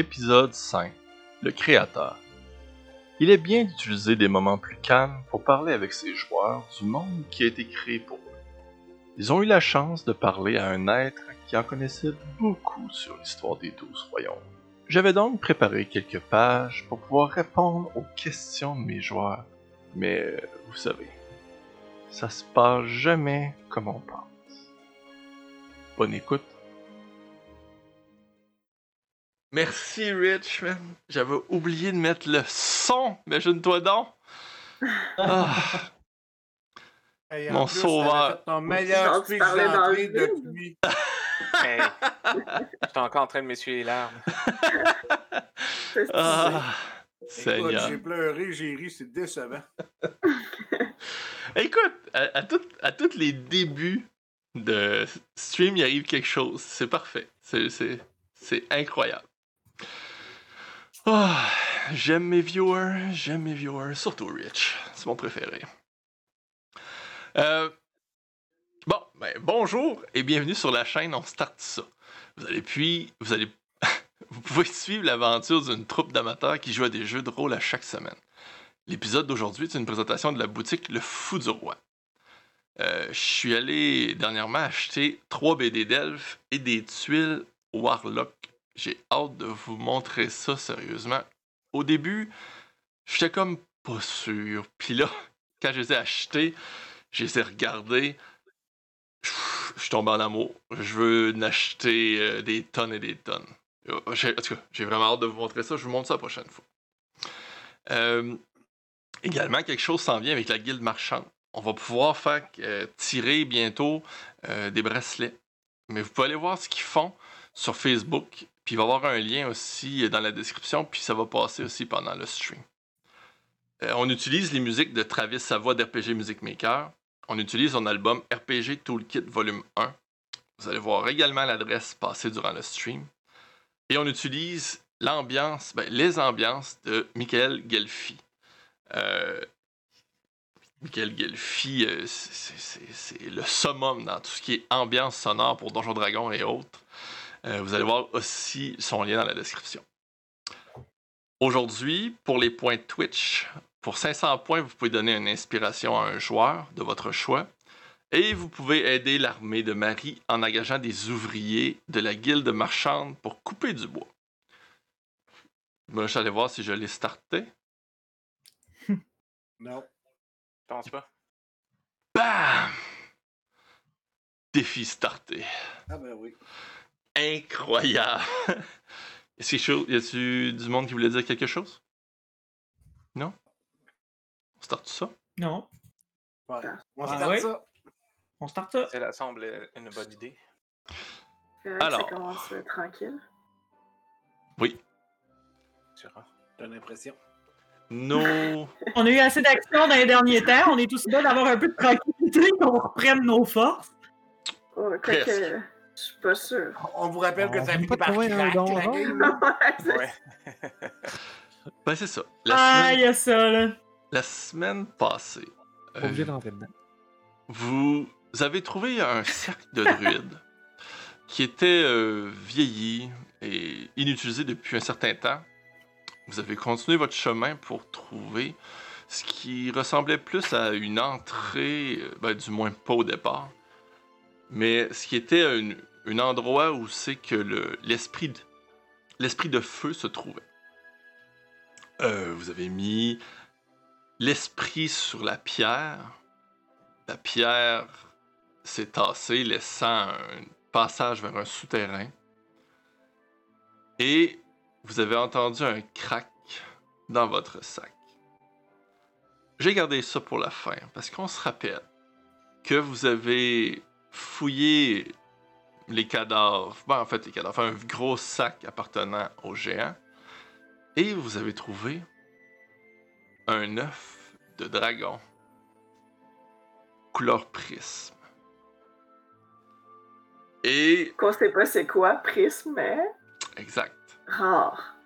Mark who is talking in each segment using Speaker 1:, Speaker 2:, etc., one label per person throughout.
Speaker 1: Épisode 5 Le Créateur. Il est bien d'utiliser des moments plus calmes pour parler avec ses joueurs du monde qui a été créé pour eux. Ils ont eu la chance de parler à un être qui en connaissait beaucoup sur l'histoire des douze royaumes. J'avais donc préparé quelques pages pour pouvoir répondre aux questions de mes joueurs, mais euh, vous savez, ça se passe jamais comme on pense. Bonne écoute. Merci Rich, man. J'avais oublié de mettre le son. Imagine-toi donc. Ah,
Speaker 2: Hey,
Speaker 1: Mon
Speaker 2: en plus,
Speaker 1: sauveur.
Speaker 2: t'avais fait Ton meilleur
Speaker 3: Genre, tu
Speaker 2: speech
Speaker 3: parlais dans
Speaker 2: d'entrée
Speaker 3: le vide.
Speaker 2: depuis.
Speaker 4: Hey, J'étais encore en train de m'essuyer les larmes.
Speaker 1: ah,
Speaker 2: Écoute,
Speaker 1: Seigneur.
Speaker 2: J'ai pleuré, j'ai ri, c'est décevant.
Speaker 1: Écoute, à, à tout- à tous les débuts de stream, il arrive quelque chose. C'est parfait. C'est- C'est c'est incroyable. Ah, j'aime mes viewers, j'aime mes viewers, surtout Rich. C'est mon préféré. Euh, bon, ben, bonjour et bienvenue sur la chaîne On Start ça. Vous allez puis, vous allez, vous pouvez suivre l'aventure d'une troupe d'amateurs qui joue à des jeux de rôle à chaque semaine. L'épisode d'aujourd'hui est une présentation de la boutique Le Fou du Roi. Euh, je suis allé dernièrement acheter trois BD d'elfes et des tuiles Warlock. J'ai hâte de vous montrer ça sérieusement. Au début, j'étais comme pas sûr. Puis là, quand je les ai achetés, je les ai regardés. Pff, Je suis tombé en amour. Je veux en acheter euh, des tonnes et des tonnes. Euh, j'ai- En tout cas, j'ai vraiment hâte de vous montrer ça. Je vous montre ça la prochaine fois. Euh, également, quelque chose s'en vient avec la guilde marchande. On va pouvoir faire euh, tirer bientôt euh, des bracelets. Mais vous pouvez aller voir ce qu'ils font sur Facebook. Puis il va y avoir un lien aussi euh, dans la description. Puis ça va passer aussi pendant le stream. Euh, on utilise les musiques de Travis Savoie d'RPG Music Maker. On utilise son album RPG Toolkit Volume 1. Vous allez voir également l'adresse passer durant le stream. Et on utilise l'ambiance, ben, les ambiances de Michael Gelfi. Euh, Michael Gelfi, euh, c'est- c'est c'est- c'est le summum dans tout ce qui est ambiance sonore pour Donjon Dragon et autres. Euh, vous allez voir aussi son lien dans la description. Aujourd'hui, pour les points Twitch, pour 500 points, vous pouvez donner une inspiration à un joueur de votre choix. Et vous pouvez aider l'armée de Marie en engageant des ouvriers de la guilde marchande pour couper du bois. Moi, je suis allé voir si je l'ai starté.
Speaker 2: Non.
Speaker 4: Je pense pas.
Speaker 1: Bam! Défi starté.
Speaker 2: Ah ben oui.
Speaker 1: Incroyable! Est-ce qu'il y a quelque chose- y a-tu du monde qui voulait dire quelque chose? Non? On starte ça?
Speaker 5: Non,
Speaker 2: Ouais. On
Speaker 5: Ah
Speaker 2: se tape
Speaker 5: ouais?
Speaker 2: ça.
Speaker 5: on start ça.
Speaker 4: Ça semble euh, une bonne idée.
Speaker 1: Alors.
Speaker 3: Ça commence euh, tranquille.
Speaker 4: Tu verras.
Speaker 2: J'ai l'impression.
Speaker 1: Nos...
Speaker 5: On a eu assez d'action dans les derniers temps. On est tous là d'avoir un peu de tranquillité, qu'on reprenne nos forces.
Speaker 3: Oh,
Speaker 1: Presque.
Speaker 3: quoique, euh, je suis pas sûre.
Speaker 2: On vous rappelle que
Speaker 6: On
Speaker 2: ça
Speaker 6: vient
Speaker 2: finit
Speaker 6: Ah, pas de
Speaker 2: par
Speaker 6: trouver un
Speaker 2: craquer
Speaker 6: don hein?
Speaker 2: la
Speaker 6: rond.
Speaker 2: game.
Speaker 3: Ouais, c'est-
Speaker 4: Ouais.
Speaker 1: Ben c'est ça. La,
Speaker 5: Ah,
Speaker 1: semaine,
Speaker 5: il y a ça, là.
Speaker 1: la semaine passée,
Speaker 6: Pas obligé
Speaker 1: euh,
Speaker 6: de rentrer dedans.
Speaker 1: vous avez trouvé un cercle de druides qui était euh, vieilli et inutilisé depuis un certain temps. Vous avez continué votre chemin pour trouver ce qui ressemblait plus à une entrée, euh, ben, du moins pas au départ, mais ce qui était un, un endroit où c'est que le- l'esprit de- l'esprit de feu se trouvait. Euh, vous avez mis l'esprit sur la pierre, la pierre s'est tassée, laissant un passage vers un souterrain. Et vous avez entendu un crack dans votre sac. J'ai gardé ça pour la fin, parce qu'on se rappelle que vous avez fouillé les cadavres, ben, en fait les cadavres, un gros sac appartenant au géant, et vous avez trouvé un œuf de dragon couleur prisme. Et
Speaker 3: Qu'on sait pas c'est quoi, prisme, mais
Speaker 1: exact.
Speaker 3: rare.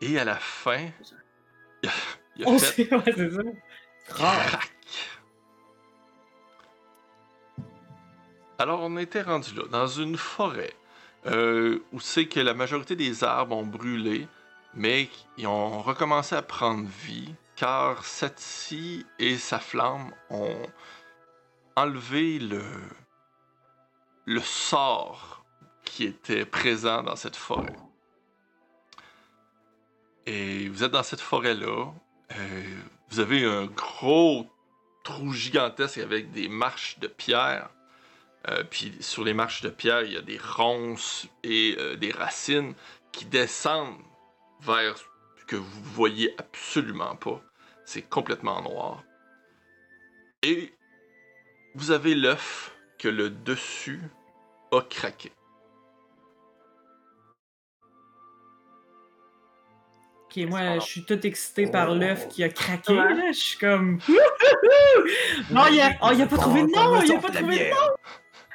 Speaker 1: Et à la fin, il a, il a
Speaker 5: On
Speaker 1: fait
Speaker 5: sait, ouais, c'est ça.
Speaker 1: crac. Alors on était rendu là, dans une forêt. euh, où c'est que la majorité des arbres ont brûlé, mais ils ont recommencé à prendre vie, car Satsi et sa flamme ont enlevé le, le sort qui était présent dans cette forêt. Et vous êtes dans cette forêt-là, euh, vous avez un gros trou gigantesque avec des marches de pierre. Euh, puis sur les marches de pierre, il y a des ronces et euh, des racines qui descendent vers ce que vous voyez absolument pas. C'est complètement noir. Et vous avez l'œuf que le dessus a craqué.
Speaker 5: Ok, moi, je suis tout excité
Speaker 1: Oh.
Speaker 5: par l'œuf qui a craqué. là. Je suis comme. non, il a, oh, il a pas trouvé de nom! Il a pas trouvé de nom!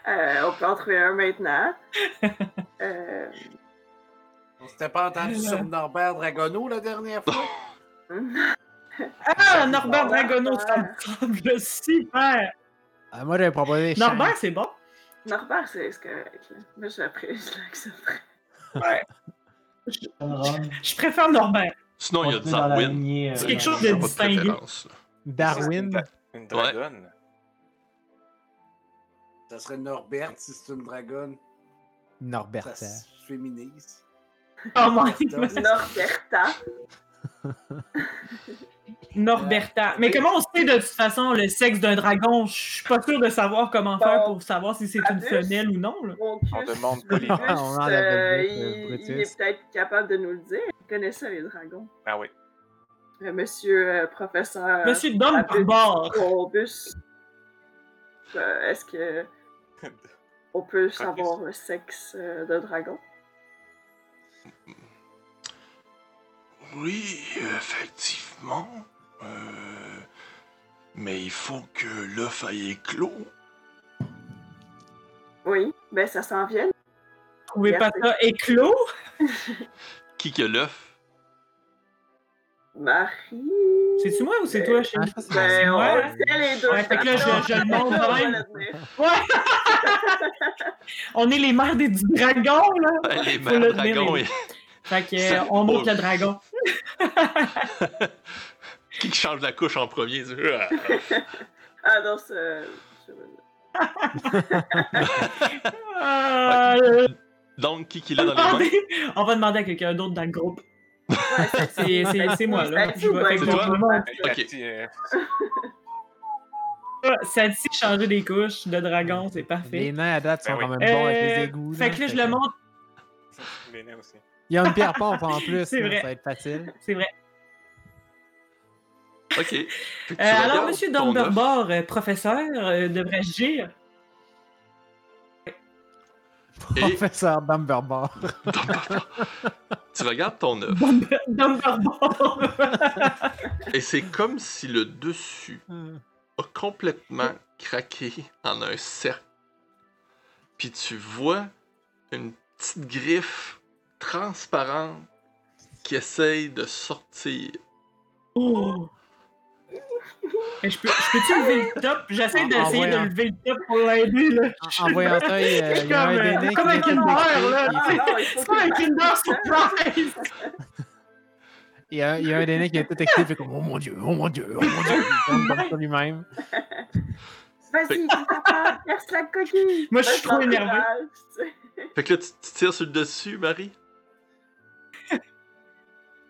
Speaker 3: Euh, on peut en trouver un maintenant. Euh,
Speaker 2: On s'était pas entendu sur Norbert Dragono la dernière fois.
Speaker 5: Ah, Norbert Dragono, ça me semble super!
Speaker 6: Ah, moi, j'avais proposé. Shang.
Speaker 5: Norbert, c'est bon.
Speaker 3: Norbert, c'est c'est correct. là. Moi, je l'apprécie, je l'accepterai.
Speaker 5: Je préfère Norbert.
Speaker 1: Sinon, il y a
Speaker 7: Continue dans la
Speaker 1: Darwin.
Speaker 7: lignée, euh,
Speaker 5: C'est
Speaker 1: Euh,
Speaker 5: quelque chose
Speaker 1: j'ai
Speaker 5: de
Speaker 1: pas
Speaker 5: distingué.
Speaker 1: préférence, là.
Speaker 6: Darwin.
Speaker 4: Une dragonne.
Speaker 2: Ça serait Norbert si c'est une dragonne. Ça
Speaker 6: Norbert.
Speaker 2: se féminise.
Speaker 5: Oh my
Speaker 2: Norbert.
Speaker 3: Norberta. Euh,
Speaker 5: Norberta. Mais comment on sait de toute façon le sexe d'un dragon? Je suis pas sûr de savoir comment faire pour savoir si c'est une
Speaker 3: Brutus.
Speaker 5: femelle ou non. là.
Speaker 3: Mon cul,
Speaker 4: On demande pas les
Speaker 3: Brutus,
Speaker 6: Ah, on enlève le
Speaker 3: euh,
Speaker 6: Brutus, le
Speaker 3: il, il
Speaker 6: Brutus.
Speaker 3: est peut-être capable de nous le dire. Il connaît ça, les dragons.
Speaker 4: Ah oui.
Speaker 3: Euh, monsieur euh, professeur
Speaker 5: Monsieur Dom
Speaker 3: Brutus.
Speaker 5: Barbare.
Speaker 3: Columbus, euh, est-ce que on peut savoir le sexe euh, d'un dragon?
Speaker 1: Oui, effectivement. Euh, mais il faut que l'œuf aille éclos.
Speaker 3: Oui, ben ça s'en vient.
Speaker 5: Trouvez pas ça éclos?
Speaker 1: Qui que l'œuf
Speaker 3: Marie.
Speaker 5: C'est-tu moi ou c'est
Speaker 3: Euh,
Speaker 5: toi, chez
Speaker 6: Ah, je pense que c'est
Speaker 3: Ben, on
Speaker 5: Ouais.
Speaker 3: le sait, les deux.
Speaker 5: Ouais, fait que là, je- je demande
Speaker 3: On va
Speaker 5: même.
Speaker 3: le dire.
Speaker 5: Ouais! on est les mères des du dragon, là!
Speaker 1: Ouais, Les
Speaker 5: Faut
Speaker 1: mères
Speaker 5: le tenir
Speaker 1: dragons
Speaker 5: les-
Speaker 1: et
Speaker 5: Fait que,
Speaker 1: Ça-
Speaker 5: euh, on monte
Speaker 1: oh.
Speaker 5: le dragon.
Speaker 1: qui change la couche en premier. c'est- Ah,
Speaker 3: Ah non, c'est. je-
Speaker 5: Euh,
Speaker 1: Donc, qui qui
Speaker 5: on,
Speaker 1: l'a
Speaker 5: va
Speaker 1: dans les mains
Speaker 5: demander- on va demander à quelqu'un d'autre dans le groupe.
Speaker 3: Ouais, c'est-
Speaker 5: C'est- C'est c'est moi, là. Je vais- fait que
Speaker 1: C'est toi?
Speaker 5: je vais monter.
Speaker 1: Ok.
Speaker 4: Cathy, euh,
Speaker 5: Ça dit changer des couches de dragon, c'est
Speaker 6: Les
Speaker 5: parfait.
Speaker 6: nains à date sont
Speaker 4: Ben oui.
Speaker 6: quand même bons avec
Speaker 5: Euh,
Speaker 6: les égouts.
Speaker 5: Fait que là, je le monte,
Speaker 4: les nains aussi.
Speaker 6: Il y a une pierre pompe en plus.
Speaker 5: C'est
Speaker 6: là,
Speaker 5: vrai.
Speaker 6: Ça va être facile.
Speaker 5: c'est vrai.
Speaker 1: Ok. Fait que tu
Speaker 5: Euh, alors,
Speaker 1: regardes
Speaker 5: monsieur
Speaker 1: ton œuf.
Speaker 5: Dunbarbar, euh, professeur, euh, devrais-je dire?
Speaker 1: Et-
Speaker 6: Professeur Dumbledore.
Speaker 1: Tu regardes ton œuf
Speaker 5: Dunbarbar!
Speaker 1: et c'est comme si le dessus a complètement craqué en un cercle. Puis tu vois une petite griffe transparente qui essaye de sortir.
Speaker 5: Oh. Mais Je peux- je peux-tu lever le top? J'essaie
Speaker 1: Ah,
Speaker 6: En-
Speaker 5: d'essayer de
Speaker 6: envoyant-
Speaker 5: lever le top pour l'aider, là.
Speaker 6: En, en voyant ça, il y a, il y a
Speaker 5: Comme,
Speaker 6: un
Speaker 5: euh,
Speaker 6: des nains qui
Speaker 5: comme un
Speaker 6: vient de
Speaker 5: Kinder,
Speaker 6: décrire,
Speaker 5: là.
Speaker 6: puis il
Speaker 3: Ah non, il faut
Speaker 5: C'est pas un
Speaker 3: qu'il
Speaker 5: Kinder
Speaker 3: fasse
Speaker 5: Surprise!
Speaker 6: Il y, a, il y a un des nains qui est tout actif, fait comme Oh mon dieu, oh mon dieu, oh mon dieu. Il tombe comme ça lui-même.
Speaker 3: ça. Vas-y, t'es capable, perce la coquille.
Speaker 5: Moi, je suis
Speaker 3: Vas-y,
Speaker 5: trop
Speaker 3: dans le
Speaker 5: énervée.
Speaker 3: village, tu sais.
Speaker 1: Fait que là, tu, tu tires sur le dessus, Marie.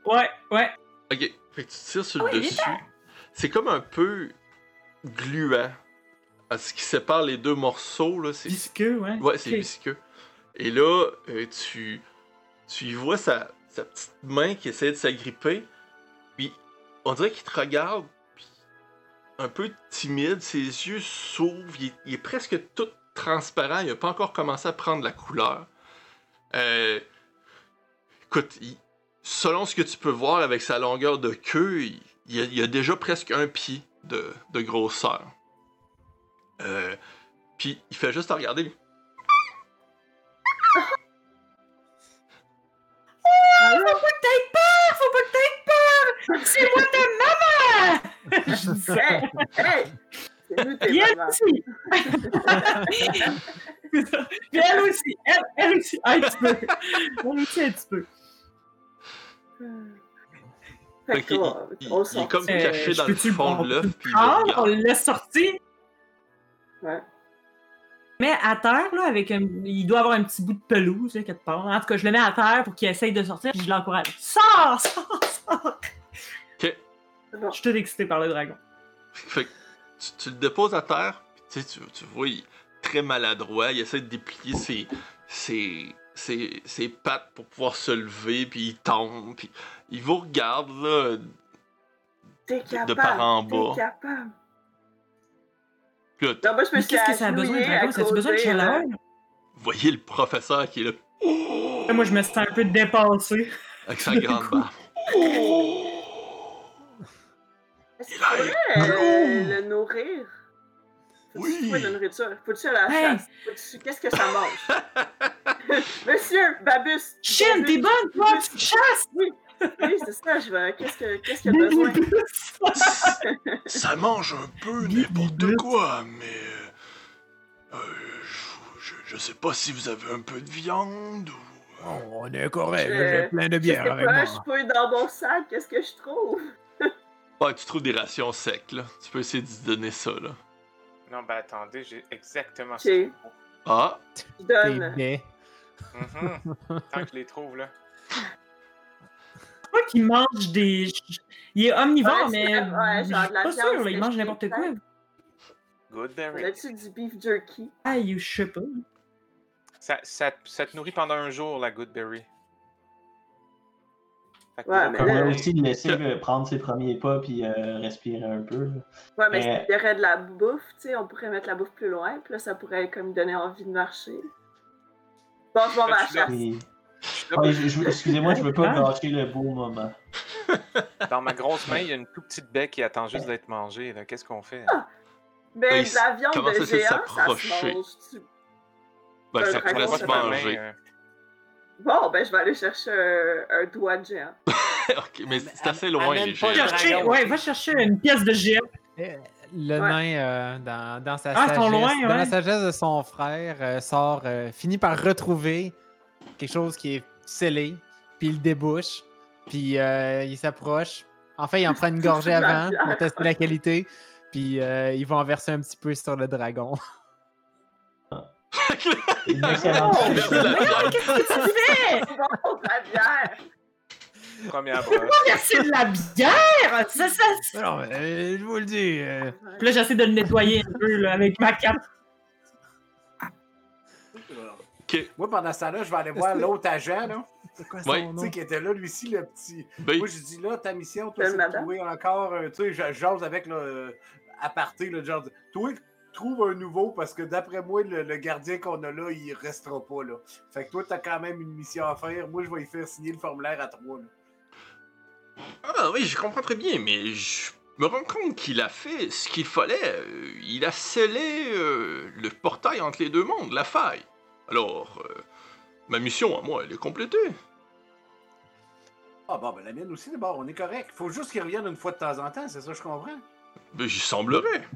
Speaker 5: Ouais, ouais.
Speaker 1: Ok. Fait que tu tires sur
Speaker 5: Oh,
Speaker 1: le
Speaker 5: il est
Speaker 1: dessus. C'est comme un peu gluant. Ah, Ce qui sépare les deux morceaux, là, c'est
Speaker 5: Visqueux, ouais.
Speaker 1: Ouais, c'est
Speaker 5: Ok.
Speaker 1: visqueux. Et là, euh, tu, tu y vois sa, sa petite main qui essaie de s'agripper. Puis, on dirait qu'il te regarde, puis un peu timide, ses yeux s'ouvrent, il, est- il est presque tout transparent, il n'a pas encore commencé à prendre la couleur. Euh, écoute, il- selon ce que tu peux voir avec sa longueur de queue, il, il a, il a déjà presque un pied de, de grosseur. Euh, puis il fait juste à regarder lui.
Speaker 5: Ah, faut pas que t'aies peur! C'est moi ta maman! Je dis ça.
Speaker 3: Hey, hey! C'est nous tes mamans.
Speaker 5: Yanti! Puis elle aussi, elle, elle aussi, un petit peu. Elle aussi, un petit peu.
Speaker 3: Fait
Speaker 1: Fait
Speaker 3: que,
Speaker 1: qu'il-
Speaker 3: euh,
Speaker 1: Il,
Speaker 3: on le
Speaker 1: il est
Speaker 3: sort.
Speaker 1: comme
Speaker 5: Euh,
Speaker 1: caché
Speaker 5: je
Speaker 1: dans le
Speaker 5: peux-tu le
Speaker 1: fond
Speaker 5: prendre?
Speaker 1: de l'œuf. puis il
Speaker 5: Ah, on
Speaker 1: regarde.
Speaker 5: l'a sorti,
Speaker 3: Ouais.
Speaker 5: mais à terre, là, avec un... il doit avoir un petit bout de pelouse, là, quelque part. En tout cas, je le mets à terre pour qu'il essaye de sortir, puis je l'encourage. Sors, sors, sors!
Speaker 1: Ok.
Speaker 3: Bon.
Speaker 5: Je suis tout excité par le dragon.
Speaker 1: Fait que tu, tu le déposes à terre, puis tu, sais, tu, tu vois, il est très maladroit, il essaie de déplier ses, ses, ses, ses pattes pour pouvoir se lever, puis il tombe, puis il vous regarde, là.
Speaker 3: T'es capable.
Speaker 1: par en
Speaker 3: t'es
Speaker 1: bas.
Speaker 3: capable.
Speaker 1: Puis là, t-
Speaker 3: Non, moi, je me
Speaker 5: Mais
Speaker 3: suis
Speaker 5: qu'est-ce que ça a besoin,
Speaker 3: agenouillée
Speaker 5: le dragon?
Speaker 3: à
Speaker 5: Ça a besoin de
Speaker 3: côté, euh,
Speaker 5: chaleur?
Speaker 3: là.
Speaker 1: vous voyez le professeur qui est là,
Speaker 5: Là, Moi, je me sens un peu dépassée.
Speaker 1: avec sa grande barbe.
Speaker 3: Est-ce qu'il
Speaker 1: Il a
Speaker 3: faudrait euh, le nourrir? Faut-tu
Speaker 1: Oui.
Speaker 3: trouver de la nourriture? Faut-tu aller à la
Speaker 5: Hey.
Speaker 3: chasse? Faut-tu- Qu'est-ce que ça mange? Monsieur, Babus!
Speaker 5: Chine, t'es
Speaker 3: Babus,
Speaker 5: bonne, toi, tu te chasses!
Speaker 3: Oui, c'est ça, je vais. Qu'est-ce que- qu'est-ce qu'il y a besoin?
Speaker 1: Ça mange un peu n'importe quoi, mais. euh, euh, je, je- je sais pas si vous avez un peu de viande ou.
Speaker 6: Bon, Oh, on est correct,
Speaker 3: Je-
Speaker 6: j'ai plein de
Speaker 3: Je sais
Speaker 6: bière avec
Speaker 3: pas,
Speaker 6: moi.
Speaker 3: je peux dans mon sac, qu'est-ce que je trouve?
Speaker 1: Ouais, tu trouves des rations secs, là. Tu peux essayer de se donner ça, là.
Speaker 4: Non, ben attendez, j'ai exactement
Speaker 3: Ok,
Speaker 4: ça.
Speaker 3: je
Speaker 1: Ah,
Speaker 6: T'es
Speaker 3: donne.
Speaker 6: bien.
Speaker 4: Mhm. Tant que je les trouve, là.
Speaker 5: Moi qui mange des. Il est omnivore,
Speaker 3: Ouais, c'est-
Speaker 5: mais.
Speaker 3: ouais,
Speaker 5: je
Speaker 3: genre
Speaker 5: suis
Speaker 3: de la
Speaker 5: pas
Speaker 3: viande
Speaker 5: sûr, là, il mange
Speaker 3: séchée,
Speaker 5: n'importe quoi.
Speaker 4: Good
Speaker 3: On
Speaker 4: berry.
Speaker 3: a-tu du beef jerky?
Speaker 5: Aïe, je sais pas.
Speaker 4: Ça, ça, ça te nourrit pendant un jour, la good berry. Fait que ben,
Speaker 3: Ouais,
Speaker 4: pour
Speaker 3: mais
Speaker 7: On
Speaker 3: là-
Speaker 7: a
Speaker 4: commencer-
Speaker 7: aussi laissé euh, prendre ses premiers pas puis euh, respirer un peu. là.
Speaker 3: Ouais, mais
Speaker 7: Euh.
Speaker 3: s'il y aurait de la bouffe, tu sais, on pourrait mettre la bouffe plus loin, puis là, ça pourrait comme donner envie de marcher. Bon, je m'en vais à la
Speaker 4: Là,
Speaker 3: chasse.
Speaker 7: Puis-
Speaker 4: là, ben,
Speaker 7: Ouais, je- je- Excusez-moi, je veux pas gâcher le beau moment.
Speaker 4: Dans ma grosse main, il y a une toute petite baie qui attend juste d'être mangée. là. Qu'est-ce qu'on fait?
Speaker 1: Ben,
Speaker 3: Mais
Speaker 1: il
Speaker 3: de la viande
Speaker 1: commence à
Speaker 3: de
Speaker 1: essayer de
Speaker 3: géant, ça se
Speaker 1: s'approcher.
Speaker 3: mange. tu-
Speaker 1: ben ça
Speaker 3: Ben, le dragon,
Speaker 1: pourrait
Speaker 3: Laisse
Speaker 1: se
Speaker 4: Laisse ma main,
Speaker 1: manger.
Speaker 4: euh,
Speaker 3: Bon, ben, je vais aller chercher un, un doigt de géant.
Speaker 1: ok, mais
Speaker 2: Am-
Speaker 1: c'est assez
Speaker 2: am-
Speaker 1: loin,
Speaker 2: amène
Speaker 1: les
Speaker 2: pas
Speaker 1: gens.
Speaker 2: le
Speaker 5: Chercher-
Speaker 2: dragon.
Speaker 5: ouais, va chercher une pièce de géant.
Speaker 3: Ouais.
Speaker 6: Le nain, euh, dans, dans sa
Speaker 5: Ah, ils
Speaker 6: sagesse,
Speaker 5: sont loin,
Speaker 6: dans
Speaker 5: ouais.
Speaker 6: la sagesse de son frère, euh, sort, euh, finit par retrouver quelque chose qui est scellé, puis il le débouche, puis euh, il s'approche. Enfin, il en prend une gorgée
Speaker 3: La
Speaker 6: avant
Speaker 3: bière.
Speaker 6: pour tester la qualité, puis euh, il va en verser un petit peu sur le dragon.
Speaker 7: Une excellente
Speaker 1: On verse la bière.
Speaker 5: Fais!
Speaker 3: Bon, de la Oh, bière!
Speaker 4: Première brosse.
Speaker 5: Verser de la bière! Ça, ça, ça.
Speaker 6: non, mais, euh, je vous le dis. euh,
Speaker 5: Puis là, j'essaie de le nettoyer un peu là, avec ma cape.
Speaker 1: Ok,
Speaker 2: Moi, pendant ce temps-là, je vais aller voir l'autre agent, là.
Speaker 6: c'est quoi
Speaker 1: Ouais.
Speaker 6: son
Speaker 2: Tu
Speaker 6: nom?
Speaker 2: sais, qui était là, lui-ci, le petit.
Speaker 1: ben,
Speaker 2: Moi, je dis là, ta mission, toi,
Speaker 3: Euh,
Speaker 2: c'est de
Speaker 3: madame?
Speaker 2: trouver encore. un- Tu sais, je- j'ose avec le. À partir, le genre. Toi, trouve un nouveau parce que d'après moi, le, le gardien qu'on a là, il restera pas, là. Fait que toi, t'as quand même une mission à faire. Moi, je vais y faire signer le formulaire à trois, là.
Speaker 1: Ah oui, je comprends très bien, mais je me rends compte qu'il a fait ce qu'il fallait. Euh, Il a scellé euh, le portail entre les deux mondes, la faille. Alors, euh, ma mission à moi, elle est complétée.
Speaker 2: Ah, bon, ben la mienne aussi, d'abord, on est correct. Faut juste qu'il revienne une fois de temps en temps, c'est ça, je comprends.
Speaker 1: Ben, j'y semblerait.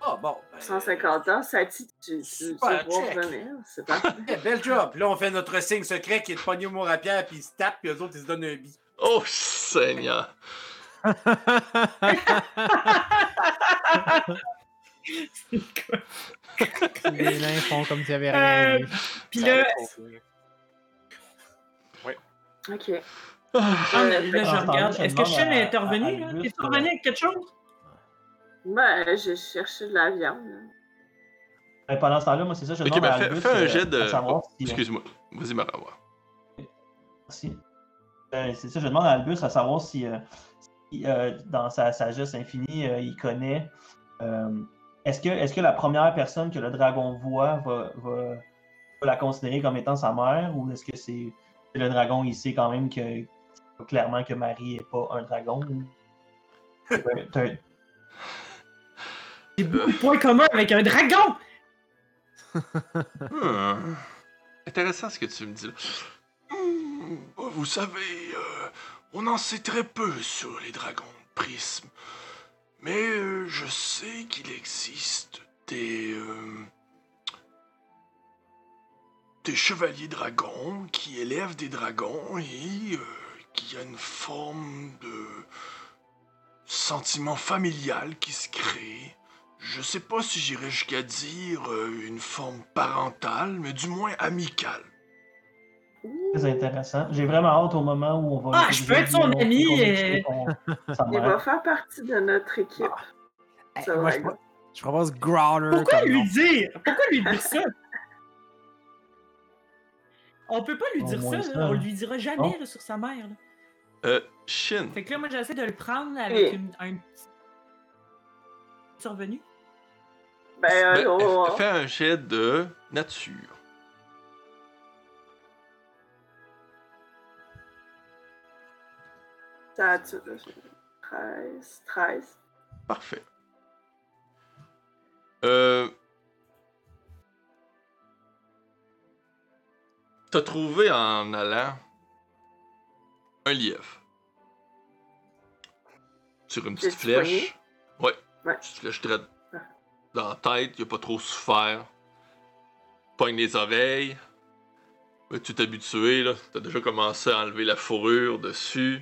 Speaker 2: Ah, bon. ben,
Speaker 3: 150 ans, ça t'y- tu, tu, tu
Speaker 2: Super
Speaker 3: vas
Speaker 2: check.
Speaker 3: revenir, c'est parfait.
Speaker 2: eh, Bel job. Puis Là, on fait notre signe secret qui est de pogner au mur à pierre, puis ils se tapent, puis eux autres, ils se donnent un billet.
Speaker 1: Oh, Seigneur.
Speaker 5: C'est quoi?
Speaker 6: Les nains font comme s'il n'y avait
Speaker 5: Euh,
Speaker 6: rien. eu.
Speaker 5: Puis
Speaker 4: Ça
Speaker 5: là,
Speaker 4: va être trop bien.
Speaker 3: Ok. Euh,
Speaker 1: Ah,
Speaker 5: ah, là, je
Speaker 7: attends,
Speaker 5: regarde.
Speaker 7: je
Speaker 5: Est-ce que
Speaker 7: demande
Speaker 5: Shen
Speaker 7: à-
Speaker 5: est intervenu?
Speaker 7: à- à
Speaker 5: là? T'es
Speaker 7: Auguste,
Speaker 5: intervenu avec quelque chose?
Speaker 3: Ben, j'ai cherché de la viande. là.
Speaker 7: Euh, Pendant ce temps-là, moi, c'est ça, je
Speaker 1: Ok,
Speaker 7: demande
Speaker 1: ben,
Speaker 7: à
Speaker 1: fais-
Speaker 7: Albus,
Speaker 1: fais un
Speaker 7: euh,
Speaker 1: jet de-
Speaker 7: à savoir si-
Speaker 1: Excuse-moi. Vas-y, Marawa.
Speaker 7: si- euh, c'est ça, je demande à Albus à savoir si, euh, si, euh, dans sa sagesse infinie, euh, il connaît. euh, est-ce, que, est-ce que la première personne que le dragon voit va, va- va la considérer comme étant sa mère ou est-ce que c'est le dragon, il sait quand même que clairement que Marie n'est pas un dragon? ou- Ouais, t'as-
Speaker 5: J'ai beaucoup de points communs avec un dragon!
Speaker 1: Hmm. Intéressant ce que tu me dis. là. Hmm, Vous savez, euh, on en sait très peu sur les dragons de prisme. Mais euh, je sais qu'il existe des, euh, des chevaliers dragons qui élèvent des dragons et euh, qui a une forme de sentiment familial qui se crée. Je sais pas si j'irais jusqu'à dire euh, une forme parentale, mais du moins amicale.
Speaker 3: Ouh.
Speaker 7: Très intéressant. J'ai vraiment hâte au moment où on va.
Speaker 5: Ah, je peux être son ami euh. et-
Speaker 3: Il va faire partie de notre équipe. Ça
Speaker 6: Eh,
Speaker 3: va
Speaker 6: moi, je,
Speaker 3: être-
Speaker 6: pro- je propose Growler.
Speaker 5: Pourquoi
Speaker 6: comme
Speaker 5: lui
Speaker 6: nom.
Speaker 5: dire? Pourquoi lui dire ça? On peut pas lui
Speaker 7: Au
Speaker 5: dire ça,
Speaker 7: moins
Speaker 5: là.
Speaker 7: ça.
Speaker 5: on lui dira jamais là, sur sa mère. là.
Speaker 1: Euh, Shin,
Speaker 5: Fait que là, moi, j'essaie de le prendre avec
Speaker 3: Et-
Speaker 5: une, un petit. survenu.
Speaker 3: Ben, euh,
Speaker 1: ben,
Speaker 3: on-
Speaker 1: f- fais un jet de nature.
Speaker 3: ça a tu- 13, 13.
Speaker 1: Parfait. Euh... T'as trouvé en allant un lièvre. Sur une petite
Speaker 3: J'ai-tu poigné?
Speaker 1: flèche. Ouais.
Speaker 3: Ouais.
Speaker 1: Petite flèche traite dans la tête, il a pas trop souffert. Pogne les oreilles. Mais tu t'es habitué, là. T'as déjà commencé à enlever la fourrure dessus.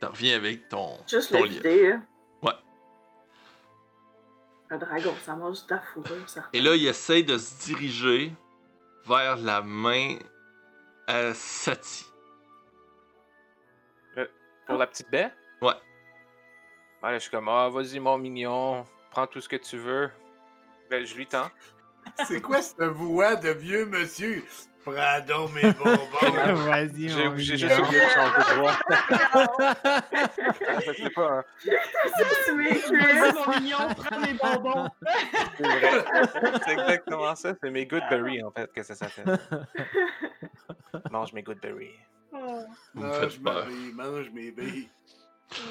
Speaker 1: T'en reviens avec ton,
Speaker 3: Juste
Speaker 1: ton
Speaker 3: le
Speaker 1: lièvre.
Speaker 3: vider. là.
Speaker 1: Ouais.
Speaker 3: Un dragon, ça mange de la fourrure, ça.
Speaker 1: Et là, il essaye de se diriger vers la main à Sati.
Speaker 4: Pour la petite baie?
Speaker 1: Ouais.
Speaker 4: Ben là, je suis comme, ah, vas-y, mon mignon, prends tout ce que tu veux. Ben, je lui tends.
Speaker 2: C'est quoi cette voix de vieux monsieur? Prends Ah, donc mes bonbons.
Speaker 6: Vas-y,
Speaker 4: J'ai
Speaker 6: mon
Speaker 4: j'ai juste
Speaker 6: mignon.
Speaker 4: oublié de changer de voix. Ah, Je sais pas, hein.
Speaker 3: Tu m'écris.
Speaker 5: Vas-y, mon mignon, prends mes bonbons.
Speaker 4: c'est vrai. C'est exactement ça. C'est mes Goodberry, en fait, que ça s'appelle. Mange mes Goodberry.
Speaker 1: Vous me faites peur.
Speaker 2: mange mes billes.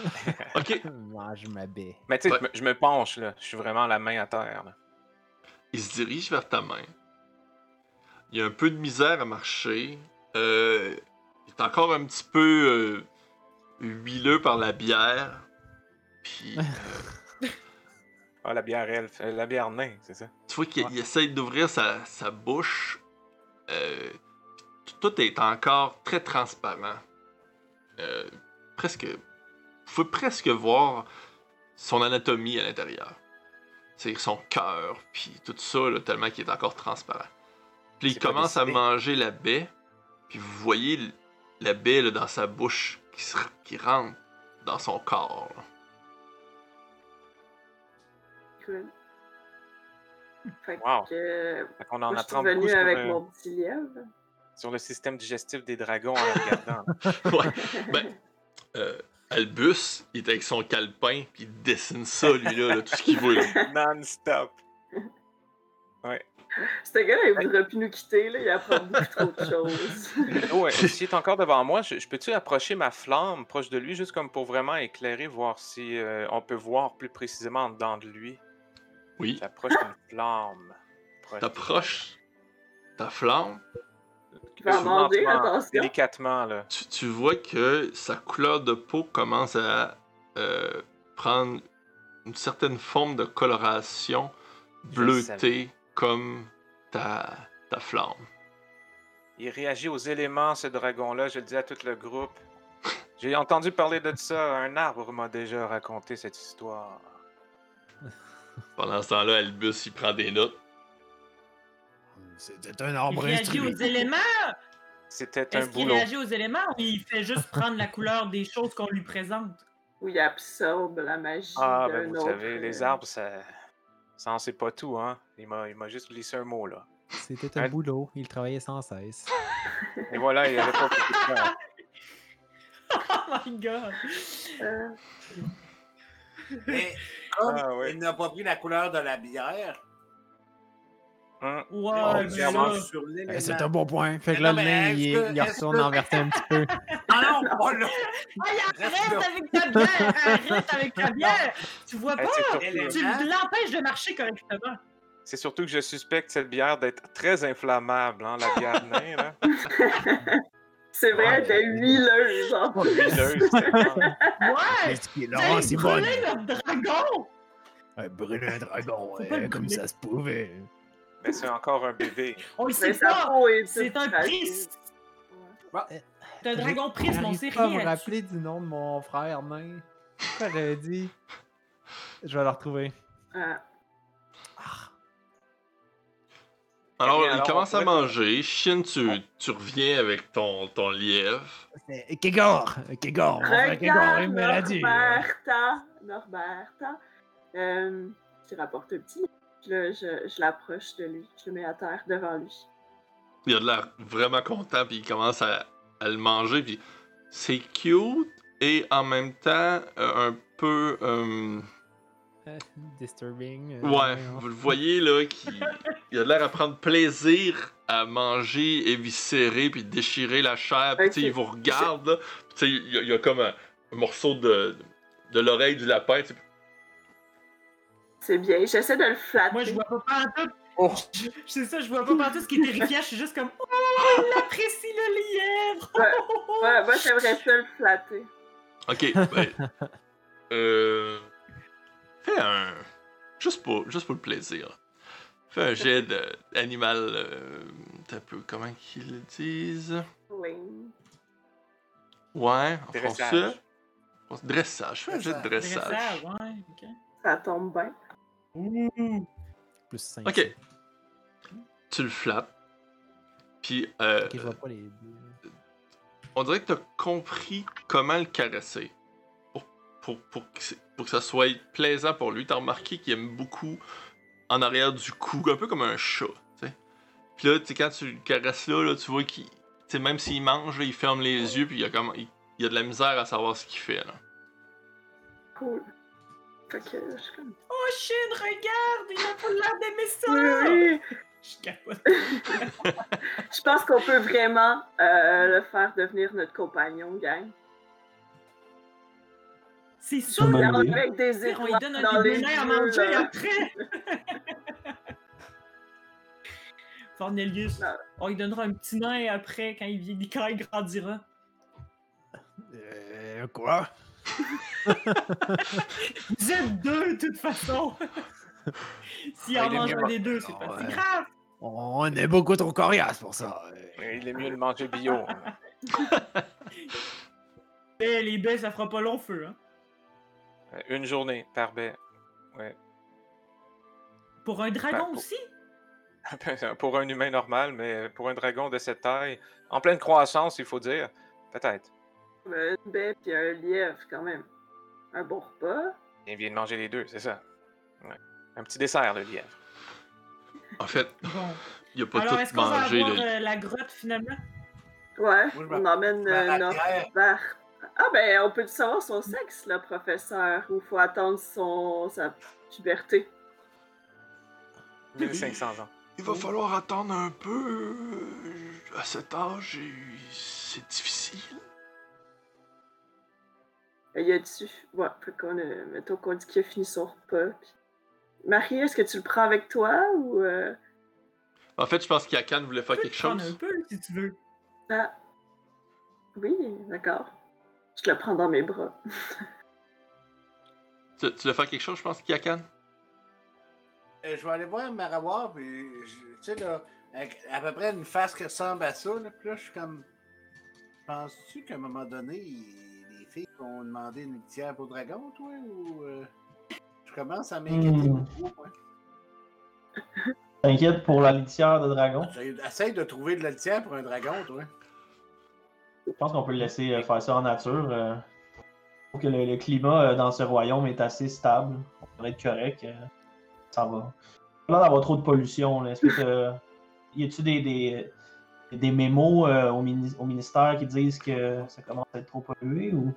Speaker 1: Ok,
Speaker 6: Mange ma baie.
Speaker 4: Mais tu sais,
Speaker 1: Ouais.
Speaker 4: je me- je me penche, là. Je suis vraiment la main à terre, là.
Speaker 1: il se dirige vers ta main. Il a un peu de misère à marcher. Euh, il est encore un petit peu euh, huileux par la bière. Puis euh,
Speaker 4: Ah, la bière elfe. euh, la bière nain, c'est ça.
Speaker 1: tu vois qu'il
Speaker 6: Ouais.
Speaker 1: il essaye d'ouvrir sa, sa bouche. Euh, puis tout est encore très transparent. Euh, presque. Vous pouvez presque voir son anatomie à l'intérieur. C'est son cœur, puis tout ça, là, tellement qu'il est encore transparent. Puis il
Speaker 4: C'est pas
Speaker 1: commence à
Speaker 4: décidé.
Speaker 1: manger la baie, puis vous voyez l- la baie là, dans sa bouche qui, se- qui rentre dans son corps. là.
Speaker 3: Cool. Fait
Speaker 4: Wow.
Speaker 3: que
Speaker 4: Fait qu'on en
Speaker 3: moi, je suis
Speaker 4: apprend beaucoup
Speaker 3: venue
Speaker 4: sur,
Speaker 3: avec
Speaker 4: le,
Speaker 3: mon petit lièvre.
Speaker 4: sur le système digestif des dragons en la regardant. là.
Speaker 1: Ouais. Ben, euh, Albus, il est avec son calepin, puis il dessine ça, lui-là, là, tout ce qu'il veut. là.
Speaker 4: Non-stop.
Speaker 3: Ce gars-là, il voudrait plus nous quitter, là. il apprend beaucoup trop de choses.
Speaker 4: Ouais, s'il est encore devant moi, je, je peux-tu approcher ma flamme proche de lui, juste comme pour vraiment éclairer, voir si euh, on peut voir plus précisément en dedans de lui.
Speaker 1: Oui,
Speaker 4: J'approche une flamme. proche de lui.
Speaker 1: t'approches ta flamme,
Speaker 3: Tu vas
Speaker 4: Lentement,
Speaker 3: manger, attention.
Speaker 4: Délicatement, là.
Speaker 1: tu, tu vois que sa couleur de peau commence à euh, prendre une certaine forme de coloration
Speaker 4: Je le
Speaker 1: bleutée
Speaker 4: savais.
Speaker 1: comme ta, ta flamme.
Speaker 4: Il réagit aux éléments, ce dragon-là, je le dis à tout le groupe. J'ai entendu parler de ça, un arbre m'a déjà raconté cette histoire.
Speaker 1: Pendant ce temps-là, Albus, il prend des notes.
Speaker 6: C'était un
Speaker 5: Il
Speaker 6: arbre
Speaker 5: réagit aux
Speaker 6: instruit.
Speaker 5: éléments.
Speaker 4: C'était un
Speaker 5: Est-ce qu'il
Speaker 4: boulot.
Speaker 5: réagit aux éléments ou il fait juste prendre la couleur des choses qu'on lui présente?
Speaker 3: Où il absorbe la magie
Speaker 4: Ah,
Speaker 3: d'un
Speaker 4: ben vous
Speaker 3: autre.
Speaker 4: savez, les
Speaker 3: euh,
Speaker 4: arbres, ça. Ça en sait pas tout, hein. Il m'a il m'a juste glissé un mot, là.
Speaker 6: C'était un
Speaker 4: Un-
Speaker 6: boulot. Il travaillait sans cesse.
Speaker 4: Et voilà, il avait pas beaucoup de temps.
Speaker 5: Oh my god!
Speaker 3: euh,
Speaker 2: Mais comme
Speaker 4: Ah, ouais.
Speaker 2: il n'a pas pris la couleur de la bière,
Speaker 4: Hum.
Speaker 2: il
Speaker 5: Wow,
Speaker 2: est
Speaker 4: clairement.
Speaker 5: là.
Speaker 2: sur l'élément.
Speaker 6: Eh, C'est un bon point. Fait que
Speaker 2: Mais
Speaker 6: là,
Speaker 2: non,
Speaker 6: le
Speaker 2: mais
Speaker 6: nain,
Speaker 2: est-ce
Speaker 6: il,
Speaker 2: que-
Speaker 6: il
Speaker 2: est-ce
Speaker 6: retourne
Speaker 2: que-
Speaker 6: en verser un petit peu.
Speaker 2: Ah non, pas là.
Speaker 5: Ah, il
Speaker 2: Reste là.
Speaker 5: arrête avec ta bière! Arrête avec ta bière! Tu vois
Speaker 4: Eh,
Speaker 5: pas?
Speaker 4: c'est surtout-
Speaker 2: Elle est-
Speaker 5: Tu l'empêches de marcher correctement.
Speaker 4: C'est surtout que je suspecte cette bière d'être très inflammable, hein, la bière de nain, là.
Speaker 3: C'est vrai,
Speaker 6: Ouais.
Speaker 3: elle était huileuse en plus.
Speaker 4: Huileuse, tellement.
Speaker 5: Ouais!
Speaker 6: Qu'est-ce qui est
Speaker 5: Vous
Speaker 6: là?
Speaker 5: allez
Speaker 6: c'est bon.
Speaker 5: brûler notre dragon!
Speaker 6: Ouais, brûler un dragon,
Speaker 5: Faut pas
Speaker 6: euh,
Speaker 5: le
Speaker 6: comme
Speaker 5: brûler.
Speaker 6: ça se pouvait.
Speaker 4: Mais c'est encore un bébé.
Speaker 5: On le sait
Speaker 3: Mais sa
Speaker 5: pas!
Speaker 3: peau est
Speaker 5: C'est
Speaker 3: toute
Speaker 5: un
Speaker 3: craquée.
Speaker 5: prisme!
Speaker 2: Bon.
Speaker 5: C'est un dragon prisme, on
Speaker 6: Euh, J'arrive
Speaker 5: sait
Speaker 6: pas à vous
Speaker 5: rien. là-dessus.
Speaker 6: rappeler du nom de mon frère nain. Pourquoi j'avais dit Je vais le retrouver.
Speaker 3: Ah,
Speaker 1: Alors,
Speaker 4: Eh bien,
Speaker 1: il
Speaker 4: alors,
Speaker 1: commence
Speaker 4: on
Speaker 1: à
Speaker 4: pourrait-
Speaker 1: manger. Chien, tu, tu reviens avec ton, ton lièvre.
Speaker 6: C'est Kégor Kégor mon frère Kégor,
Speaker 3: Regarde
Speaker 6: il me l'a dit.
Speaker 3: Norberta! Norberta! Euh, qui rapporte un petit. Puis là, je, je l'approche de lui. Je le mets à terre devant lui.
Speaker 1: Il a de l'air vraiment content, puis il commence à, à le manger. Puis c'est cute et en même temps euh, un peu. euh,
Speaker 6: Euh, Disturbing. euh,
Speaker 1: ouais,
Speaker 6: on-
Speaker 1: vous le voyez là, qui, il a de l'air à prendre plaisir à manger, éviscérer, puis déchirer la chair. Puis tu sais,
Speaker 3: Ok.
Speaker 1: il vous regarde, là. Puis, tu sais, il y a- il y, a comme un, un morceau de, de l'oreille du lapin. tu sais,
Speaker 3: C'est bien. J'essaie de le flatter.
Speaker 5: Moi, je vois pas partout.
Speaker 4: Oh.
Speaker 5: Je- C'est ça, je vois pas partout ce qui est terrifiant. Je suis juste comme, oh, il apprécie le lièvre!
Speaker 3: Ouais. Ouais, moi, j'aimerais ça le flatter.
Speaker 1: Ok, ben. euh. Fais un. Juste pour, juste pour le plaisir. Fais un jet de- d'animal. Euh, t'as peu. Comment qu'ils le disent
Speaker 3: Fling.
Speaker 1: Ouais, en
Speaker 4: Dressage.
Speaker 1: français. En- Dressage. Fais un jet de dressage.
Speaker 5: Dressage, ouais, ok.
Speaker 3: Ça tombe bien.
Speaker 5: Ouh!
Speaker 6: Plus simple.
Speaker 1: Ok. Tu le flattes. Puis, euh,
Speaker 6: Ok, je vois pas les deux.
Speaker 1: on dirait que t'as compris comment le caresser. Pour, pour, pour, que, c'est- pour que ça soit plaisant pour lui. T'as remarqué qu'il aime beaucoup en arrière du cou, un peu comme un chat. tu sais. Puis là, tu sais, quand tu le caresses là, là, tu vois qu'il. tu sais, Même s'il mange, là, il ferme les yeux, puis il y a, comme, il, il y a de la misère à savoir ce qu'il fait. Là.
Speaker 3: Cool. Fait que je suis comme.
Speaker 5: Oh, Shin, regarde! Il a pas l'air d'aimer ça!
Speaker 3: Oui,
Speaker 5: Je capote.
Speaker 3: Je pense qu'on peut vraiment euh, le faire devenir notre compagnon, gang.
Speaker 5: C'est sûr,
Speaker 7: Bonne
Speaker 5: là,
Speaker 7: idée.
Speaker 3: Avec des
Speaker 5: on lui
Speaker 3: étoiles
Speaker 5: donne
Speaker 3: dans
Speaker 5: un
Speaker 3: les
Speaker 5: déjeuner à
Speaker 3: yeux.
Speaker 5: manger
Speaker 3: là.
Speaker 5: après! Cornelius,
Speaker 3: Non.
Speaker 5: on lui donnera un petit nain après quand il, vieillit- quand il grandira.
Speaker 6: Euh, quoi
Speaker 5: Vous êtes deux, de toute façon! S'il
Speaker 4: Ah,
Speaker 5: en
Speaker 4: il est Ah,
Speaker 5: mange
Speaker 4: mieux
Speaker 5: un
Speaker 4: mort.
Speaker 5: des deux, c'est pas
Speaker 6: Non,
Speaker 5: si
Speaker 6: ouais.
Speaker 5: grave!
Speaker 6: On est beaucoup trop coriace pour ça.
Speaker 4: Mais Il est mieux de manger bio. hein.
Speaker 5: Mais Eh, les baies, ça fera pas long feu, hein.
Speaker 4: Euh, Une journée par baie.
Speaker 5: Pour un
Speaker 1: Ben,
Speaker 5: dragon
Speaker 4: pour-
Speaker 5: aussi?
Speaker 4: pour un humain normal, mais pour un dragon de cette taille, en pleine croissance, il faut dire, peut-être.
Speaker 3: Euh, Une baie puis un lièvre, quand même. Un bon repas.
Speaker 4: Il vient de manger les deux, c'est ça. Ouais. Un petit dessert, le lièvre.
Speaker 1: En fait,
Speaker 5: Bon.
Speaker 1: il a pas
Speaker 5: Alors, est-ce
Speaker 1: tout
Speaker 5: qu'on va
Speaker 1: mangé.
Speaker 5: avoir
Speaker 1: là.
Speaker 5: euh, la grotte finalement?
Speaker 3: Ouais,
Speaker 2: Moi, je
Speaker 3: on
Speaker 2: me-
Speaker 3: emmène
Speaker 2: je me
Speaker 3: euh,
Speaker 2: rappelle.
Speaker 3: Norbert. Ah ben, on peut savoir son sexe, le professeur, ou faut attendre son sa puberté.
Speaker 4: 1500 ans.
Speaker 1: Il va falloir attendre un peu. euh, À cet âge, et c'est difficile.
Speaker 3: Euh, Il y a dessus. Ouais, fait qu'on euh, mettons qu'on dit qu'il a fini son repas. puis- Marie, est-ce que tu le prends avec toi ou euh,
Speaker 1: En fait, je pense qu'Akan voulait faire
Speaker 5: Tu peux
Speaker 1: quelque
Speaker 5: te prendre un
Speaker 1: chose.
Speaker 5: peu si tu veux.
Speaker 3: ah. Oui, d'accord. Je le prends dans mes bras.
Speaker 1: Tu, tu voulais faire quelque chose, je pense, qu'Akan
Speaker 2: Euh, je vais aller voir Marawar, puis je- tu sais, là, avec à peu près une face qui ressemble à ça, là, puis là, je suis comme. Penses-tu qu'à un moment donné, il- les filles vont demander une litière pour dragon, toi, ou. euh, Je commence à m'inquiéter
Speaker 7: Hmm.
Speaker 2: beaucoup, hein.
Speaker 7: T'inquiète pour la litière de dragon.
Speaker 2: J'ai- Essaye de trouver de la litière pour un dragon, toi.
Speaker 7: Je pense qu'on peut le laisser euh, faire ça en nature. euh. Je trouve que le, le climat euh, dans ce royaume est assez stable. On devrait être correct. euh, Ça va. Il a l'air d'avoir trop de pollution. Là. Est-ce que t'as- y a-tu des, des, des mémos euh, au, mini- au ministère qui disent que ça commence à être trop pollué ou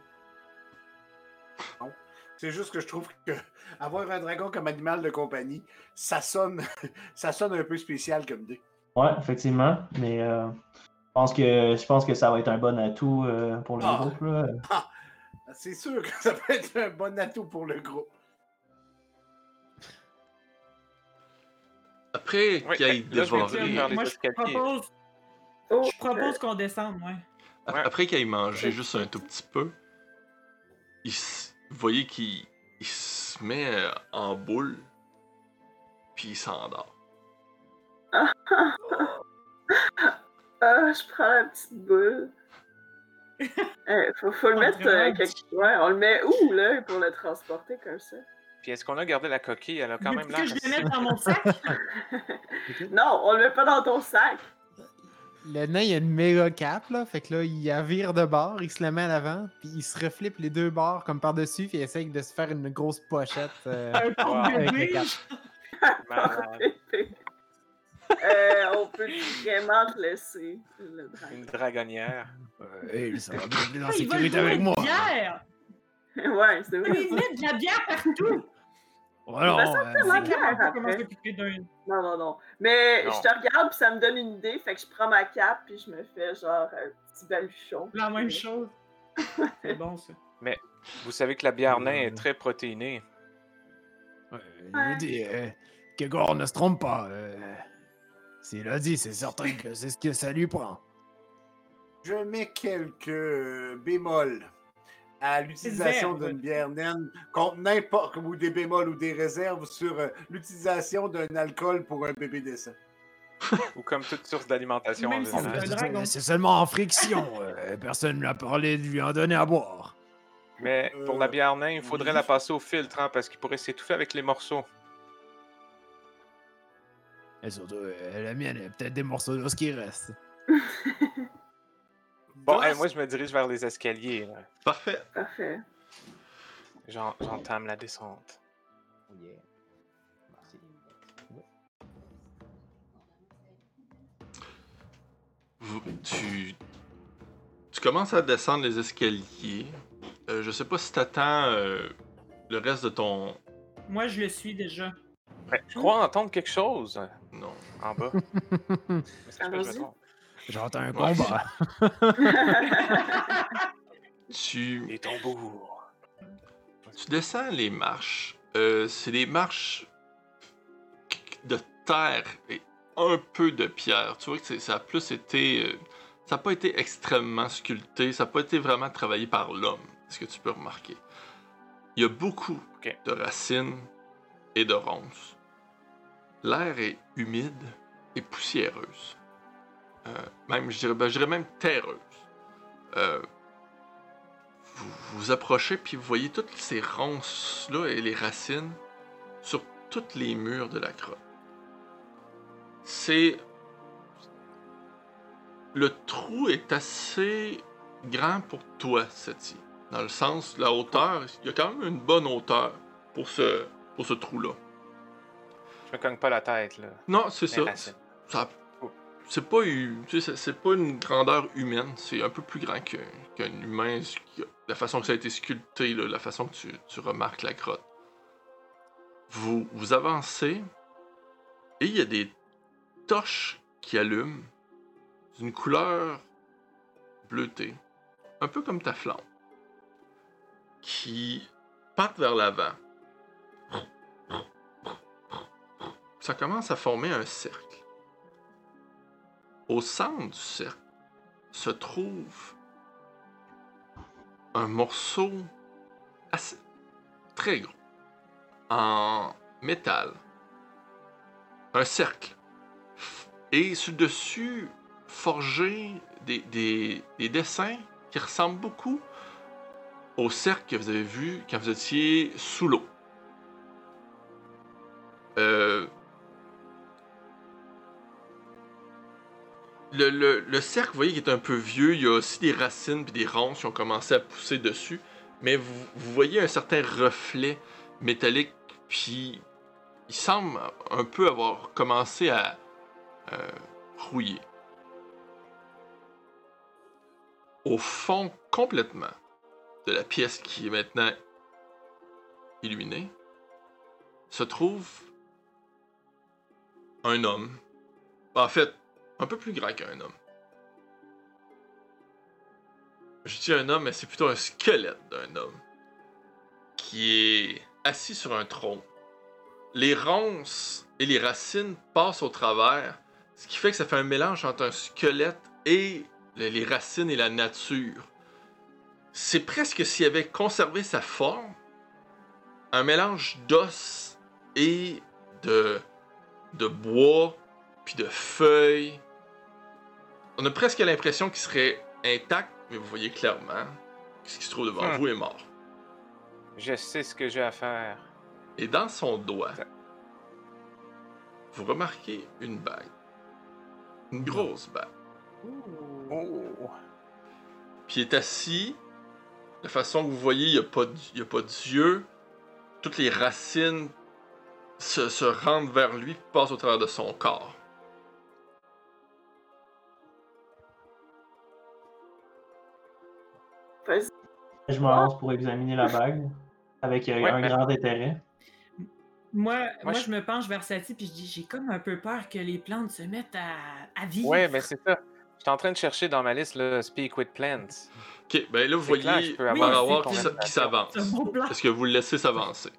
Speaker 2: C'est juste que je trouve que avoir un dragon comme animal de compagnie, ça sonne, ça sonne un peu spécial comme dé.
Speaker 7: Ouais, effectivement. Mais euh, je pense que je pense que ça va être un bon atout euh, pour le
Speaker 2: Ah.
Speaker 7: groupe. là.
Speaker 2: C'est sûr que ça peut être un bon atout pour le groupe.
Speaker 1: Après
Speaker 4: Oui,
Speaker 1: qu'il aille
Speaker 4: là, je vais
Speaker 1: dévorer,
Speaker 4: dire, vers les
Speaker 5: Moi, je
Speaker 4: escaliers.
Speaker 5: propose,
Speaker 3: Oh,
Speaker 5: je propose qu'on descende, ouais.
Speaker 1: ap- après qu'il aille manger juste un tout petit peu, il s- vous voyez qu'il il se met euh, en boule, puis il s'endort.
Speaker 3: Ah, je prends la petite boule. Eh, faut, faut le
Speaker 5: On
Speaker 3: mettre euh,
Speaker 5: dirait un
Speaker 3: quelque... Ouais, on le met où, là, pour le transporter comme ça?
Speaker 4: Puis est-ce qu'on a gardé la coquille? Elle a quand même
Speaker 5: Veux-tu
Speaker 4: l'air.
Speaker 5: que je le mette dans mon sac?
Speaker 3: Non, on le met pas dans ton sac!
Speaker 6: Le nain, il a une méga cape, là. Fait que là, il la vire de bord, il se la met à l'avant, puis il se reflippe les deux bords comme par-dessus, puis il essaye de se faire une grosse pochette. euh,
Speaker 5: Un
Speaker 6: avec la
Speaker 5: porte-bébé?
Speaker 6: cape.
Speaker 4: malade.
Speaker 3: Euh, on peut vraiment te laisser le
Speaker 4: Une
Speaker 3: dragon.
Speaker 4: dragonnière.
Speaker 8: Euh, Hey, ça va bien aller en
Speaker 5: Ah, il va le
Speaker 8: sécurité
Speaker 5: boire
Speaker 8: avec
Speaker 5: de
Speaker 8: moi.
Speaker 5: bière!
Speaker 3: Ouais, c'est
Speaker 5: Il
Speaker 3: vrai.
Speaker 5: met de la bière partout!
Speaker 8: Ouais,
Speaker 5: Ben,
Speaker 8: non,
Speaker 3: Il va
Speaker 8: euh,
Speaker 3: La
Speaker 5: C'est
Speaker 3: bière,
Speaker 5: clair, on
Speaker 3: après.
Speaker 5: commence à piquer d'un...
Speaker 3: Non, non, non. Mais
Speaker 4: Non.
Speaker 3: je te regarde, puis ça me donne une idée, fait que je prends ma cape, puis je me fais genre un petit baluchon.
Speaker 5: La même chose. C'est bon, ça.
Speaker 4: Vous savez que la bière
Speaker 5: Mmh.
Speaker 4: nain est très protéinée.
Speaker 8: euh, je veux dire, euh, que quoi, on ne se trompe pas. euh, S'il a dit, c'est certain que c'est ce que ça lui prend.
Speaker 2: Je mets quelques euh, bémols à l'utilisation
Speaker 5: Réserve.
Speaker 2: d'une bière naine contre n'importe ou des bémols ou des réserves sur euh, l'utilisation d'un alcool pour un bébé décent.
Speaker 4: Ou comme toute source d'alimentation en
Speaker 5: Même si
Speaker 8: En
Speaker 5: c'est
Speaker 8: plus
Speaker 5: un
Speaker 8: de
Speaker 4: général.
Speaker 8: ça,
Speaker 5: dragon.
Speaker 8: Euh, C'est seulement en friction. euh, personne ne lui a parlé de lui en donner à boire.
Speaker 4: Mais pour la bière nain, il
Speaker 5: Euh,
Speaker 4: faudrait la passer au filtre hein, parce qu'il pourrait s'étouffer avec les morceaux.
Speaker 8: Et surtout, euh, la mienne, elle a peut-être des morceaux d'os qui restent.
Speaker 4: Bon,
Speaker 5: Bah,
Speaker 4: hey, moi je me dirige vers les escaliers. là.
Speaker 1: Parfait.
Speaker 3: Parfait.
Speaker 4: J'en- J'entame la descente.
Speaker 6: Oh,
Speaker 7: Yeah. Merci.
Speaker 1: Vous- tu, tu commences à descendre les escaliers. Euh, je sais pas si t'attends euh, le reste de ton.
Speaker 5: Moi, je le suis déjà.
Speaker 4: Ouais, Ben, je crois entendre quelque chose euh,
Speaker 1: Non.
Speaker 4: en bas. Mais ça se peut que je me
Speaker 3: Allons-y.
Speaker 4: trompe.
Speaker 8: J'entends un
Speaker 1: Ouais.
Speaker 8: combat.
Speaker 1: Tu,
Speaker 4: Les tombeaux.
Speaker 1: tu descends les marches. Euh, c'est des marches de terre et un peu de pierre. Tu vois que c'est- ça a plus été. euh, ça n'a pas été extrêmement sculpté, ça n'a pas été vraiment travaillé par l'homme, ce que tu peux remarquer. Il y a beaucoup
Speaker 4: Ok.
Speaker 1: de racines et de ronces. L'air est humide et poussiéreuse. Euh, même, je dirais, ben, je dirais même terreuse. Euh, vous vous approchez, puis vous voyez toutes ces ronces-là et les racines sur tous les murs de la grotte. C'est. Le trou est assez grand pour toi, Sati. Dans le sens, la hauteur, il y a quand même une bonne hauteur pour ce, pour ce trou-là.
Speaker 4: Je me cogne pas la tête là.
Speaker 1: Non, c'est ça.
Speaker 4: Les racines.
Speaker 1: ça c'est pas, eu- tu sais, c'est- c'est pas une grandeur humaine, c'est un peu plus grand que- qu'un humain. ce qui- La façon que ça a été sculpté, là, la façon que tu, tu remarques la grotte. Vous, vous avancez et il y a des torches qui allument d'une couleur bleutée, un peu comme ta flamme, qui partent vers l'avant. Ça commence à former un cercle. Au centre du cercle se trouve un morceau assez très gros en métal. Un cercle. Et sur le dessus, forgé des, des- des dessins qui ressemblent beaucoup au cercle que vous avez vu quand vous étiez sous l'eau. Euh, le, le- le cercle, vous voyez, qui est un peu vieux, il y a aussi des racines puis des ronces qui ont commencé à pousser dessus. Mais vous, vous voyez un certain reflet métallique, puis il semble un peu avoir commencé à euh, rouiller. Au fond, complètement, de la pièce qui est maintenant illuminée, se trouve un homme. En fait, un peu plus grand qu'un homme. Je dis un homme, mais c'est plutôt un squelette d'un homme. Qui est assis sur un tronc. Les ronces et les racines passent au travers, ce qui fait que ça fait un mélange entre un squelette et le- les racines et la nature. C'est presque s'il avait conservé sa forme, un mélange d'os et de, de bois puis de feuilles. On a presque l'impression qu'il serait intact, mais vous voyez clairement que ce qui se trouve devant
Speaker 4: Hmm.
Speaker 1: vous est mort.
Speaker 4: Je sais ce que j'ai à faire.
Speaker 1: Et dans son doigt, vous remarquez une bague. Une grosse bague.
Speaker 4: Oh.
Speaker 1: Puis il est assis. De façon que vous voyez, il n'y a, pas d- il y a pas d'yeux. Toutes les racines se, se rendent vers lui puis passent au travers de son corps.
Speaker 3: Vas-y.
Speaker 7: Je me lance pour examiner la bague avec euh,
Speaker 4: Ouais,
Speaker 7: un
Speaker 4: ben-
Speaker 7: grand intérêt.
Speaker 5: Moi, moi,
Speaker 4: je-
Speaker 5: je... me penche vers Sati puis je dis j'ai comme un peu peur que les plantes se mettent à, à vivre.
Speaker 4: Ouais, mais c'est ça. J'étais en train de chercher dans ma liste le Speak with Plants.
Speaker 1: Ok, ben là, vous
Speaker 4: C'est clair, je
Speaker 1: voyez
Speaker 4: peux avoir
Speaker 1: Marawar
Speaker 5: cette
Speaker 1: qui s'a- qui
Speaker 4: conversation.
Speaker 1: s'avance.
Speaker 5: C'est un bon plan.
Speaker 1: Est-ce que vous le laissez s'avancer?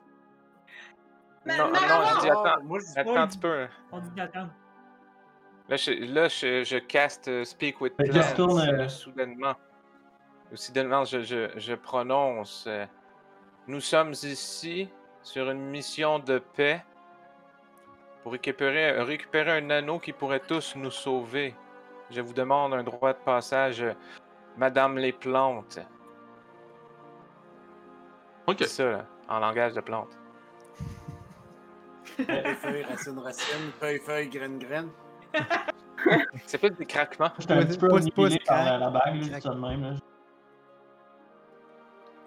Speaker 5: Mais-
Speaker 4: Non,
Speaker 5: mais
Speaker 4: non,
Speaker 5: alors,
Speaker 4: je dis attends.
Speaker 2: Ah, Moi, je dis-
Speaker 4: Attends un petit peu. hein.
Speaker 5: On dit d'attendre.
Speaker 4: Là, je, là, je, je caste euh, Speak with
Speaker 7: Fait que
Speaker 4: Plants.
Speaker 7: je retourne, euh,
Speaker 4: là, soudainement. Ou soudainement, je, je, je prononce. euh, nous sommes ici sur une mission de paix pour récupérer, récupérer un anneau qui pourrait tous nous sauver. Je vous demande un droit de passage, euh, Madame les plantes.
Speaker 1: Ok.
Speaker 4: C'est ça, là, en langage de plantes.
Speaker 2: Feuille, feuille, racine, racine, feuille, feuille, graine, graine.
Speaker 4: C'est plus des craquements.
Speaker 7: J'étais un petit peu
Speaker 6: Pousse, pousse,
Speaker 7: omnibulé par la,
Speaker 6: craque,
Speaker 7: la bague, là,
Speaker 6: craque.
Speaker 7: tout ça de même. là.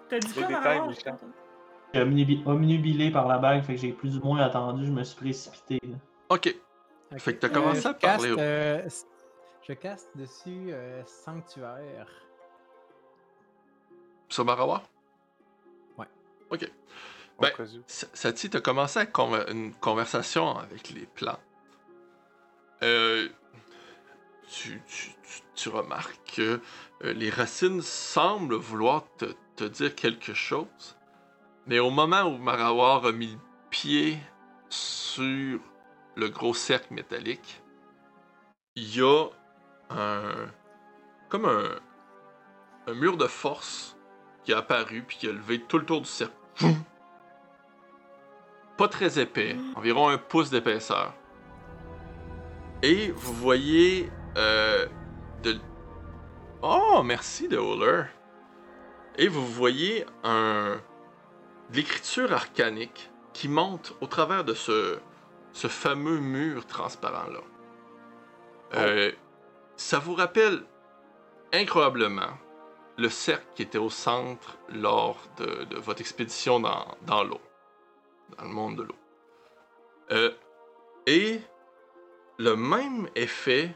Speaker 5: T'as dit
Speaker 4: Des
Speaker 5: quoi,
Speaker 4: détails,
Speaker 5: Marawar?
Speaker 4: Michel.
Speaker 7: J'étais omnibi- omnubilé par la bague, fait que j'ai plus ou moins attendu, je me suis précipité. là.
Speaker 1: Ok.
Speaker 6: Ok.
Speaker 1: Fait que t'as commencé
Speaker 6: je
Speaker 1: à parler
Speaker 6: caste,
Speaker 1: au-
Speaker 6: euh, s- je caste dessus euh, Sanctuaire.
Speaker 1: Sur Marawar?
Speaker 4: au
Speaker 1: Ben,
Speaker 4: cas où.
Speaker 1: Sa- Sati, t'as commencé à conver- une conversation avec les plantes. Euh, tu, tu- tu- tu remarques que euh, les racines semblent vouloir te, te dire quelque chose, mais au moment où Marawar a mis le pied sur le gros cercle métallique, il y a un. comme un, un mur de force qui a apparu puis qui a levé tout le tour du cercle. Vroom! pas très épais, environ un pouce d'épaisseur. Et vous voyez euh, de... Oh, merci de Howler. Et vous voyez un... de l'écriture arcanique qui monte au travers de ce, ce fameux mur transparent-là. Euh, Ça vous rappelle incroyablement le cercle qui était au centre lors de, de votre expédition dans, dans l'eau dans le monde de l'eau. Euh, et le même effet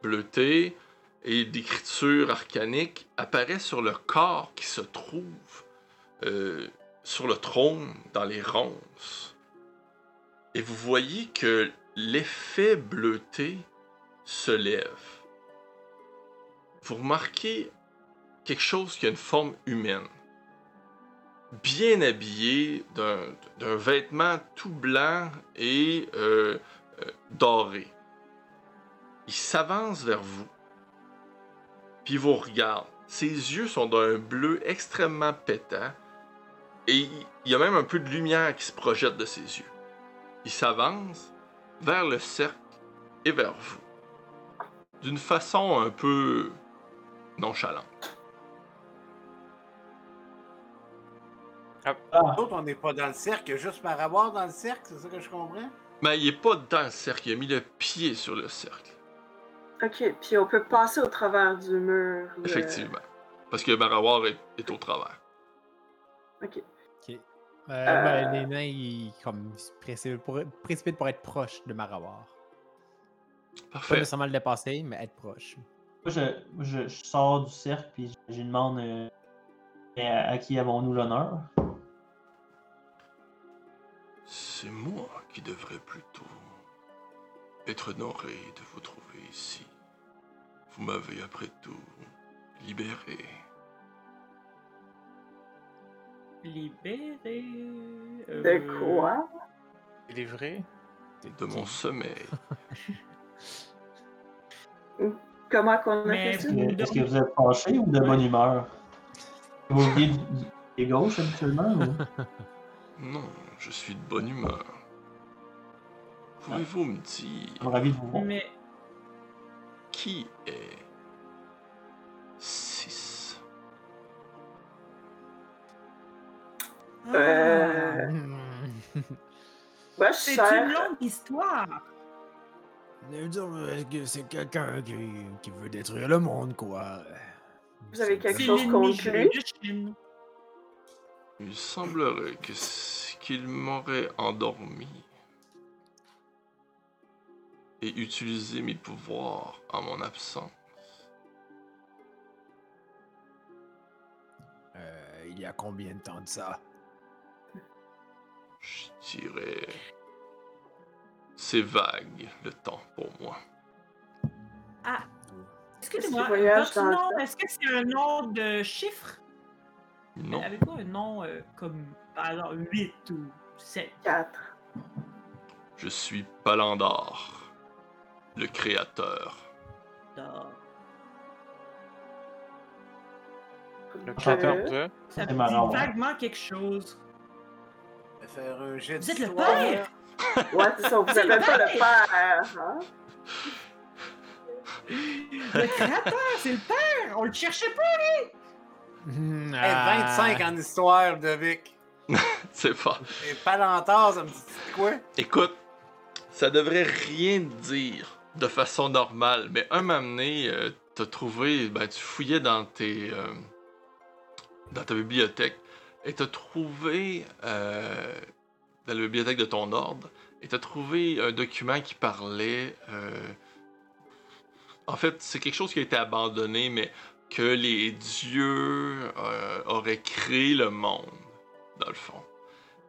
Speaker 1: bleuté et d'écriture arcanique apparaît sur le corps qui se trouve euh, sur le trône dans les ronces. Et vous voyez que l'effet bleuté se lève. Vous remarquez quelque chose qui a une forme humaine bien habillé d'un d'un vêtement tout blanc et euh, euh, doré. Il s'avance vers vous, puis il vous regarde. Ses yeux sont d'un bleu extrêmement pétant, et il il y a même un peu de lumière qui se projette de ses yeux. Il s'avance vers le cercle et vers vous, d'une façon un peu nonchalante.
Speaker 7: Ah,
Speaker 2: Nous autres, on n'est pas dans le cercle, il y a juste par avoir dans le cercle, c'est ça que je comprends?
Speaker 1: Mais il est pas dans le cercle, il a mis le pied sur le cercle.
Speaker 3: Ok, puis on peut passer au travers du mur. là.
Speaker 1: Effectivement. Parce que Marawar est, est au travers.
Speaker 3: Ok.
Speaker 6: Euh, ben, les nains, ils, comme, ils se précipitent pour, précipitent pour être proches de Marawar. Pas
Speaker 1: Parfait.
Speaker 6: nécessairement le dépasser, mais être proche.
Speaker 7: moi, je, moi, je- je sors du cercle puis je, je demande euh, mais à, à qui avons-nous l'honneur
Speaker 1: C'est moi qui devrais plutôt être honoré de vous trouver ici. Vous m'avez après tout libéré.
Speaker 5: Libéré. euh,
Speaker 3: De quoi?
Speaker 4: Délivré?
Speaker 1: De mon sommeil.
Speaker 3: Comment qu'on a
Speaker 5: Mais-
Speaker 3: fait ça?
Speaker 7: Est-ce que- Euh, Est-ce que vous êtes penché ou de bonne humeur Vous vouliez du, du- des gauches habituellement ou...
Speaker 1: Non, je suis de bonne humeur. Pouvez-vous me dire
Speaker 7: Ravi de vous voir.
Speaker 5: Mais
Speaker 1: qui est 6
Speaker 3: Euh,
Speaker 5: Hmm.
Speaker 3: moi, je
Speaker 5: ah, c'est
Speaker 3: cherche-
Speaker 5: une longue histoire.
Speaker 8: Je veux dire, euh, que c'est quelqu'un qui, qui veut détruire le monde, quoi. Euh,
Speaker 3: Vous avez quelque
Speaker 5: C'est
Speaker 3: chose
Speaker 5: l'ennemi
Speaker 3: contre
Speaker 5: juré
Speaker 3: lui?
Speaker 5: de Chine.
Speaker 1: Il semblerait que c- qu'il m'aurait endormi et utilisé mes pouvoirs en mon absence.
Speaker 8: Euh, il y a combien de temps de ça
Speaker 1: Je dirais. C'est vague le temps pour moi.
Speaker 5: Excusez-moi,
Speaker 3: Est-ce qu'il voyage
Speaker 5: votre
Speaker 3: dans le
Speaker 5: nom,
Speaker 3: temps?
Speaker 5: est-ce que c'est un nom de chiffre?
Speaker 1: Non,
Speaker 5: Avez-vous un nom euh, comme, alors, 8 ou 7?
Speaker 3: Quatre.
Speaker 1: je suis Palandar, le créateur.
Speaker 5: Ah,
Speaker 4: Le
Speaker 3: Euh,
Speaker 4: chanteur de.
Speaker 5: Ça
Speaker 7: C'est
Speaker 5: me
Speaker 7: marrant,
Speaker 5: dit
Speaker 7: ouais.
Speaker 5: vaguement quelque chose.
Speaker 2: Je vais Faire un jet
Speaker 5: Vous êtes le
Speaker 2: d'histoire.
Speaker 5: père?
Speaker 3: Ouais, c'est ça, vous
Speaker 5: C'est le
Speaker 3: n'avez pas le
Speaker 5: père!
Speaker 3: père, hein?
Speaker 5: Le créateur, c'est le père! On le cherchait pas!
Speaker 6: Eh,
Speaker 8: Hmm,
Speaker 2: Hey,
Speaker 8: ah,
Speaker 2: 25 Eh, en histoire de Vic.
Speaker 1: C'est pas.
Speaker 2: Et Palantar, ça me dit quoi?
Speaker 1: Écoute, ça devrait rien dire de façon normale, mais un m'amener, euh, t'as trouvé, ben, tu fouillais dans tes, euh, dans ta bibliothèque et t'as trouvé euh, dans la bibliothèque de ton ordre et t'as trouvé un document qui parlait. euh, en fait, c'est quelque chose qui a été abandonné, mais que les dieux euh, auraient créé le monde, dans le fond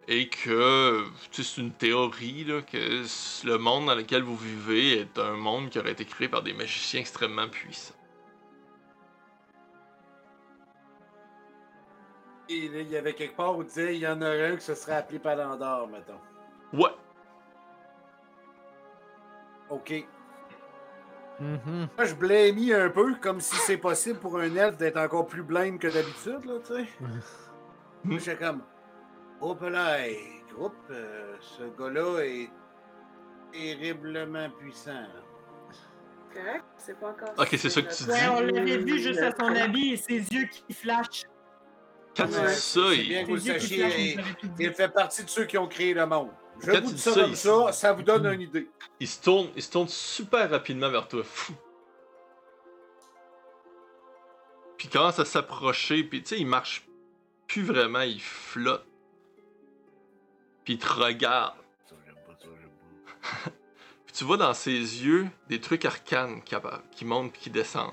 Speaker 1: et que tu sais, c'est une théorie là, que c- le monde dans lequel vous vivez est un monde qui aurait été créé par des magiciens extrêmement puissants.
Speaker 2: Et là, il y avait quelque part où il disait il y en a un qui se serait appelé Palandar, mettons.
Speaker 1: Ouais,
Speaker 2: OK.
Speaker 5: hmm,
Speaker 6: Mhm.
Speaker 2: Moi, je blémis un peu, comme si c'est possible pour un elfe d'être encore plus blême que d'habitude, là, tu sais.
Speaker 1: Mhm.
Speaker 2: Moi, J'étais comme, hop là, hey, groupe, euh, ce gars-là est terriblement puissant. là.
Speaker 3: Correct, c'est pas encore.
Speaker 1: Ok, c'est ça que tu
Speaker 5: Ouais,
Speaker 1: dis.
Speaker 5: on l'avait vu juste à son habit et ses yeux qui flashent.
Speaker 1: quand tu
Speaker 2: Ouais,
Speaker 1: dis ça,
Speaker 2: c'est
Speaker 1: il-
Speaker 2: bien.
Speaker 5: Ses
Speaker 2: Vous
Speaker 5: yeux qui
Speaker 2: sachiez-
Speaker 5: flashent, on savait tout dire.
Speaker 2: Il fait partie de ceux qui ont créé le monde. Je
Speaker 1: Quand tu
Speaker 2: vous dis
Speaker 1: dis
Speaker 2: ça
Speaker 1: ça,
Speaker 2: comme
Speaker 1: il-
Speaker 2: ça, ça vous donne une idée.
Speaker 1: il se tourne, il se tourne super rapidement vers toi. Fou. Puis il commence à s'approcher, puis tu sais, il marche plus vraiment, il flotte. Puis il te regarde.
Speaker 2: Ça, j'aime pas ça, j'aime pas.
Speaker 1: Puis tu vois dans ses yeux des trucs arcanes qui, appara- qui montent puis qui descendent.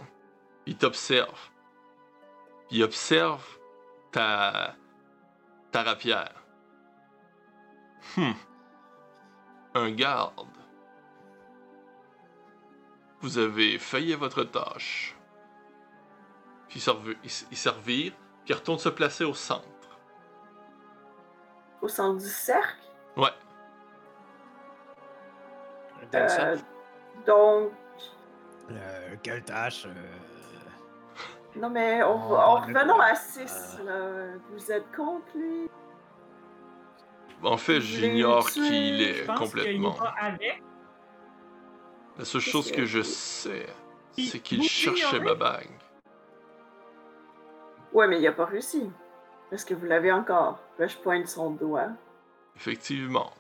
Speaker 1: Puis il t'observe. Puis il observe ta. ta rapière. Hmm. Un garde. Vous avez failli à votre tâche. Puis il s'en revu- il s- il s'en revire, puis il retourne se placer au centre.
Speaker 3: Au centre du cercle.
Speaker 1: Ouais.
Speaker 4: Dans le
Speaker 3: euh,
Speaker 4: sens.
Speaker 3: donc,
Speaker 8: euh, quelle tâche euh,
Speaker 3: non mais on,
Speaker 8: On
Speaker 3: va- on
Speaker 8: va le
Speaker 3: revenons
Speaker 8: voir.
Speaker 3: à 6, là. Vous êtes contre lui?
Speaker 1: En fait,
Speaker 5: Je l'ai
Speaker 1: j'ignore
Speaker 5: tué,
Speaker 1: qui il est
Speaker 5: je pense
Speaker 1: complètement.
Speaker 5: qu'il est pas avec.
Speaker 1: La seule chose que je sais,
Speaker 5: Puis,
Speaker 1: c'est
Speaker 5: vous
Speaker 1: qu'il cherchait ma
Speaker 5: l'ignorez?
Speaker 1: bague.
Speaker 3: Ouais, mais il a pas réussi. Est-ce que vous l'avez encore? Là, je pointe son doigt.
Speaker 1: Effectivement.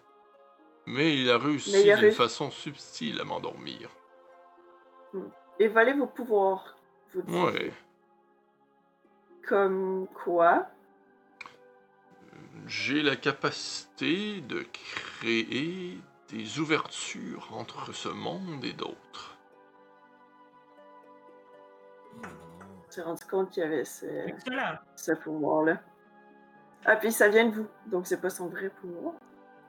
Speaker 1: Mais il a réussi
Speaker 3: Mais il a
Speaker 1: d'une
Speaker 3: réussi.
Speaker 1: façon subtile à m'endormir.
Speaker 3: Et volez vos pouvoirs. Vous dites
Speaker 1: Ouais.
Speaker 3: comme quoi?
Speaker 1: J'ai la capacité de créer des ouvertures entre ce monde et d'autres.
Speaker 3: On s'est rendu compte qu'il y avait ce,
Speaker 5: Excellent.
Speaker 3: ce pouvoir-là. Ah, puis ça vient de vous, donc c'est pas son vrai pouvoir.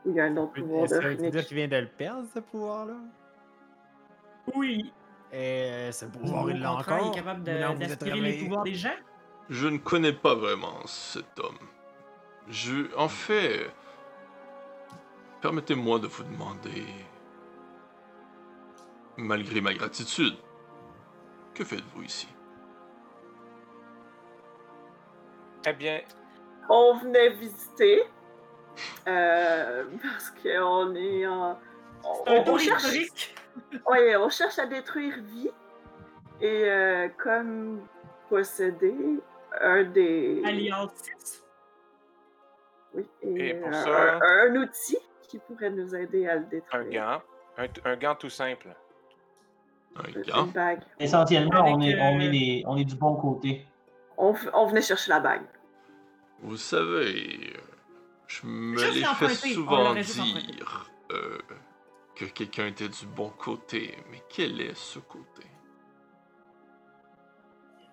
Speaker 3: Ou il y a un autre pouvoir de
Speaker 6: Est-ce que tu
Speaker 3: Runic.
Speaker 6: dire qu'il vient de le perdre, ce pouvoir-là?
Speaker 5: Oui.
Speaker 6: Et ce pouvoir,
Speaker 5: Au
Speaker 6: il l'a
Speaker 5: contraire,
Speaker 6: encore.
Speaker 5: Il est capable de-
Speaker 8: Maintenant que vous êtes
Speaker 5: d'aspirer les
Speaker 8: réveillé.
Speaker 5: pouvoirs des gens.
Speaker 1: Je ne connais pas vraiment cet homme. Je. En fait. Permettez-moi de vous demander. Malgré ma gratitude, que faites-vous ici
Speaker 4: Très Eh bien.
Speaker 3: On venait visiter euh, parce qu'on est en
Speaker 5: C'est un
Speaker 3: on, on
Speaker 5: tour
Speaker 3: cherche,
Speaker 5: historique.
Speaker 3: ouais, on cherche à détruire vie et euh, comme posséder un des.
Speaker 5: Alliance 6.
Speaker 3: Oui, et,
Speaker 4: Et pour
Speaker 3: euh,
Speaker 4: ça-
Speaker 3: un, un outil qui pourrait nous aider à le
Speaker 4: Un
Speaker 3: détruire.
Speaker 4: gant. Un, un gant tout simple.
Speaker 1: Un
Speaker 3: Une
Speaker 1: gant.
Speaker 3: bague.
Speaker 7: Essentiellement, on
Speaker 5: Avec,
Speaker 7: est, on, est
Speaker 5: euh,
Speaker 7: les- on est du bon côté.
Speaker 3: On, f- on venait chercher la bague.
Speaker 1: Vous savez, euh, je me
Speaker 5: Juste
Speaker 1: l'ai fait
Speaker 5: l'emprunter, on
Speaker 1: souvent
Speaker 5: l'aurait juste emprunté.
Speaker 1: dire euh, que quelqu'un était du bon côté, mais quel est ce côté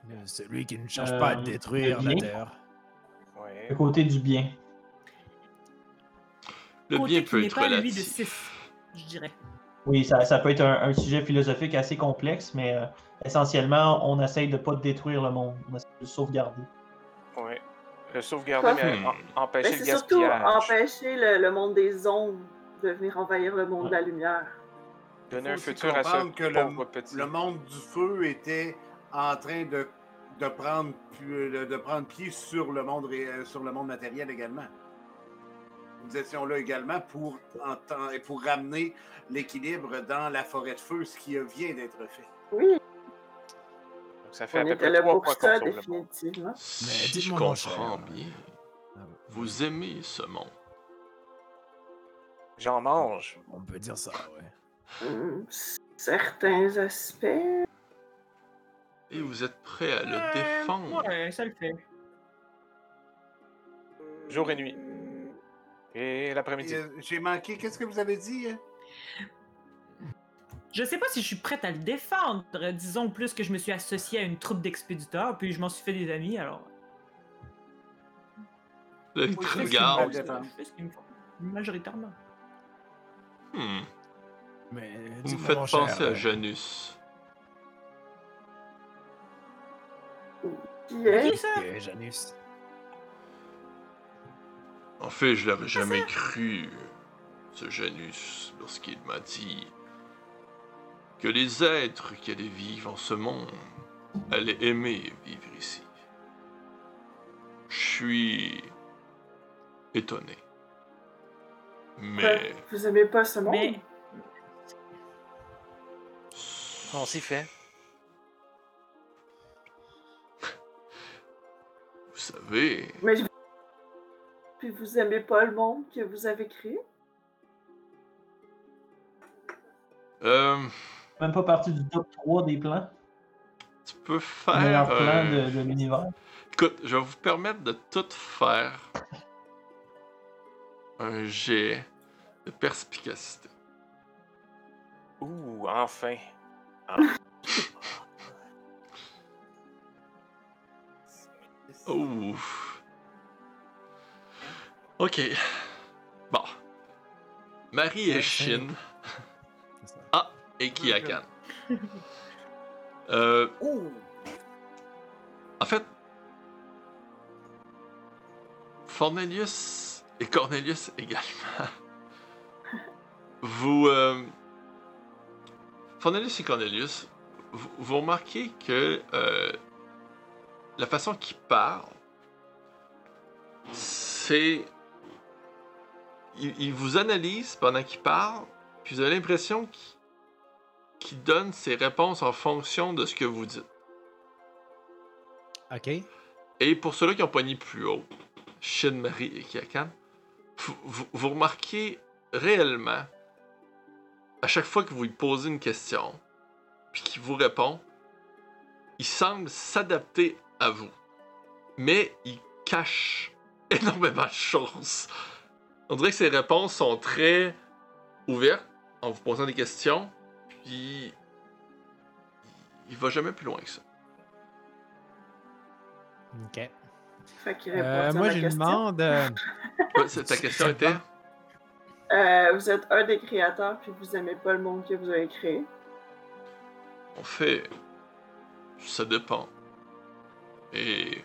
Speaker 8: Euh, Celui qui ne cherche pas à
Speaker 7: Euh,
Speaker 8: détruire
Speaker 7: le
Speaker 8: la
Speaker 7: bien.
Speaker 8: Terre.
Speaker 4: Ouais.
Speaker 7: Le côté du bien.
Speaker 1: Le
Speaker 5: Côté
Speaker 1: bien
Speaker 5: qui
Speaker 1: peut
Speaker 5: n'est
Speaker 1: être
Speaker 5: pas à lui de
Speaker 1: relatif.
Speaker 5: six. Je dirais.
Speaker 7: Oui, ça, ça peut être un, un sujet philosophique assez complexe, mais euh, essentiellement, on essaye de ne pas détruire le monde. On essaie de le sauvegarder.
Speaker 4: Ouais. Le sauvegarder, mais euh,
Speaker 1: Hmm.
Speaker 4: en-
Speaker 3: Mais
Speaker 4: empêcher le
Speaker 3: c'est surtout
Speaker 4: gaspillage.
Speaker 3: empêcher le, le monde des ombres de venir envahir le monde de la lumière.
Speaker 4: Donner
Speaker 2: Faut
Speaker 4: un
Speaker 2: aussi
Speaker 4: futur à ce
Speaker 2: comprendre que le-
Speaker 4: pauvre petit.
Speaker 2: Le monde du feu était en train de, de, prendre, pu- de de prendre pied sur le, monde, ré- euh, sur le monde matériel également. Nous étions là également pour, en temps- et pour ramener l'équilibre dans la forêt de feu, ce qui vient d'être fait.
Speaker 3: Oui,
Speaker 4: Donc, ça fait à
Speaker 3: on
Speaker 4: peu
Speaker 3: était
Speaker 4: près
Speaker 3: là
Speaker 4: trois
Speaker 3: pour
Speaker 4: fois
Speaker 3: ça,
Speaker 4: qu'on sauve le monde.
Speaker 3: définitivement.
Speaker 1: Si je
Speaker 8: dites-moi, mon
Speaker 1: comprends
Speaker 8: cher.
Speaker 1: bien, vous aimez ce monde.
Speaker 4: J'en mange.
Speaker 8: On peut dire ça, ouais.
Speaker 3: Hmm, Certains aspects.
Speaker 1: Et vous êtes prêt à le
Speaker 5: Euh,
Speaker 1: défendre.
Speaker 5: Ouais, ça le fait.
Speaker 4: Jour et nuit. Et l'après-midi.
Speaker 2: Et, euh, J'ai manqué. Qu'est-ce que vous avez dit? hein?
Speaker 5: Je sais pas si je suis prête à le défendre. Disons plus que je me suis associée à une troupe d'expéditeurs, puis je m'en suis fait des amis, alors.
Speaker 1: Là, il
Speaker 2: Oui,
Speaker 1: te
Speaker 2: c'est
Speaker 1: Euh, regarde.
Speaker 2: une bonne
Speaker 5: Je fais ce qu'il me faut, majoritairement.
Speaker 1: Hmm,
Speaker 8: Mais
Speaker 1: Vous me
Speaker 8: dites-moi,
Speaker 1: faites
Speaker 8: mon
Speaker 1: penser
Speaker 8: cher,
Speaker 1: à
Speaker 8: euh,
Speaker 1: Janus.
Speaker 3: Qui est
Speaker 5: Qui ça?
Speaker 8: euh, Janus.
Speaker 1: En fait, je l'aurais jamais cru, ce Janus, lorsqu'il m'a dit que les êtres qui allaient vivre en ce monde allaient aimer vivre ici. Je suis étonné. Mais
Speaker 3: Vous aimez pas ce monde?
Speaker 5: Mais
Speaker 4: On s'y fait.
Speaker 1: vous savez,
Speaker 3: Mais je- Puis vous aimez pas le monde que vous avez créé?
Speaker 1: euh,
Speaker 7: Même pas partie du top 3 des plans.
Speaker 1: tu peux
Speaker 7: Le meilleur
Speaker 1: faire.
Speaker 7: plan
Speaker 1: euh,
Speaker 7: de, de l'univers.
Speaker 1: Écoute, je vais vous permettre de tout faire un jet de perspicacité.
Speaker 4: Ouh, enfin.
Speaker 2: Oh.
Speaker 1: Ouf. Ok. Bon. Marie et Shin
Speaker 8: C'est ça.
Speaker 1: et Kiakan. Euh,
Speaker 2: Ouh!
Speaker 1: en fait, Fornelius et Cornelius également. Vous. euh, Fornelius et Cornelius, vous, vous remarquez que euh, la façon qu'ils parlent, c'est. Ils, ils vous analysent pendant qu'ils parlent, puis vous avez l'impression qu'ils qu'ils donnent ces réponses en fonction de ce que vous dites.
Speaker 6: OK.
Speaker 1: Et pour ceux-là qui ont poigné plus haut, Shin, Marie et Kiakan, vous- vous, vous remarquez réellement, à chaque fois que vous lui posez une question, puis qu'il vous répond, il semble s'adapter à vous. Mais il cache énormément de choses. On dirait que ses réponses sont très ouvertes en vous posant des questions, puis il va jamais plus loin que ça.
Speaker 6: OK.
Speaker 3: Fait qu'il
Speaker 6: Euh,
Speaker 3: répond à
Speaker 6: moi,
Speaker 3: ma
Speaker 6: je lui
Speaker 3: question.
Speaker 6: demande. euh,
Speaker 1: Ouais, c'est- ta question était
Speaker 3: Euh, vous êtes un des créateurs, puis vous aimez pas le monde que vous avez créé.
Speaker 1: En fait, ça dépend. Et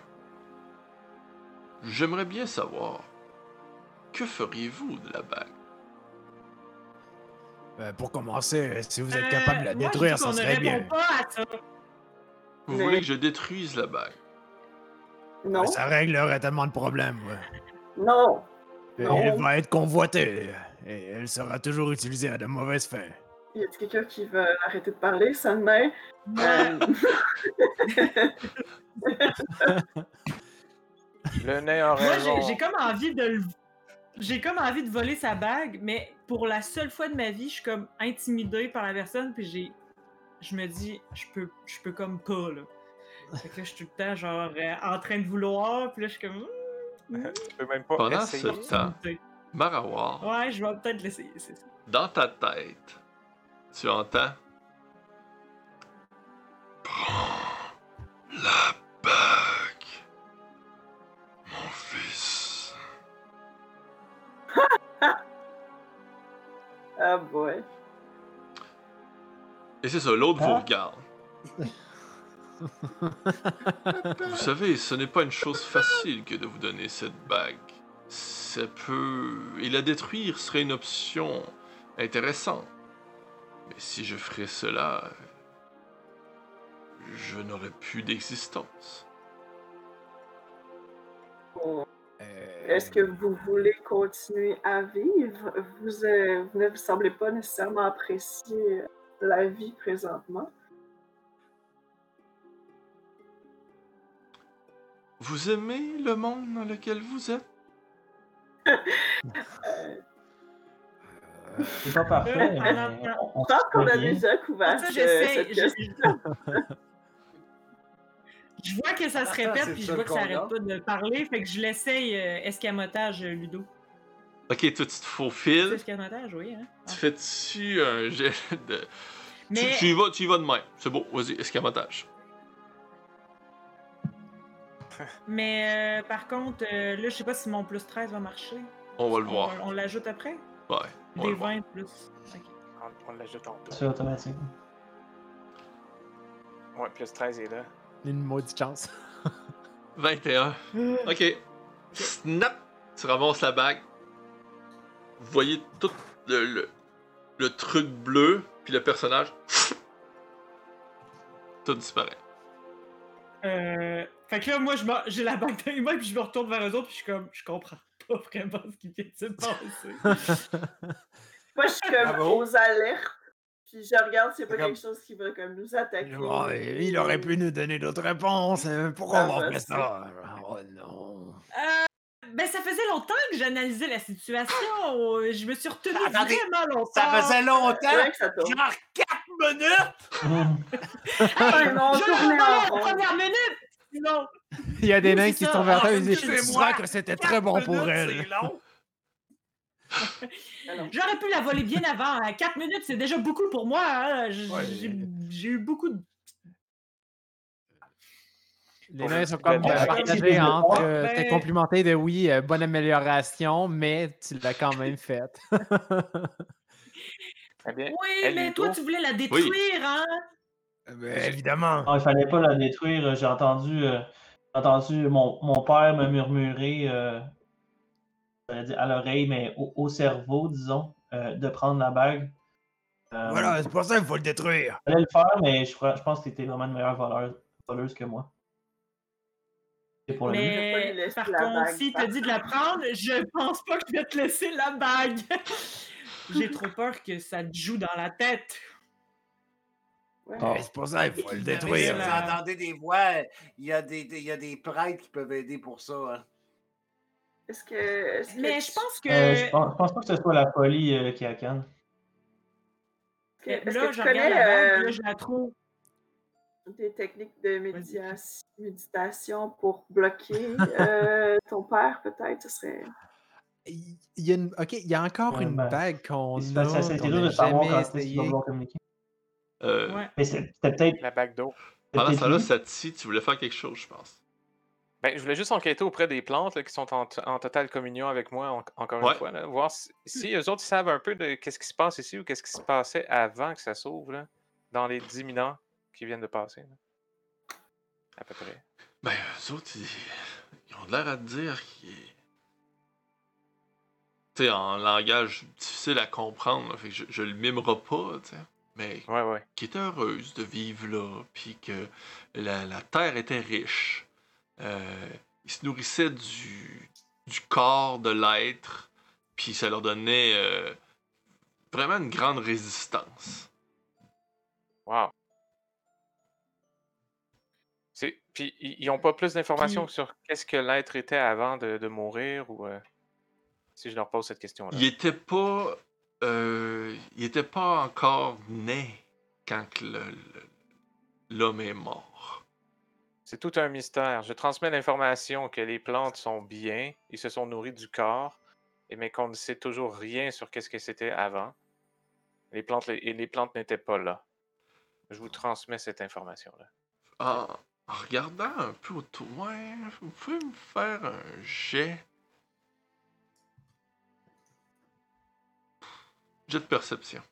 Speaker 1: j'aimerais bien savoir que feriez-vous de la bague
Speaker 8: Euh, pour commencer, euh, si vous êtes
Speaker 5: Euh,
Speaker 8: capable de la
Speaker 5: moi, je
Speaker 8: détruire,
Speaker 5: dis
Speaker 8: ça
Speaker 5: qu'on ne
Speaker 8: serait
Speaker 5: répond
Speaker 8: bien.
Speaker 5: pas à ça.
Speaker 1: Vous
Speaker 3: Mais-
Speaker 1: voulez que je détruise la bague
Speaker 3: Non,
Speaker 8: Euh, Ça réglerait tellement de problèmes, ouais.
Speaker 3: non,
Speaker 8: Euh,
Speaker 3: Non.
Speaker 8: Elle va être convoitée. Et elle sera toujours utilisée à de mauvaises fins.
Speaker 3: Y a quelqu'un qui veut arrêter de parler, ça de main? Euh,
Speaker 4: Le nez en
Speaker 5: Moi,
Speaker 4: raison.
Speaker 5: j'ai- j'ai comme envie de le- J'ai comme envie de voler sa bague, mais pour la seule fois de ma vie, je suis comme intimidée par la personne, puis j'ai. Je me dis, je peux, je peux comme pas, là. Fait que là, je suis tout le temps, genre, euh, en train de vouloir, puis là, je suis comme. hmm, hmm,
Speaker 4: Tu peux même pas
Speaker 1: Pendant
Speaker 4: essayer.
Speaker 1: ce temps, Marawar,
Speaker 5: Ouais, je vais peut-être l'essayer, c'est ça.
Speaker 1: dans ta tête, tu entends. Prends la bague, mon fils.
Speaker 3: Ah, boy.
Speaker 1: Et c'est ça, l'autre
Speaker 5: Hein?
Speaker 1: vous
Speaker 7: Ah.
Speaker 1: regarde. Vous savez, ce n'est pas une chose facile que de vous donner cette bague. Ça peut... Et la détruire serait une option intéressante. Mais si je ferais cela, je n'aurais plus d'existence.
Speaker 3: Bon.
Speaker 8: Euh,
Speaker 3: Est-ce que vous voulez continuer à vivre? Vous, euh, vous ne vous semblez pas nécessairement apprécier la vie présentement.
Speaker 1: Vous aimez le monde dans lequel vous êtes
Speaker 8: euh,
Speaker 7: C'est pas parfait.
Speaker 5: Euh,
Speaker 7: mais
Speaker 5: non,
Speaker 7: on- on
Speaker 3: Je pense
Speaker 7: se
Speaker 3: qu'on a
Speaker 7: connaît.
Speaker 3: déjà couvert
Speaker 5: Ça,
Speaker 3: ce-
Speaker 5: j'essaie.
Speaker 3: Ben, euh, cette
Speaker 5: Je,
Speaker 3: question.
Speaker 5: je- je vois que ça se répète,
Speaker 2: C'est
Speaker 5: puis
Speaker 2: ça
Speaker 5: je vois que ça
Speaker 2: qu'on
Speaker 5: arrête
Speaker 2: a.
Speaker 5: pas de parler, fait que je l'essaye euh, escamotage, euh, Ludo.
Speaker 1: Ok, toi, tu te faufiles.
Speaker 5: C'est escamotage, oui, hein?
Speaker 1: Tu fais-tu un jet de... Tu-
Speaker 5: Mais.
Speaker 1: Tu, y vas, tu y vas de même. C'est beau, vas-y, escamotage.
Speaker 5: Mais euh, par contre, euh, là, je sais pas si mon plus 13 va marcher.
Speaker 1: On
Speaker 5: Euh,
Speaker 1: va le voir.
Speaker 5: On, on l'ajoute après?
Speaker 1: Ouais, on va
Speaker 5: Des
Speaker 1: le voir.
Speaker 5: 20 plus. Ok.
Speaker 4: On, on l'ajoute en deux.
Speaker 7: C'est automatique.
Speaker 4: Ouais, plus 13 est là.
Speaker 6: Une maudite chance.
Speaker 1: 21. Ok. Snap! Tu ramasses la bague. Vous voyez tout le, le, le truc bleu, puis le personnage. Tout disparaît.
Speaker 5: Euh, fait que là, moi, je m'en- j'ai la bague dans les mains, puis je me retourne vers eux autres, puis je suis comme, je comprends pas vraiment ce qui vient de se passer.
Speaker 3: Moi, je suis comme
Speaker 2: Ah bon?
Speaker 3: aux alertes. Puis je regarde s'il n'y a pas
Speaker 2: Comme-
Speaker 3: quelque chose qui va comme nous attaquer.
Speaker 8: bon, il aurait pu nous donner d'autres réponses. hein, Pourquoi
Speaker 3: Ah,
Speaker 8: on
Speaker 3: bah,
Speaker 8: fait
Speaker 3: c'est-
Speaker 8: ça? Oh non.
Speaker 5: ben, ça faisait longtemps que j'analysais la situation. euh, Je me suis retenue
Speaker 2: Ah, Attendez,
Speaker 5: vraiment longtemps.
Speaker 2: Ça faisait
Speaker 3: C'est
Speaker 2: longtemps!
Speaker 3: vrai que ça tourne.
Speaker 2: Genre 4 minutes!
Speaker 3: Ah, non,
Speaker 5: Je l'ai
Speaker 3: tournez
Speaker 5: entendu
Speaker 3: en
Speaker 5: la
Speaker 3: rond.
Speaker 5: première minute! Non!
Speaker 6: Il y a des
Speaker 5: Oui,
Speaker 6: nains
Speaker 5: c'est
Speaker 6: qui
Speaker 5: ça.
Speaker 6: se tombent vers
Speaker 5: Ah,
Speaker 6: toi et
Speaker 5: comme
Speaker 6: disent
Speaker 5: tu
Speaker 6: Je
Speaker 5: le
Speaker 6: sens que c'était très
Speaker 2: Quatre
Speaker 8: bon
Speaker 6: bon
Speaker 8: pour
Speaker 6: pour
Speaker 2: minutes,
Speaker 6: elle.
Speaker 2: C'est long!
Speaker 5: J'aurais pu la voler bien avant. À 4 minutes, c'est déjà beaucoup pour moi. hein. J-
Speaker 8: Ouais.
Speaker 5: J'ai j'ai eu beaucoup de.
Speaker 6: Les nains sont
Speaker 4: Le
Speaker 6: comme
Speaker 4: bon
Speaker 6: euh,
Speaker 4: choix.
Speaker 6: partagés entre euh,
Speaker 5: Ben-
Speaker 6: te complimenter de oui, euh, bonne amélioration, mais tu l'as quand même faite.
Speaker 4: Très Eh bien.
Speaker 5: Oui,
Speaker 4: Elle
Speaker 5: mais
Speaker 4: est
Speaker 5: toi,
Speaker 4: beau.
Speaker 5: tu voulais la détruire, hein?
Speaker 8: Euh, ben, évidemment.
Speaker 7: Non, Ah, il fallait pas la détruire. J'ai entendu, euh, j'ai entendu mon, mon père me murmurer euh, j'allais dire à l'oreille, mais au, au cerveau, disons, euh, de prendre la bague. Euh,
Speaker 8: Voilà, c'est pour ça qu'il faut le détruire.
Speaker 7: Je voulais le faire, mais je, crois- je pense que t'étais vraiment une meilleure voleur- voleuse que moi. C'est pour le
Speaker 3: Mais- Je vais pas lui
Speaker 5: Mais
Speaker 3: laisser
Speaker 5: par
Speaker 3: la
Speaker 5: contre,
Speaker 3: bague,
Speaker 5: si
Speaker 3: par
Speaker 5: t'as dit de la prendre, je pense pas que je vais te laisser la bague. J'ai trop peur que ça te joue dans la tête.
Speaker 3: Ouais.
Speaker 6: Ah.
Speaker 7: Oh.
Speaker 8: C'est pour ça qu'il faut le
Speaker 5: Il
Speaker 2: Mais
Speaker 8: détruire.
Speaker 5: avait
Speaker 2: vous
Speaker 5: la-
Speaker 2: entendez des voix, il y, a des, des- il y a des prêtres qui peuvent aider pour ça. hein.
Speaker 3: Est-ce que. est-ce que
Speaker 5: Mais
Speaker 3: tu-
Speaker 5: je pense que.
Speaker 7: Euh, je, pense, je pense pas que ce soit la folie euh, qui accane.
Speaker 3: est-ce que-
Speaker 5: que euh,
Speaker 3: Est-ce
Speaker 5: là,
Speaker 3: que tu
Speaker 5: je regarde la bague,
Speaker 3: connais
Speaker 5: là, je la trouve.
Speaker 3: euh, des techniques de média- méditation pour bloquer euh, ton père, peut-être? Ce serait.
Speaker 6: Il il y a, une- ok, il y a encore
Speaker 7: Ouais,
Speaker 6: une
Speaker 7: ben,
Speaker 6: bague qu'on
Speaker 7: C'est-
Speaker 6: a.
Speaker 7: ça- ça- C'est
Speaker 6: qu'on
Speaker 7: dur
Speaker 6: a
Speaker 7: de savoir
Speaker 6: jamais
Speaker 7: quand est-ce qu'ils
Speaker 6: essayé.
Speaker 7: vont vouloir communiquer.
Speaker 1: Euh,
Speaker 5: Ouais.
Speaker 7: Mais c'est- c'était peut-être.
Speaker 4: La bague d'eau.
Speaker 1: Pendant
Speaker 7: c'était
Speaker 1: Ah, ça, là,
Speaker 7: lui.
Speaker 1: Sati, tu voulais faire quelque chose, je pense.
Speaker 4: Ben, je voulais juste enquêter auprès des plantes là, qui sont en, t- en totale communion avec moi, en- encore
Speaker 1: Ouais.
Speaker 4: une fois. là, voir si, si eux autres ils savent un peu de qu'est-ce qui se passe ici ou qu'est-ce qui se passait avant que ça s'ouvre, là, dans les 10 000 ans qui viennent de passer. là. À peu près.
Speaker 1: Ben, eux autres, ils, ils ont l'air à te dire qu'ils. Tu sais, en langage difficile à comprendre, là, fait que je, je le mimerai pas, tu sais. Mais
Speaker 4: Ouais, ouais.
Speaker 1: qui était heureuse de vivre là, puis que la, la terre était riche. Euh, ils se nourrissaient du du corps de l'être, puis ça leur donnait euh, vraiment une grande résistance.
Speaker 4: Wow. C'est- Puis, i- ils n'ont pas plus d'informations sur qu'est-ce que l'être était avant de, de mourir ou. euh, Si je leur pose cette question-là.
Speaker 1: Il était pas. euh, il était pas encore né quand que le- le- l'homme est mort.
Speaker 4: C'est tout un mystère. Je transmets l'information que les plantes sont bien, ils se sont nourris du corps, et mais qu'on ne sait toujours rien sur qu'est-ce que c'était avant. Les plantes les- et les plantes n'étaient pas là. Je vous transmets cette information-là.
Speaker 1: En, Ah, en regardant un peu autour, ouais, vous pouvez me faire un jet. Jet de perception.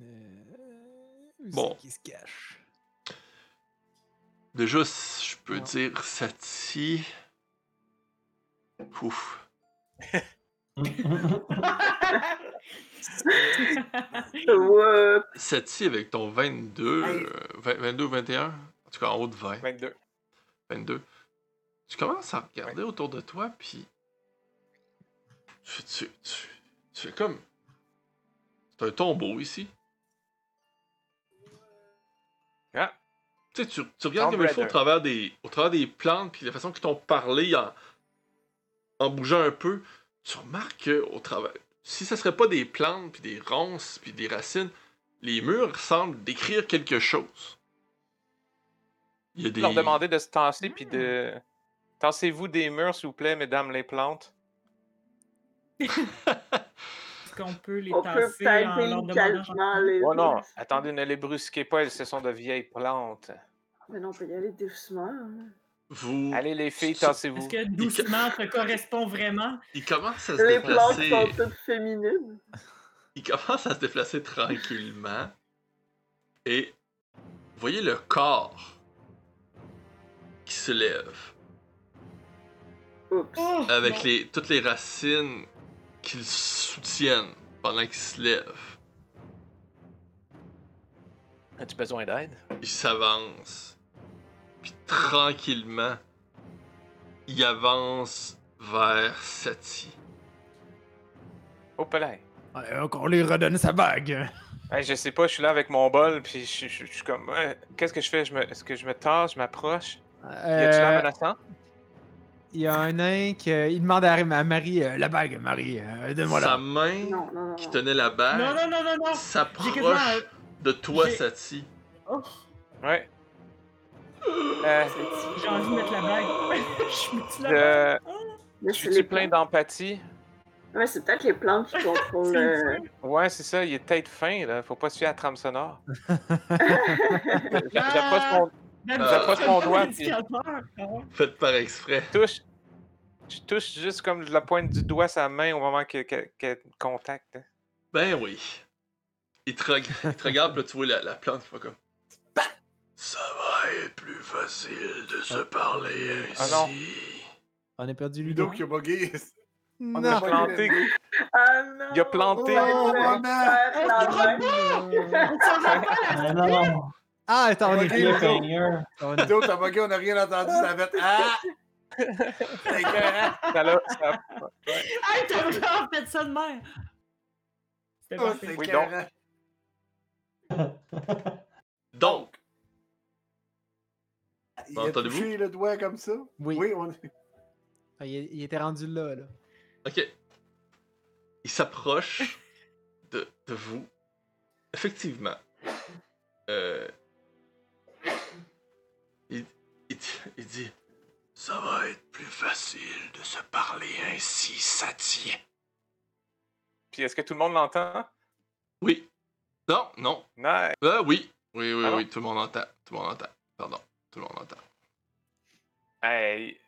Speaker 6: Euh,
Speaker 1: Bon.
Speaker 8: qui se cache?
Speaker 1: Déjà, si je peux
Speaker 8: Ouais.
Speaker 1: dire Sati. Pouf.
Speaker 3: Whoop.
Speaker 1: Sati avec ton 22,
Speaker 2: Hey.
Speaker 1: euh, 20 22 21, en tout cas en haut de 20,
Speaker 4: 22.
Speaker 1: 22. Tu commences à regarder autour de toi, puis tu, tu, tu, tu fais comme. C'est un tombeau ici.
Speaker 4: Ah,
Speaker 1: Tu sais, tu, tu regardes
Speaker 4: Tomb
Speaker 1: comme il faut au
Speaker 4: Raider.
Speaker 1: travers des, au travers des plantes, puis la façon qu'ils t'ont parlé en, en bougeant un peu, tu remarques que au travers. Si ça serait pas des plantes, puis des ronces, puis des racines, les murs semblent décrire quelque chose. Il y a des.
Speaker 4: leur demander de se tasser puis de. Tassez-vous des murs, s'il vous plaît, mesdames les plantes.
Speaker 5: Est-ce qu'on peut les
Speaker 3: On peut
Speaker 5: tasser en leur
Speaker 3: taper
Speaker 5: demandant
Speaker 3: calmement les.
Speaker 4: Oh non, attendez, ne les brusquez pas, elles ce sont de vieilles plantes.
Speaker 3: Mais non, on peut y aller doucement. hein.
Speaker 1: Vous.
Speaker 4: Allez les filles,
Speaker 1: Ça-
Speaker 4: tassez-vous.
Speaker 5: Est-ce que doucement ça correspond vraiment?
Speaker 1: Ils commencent à se
Speaker 3: Les plantes
Speaker 1: déplacer.
Speaker 3: sont toutes féminines.
Speaker 1: Il commence à se déplacer tranquillement. Et vous voyez le corps qui se lève
Speaker 3: Oups.
Speaker 5: Oh,
Speaker 1: avec
Speaker 5: non.
Speaker 1: les, toutes les racines qui le soutiennent pendant qu'il se lève.
Speaker 4: As-tu besoin d'aide?
Speaker 1: Il s'avance. Puis tranquillement, il avance vers Sati.
Speaker 4: Au palais.
Speaker 8: Ouais, qu'on lui redonne sa bague.
Speaker 4: Hey, je sais pas, je suis là avec mon bol, puis je, je- je suis comme. ouais, Qu'est-ce que je fais? Je me- Est-ce que je me tasse, je m'approche? Y a-tu l'air
Speaker 6: Euh,
Speaker 4: menaçant?
Speaker 6: il y a un nain qui euh, il demande à, à Marie euh, la bague, Marie, euh, donne-moi
Speaker 1: Sa
Speaker 6: la.
Speaker 1: main
Speaker 3: Non, non, non.
Speaker 1: qui
Speaker 3: non.
Speaker 1: tenait la
Speaker 5: Non,
Speaker 1: bague
Speaker 5: non, non, non, non! J'ai quasiment
Speaker 1: s'approche
Speaker 5: un-
Speaker 1: de toi,
Speaker 5: j'ai-
Speaker 1: Sati.
Speaker 5: Oh,
Speaker 4: Ouais. Euh,
Speaker 5: j'ai envie de mettre la bague. je mets la bague.
Speaker 4: je
Speaker 3: Mais
Speaker 4: je
Speaker 3: c'est les
Speaker 4: suis plein
Speaker 3: plantes.
Speaker 4: d'empathie.
Speaker 3: Ouais, c'est peut-être les plantes qui contrôlent. euh,
Speaker 4: Ouais, c'est ça, il est tête fin, là. Faut pas se fier à la trame sonore. J'a- J'approche mon
Speaker 5: Même
Speaker 1: j'approche
Speaker 5: si
Speaker 4: mon
Speaker 5: c'est
Speaker 4: doigt,
Speaker 5: un
Speaker 4: puis-
Speaker 5: indicateur, hein.
Speaker 1: Faites par exprès.
Speaker 4: touche. Je touche juste comme de la pointe du doigt sa main au moment qu'elle que, que- hein. contacte.
Speaker 1: Ben oui. Il te, reg- il te regarde, puis là, tu vois la, la plante, il fait comme. Ça va être plus facile de se parler
Speaker 4: Ah
Speaker 1: ainsi.
Speaker 4: non.
Speaker 6: On a perdu Ludo.
Speaker 2: Ludo qui a bugué.
Speaker 8: Non.
Speaker 2: On a
Speaker 4: Planté.
Speaker 3: Ah non!
Speaker 4: Il a planté.
Speaker 2: Oh,
Speaker 3: on va
Speaker 2: maman!
Speaker 3: faire la
Speaker 5: Oh,
Speaker 3: même.
Speaker 5: On s'en va pas,
Speaker 7: Mais non,
Speaker 6: Ah, attends, on est
Speaker 2: Ludo.
Speaker 7: cliffhanger.
Speaker 6: on est-
Speaker 2: Ludo, t'as bugué, on n'a rien entendu, ça va être. Ah! C'est écœurant.
Speaker 4: Ça l'a- ça-
Speaker 5: Hey, t'as vraiment fait ça de même! C'était
Speaker 2: Oh,
Speaker 5: parfait.
Speaker 2: C'est
Speaker 4: Oui,
Speaker 2: écœurant.
Speaker 1: Donc,
Speaker 2: Il a
Speaker 1: Entendez-vous?
Speaker 2: touché le doigt comme ça?
Speaker 6: Oui,
Speaker 2: Oui, on
Speaker 6: Il, il était rendu là. là.
Speaker 1: ok. Il s'approche de, de vous. Effectivement. Euh, il, il dit- il dit Ça va être plus facile de se parler ainsi, Satie.
Speaker 4: Puis est-ce que tout le monde l'entend?
Speaker 1: Oui. Non, non,
Speaker 4: Nice.
Speaker 1: Ah oui, oui, oui,
Speaker 4: Ah non?
Speaker 1: oui, tout le monde entend. Tout le monde entend. Pardon, tout le monde entend.
Speaker 4: Hey.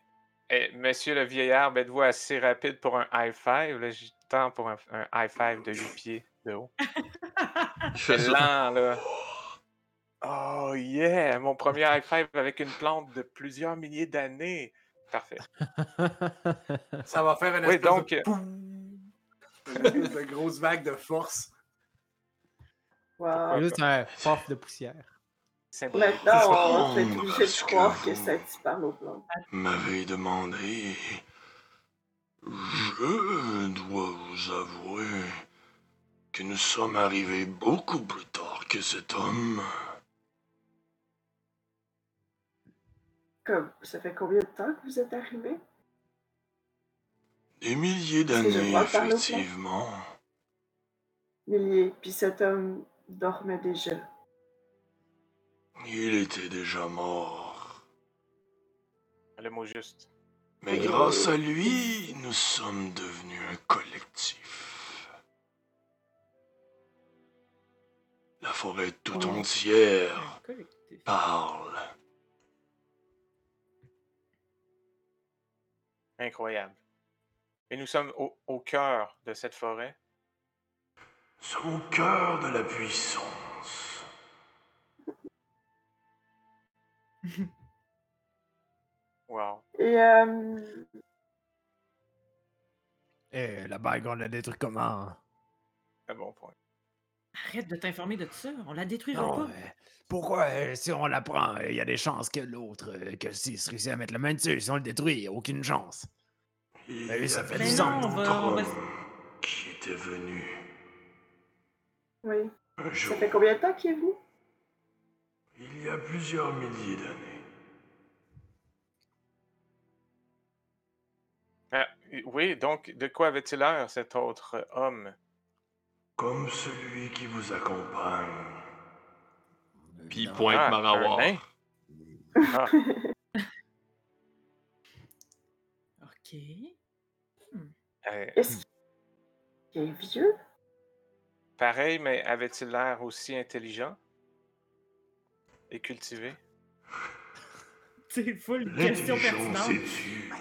Speaker 4: Hey, monsieur le vieillard, ben, êtes-vous assez rapide pour un high five? Là, j'y tends pour un, un high five de 8 pieds de haut.
Speaker 1: Il fait
Speaker 4: C'est
Speaker 1: ça.
Speaker 4: lent, là. Oh yeah! Mon premier high five avec une plante de plusieurs milliers d'années. Parfait.
Speaker 2: Ça va faire une
Speaker 4: Oui,
Speaker 2: espèce
Speaker 4: donc,
Speaker 2: de
Speaker 4: euh,
Speaker 2: poum, une espèce de grosse vague de force.
Speaker 3: Wow.
Speaker 6: Ah, Juste un pof de poussière.
Speaker 4: C'est vrai.
Speaker 3: Maintenant, on va
Speaker 1: Comprendre
Speaker 3: être obligé
Speaker 1: ce
Speaker 3: de
Speaker 1: que
Speaker 3: croire
Speaker 1: vous-
Speaker 3: que ça dit par nos plantes.
Speaker 1: m'avez demandé, je dois vous avouer que nous sommes arrivés beaucoup plus tard que cet homme.
Speaker 3: Comme, ça fait combien de temps que vous êtes arrivé?
Speaker 1: Des milliers
Speaker 3: Parce que je
Speaker 1: d'années,
Speaker 3: vois par le plan.
Speaker 1: effectivement.
Speaker 3: Milliers. Puis cet homme dormait déjà.
Speaker 1: Il était déjà mort.
Speaker 4: Le mot juste.
Speaker 1: Mais grâce à lui, nous sommes devenus un collectif. La forêt tout entière
Speaker 5: Collectif.
Speaker 1: parle.
Speaker 4: Incroyable. Et nous sommes au, au cœur de cette forêt.
Speaker 1: C'est au cœur de la puissance.
Speaker 4: Wow.
Speaker 3: Et euh,
Speaker 8: Eh, la bague, on l'a détruit comment?
Speaker 4: Un bon point.
Speaker 5: Arrête de t'informer de ça. On la détruira
Speaker 8: Non,
Speaker 5: pas.
Speaker 8: euh, pourquoi, euh, si on la prend, il y a des chances que l'autre, euh, que si se réussit à mettre la main dessus, si on le détruit, y a aucune chance.
Speaker 1: Il
Speaker 8: Ben oui, ça fait
Speaker 1: y avait
Speaker 8: dix ans,
Speaker 1: un
Speaker 5: on va- on va-
Speaker 1: autre homme qui était venu
Speaker 3: oui.
Speaker 1: un
Speaker 3: Ça
Speaker 1: jour,
Speaker 3: fait combien de temps qu'il est venu?
Speaker 1: il y a plusieurs milliers d'années.
Speaker 4: Ah, oui, donc de quoi avait-il l'air cet autre euh, homme?
Speaker 1: Comme celui qui vous accompagne. Puis il
Speaker 8: Non.
Speaker 1: pointe
Speaker 4: Ah,
Speaker 1: Marawar.
Speaker 4: un nain. Ah,
Speaker 5: Ok.
Speaker 4: Eh,
Speaker 3: Est-ce qu'il est vieux?
Speaker 4: pareil, mais avait-il l'air aussi intelligent et cultivé?
Speaker 5: C'est full question
Speaker 1: L'intelligence
Speaker 5: pertinente.
Speaker 1: est dure.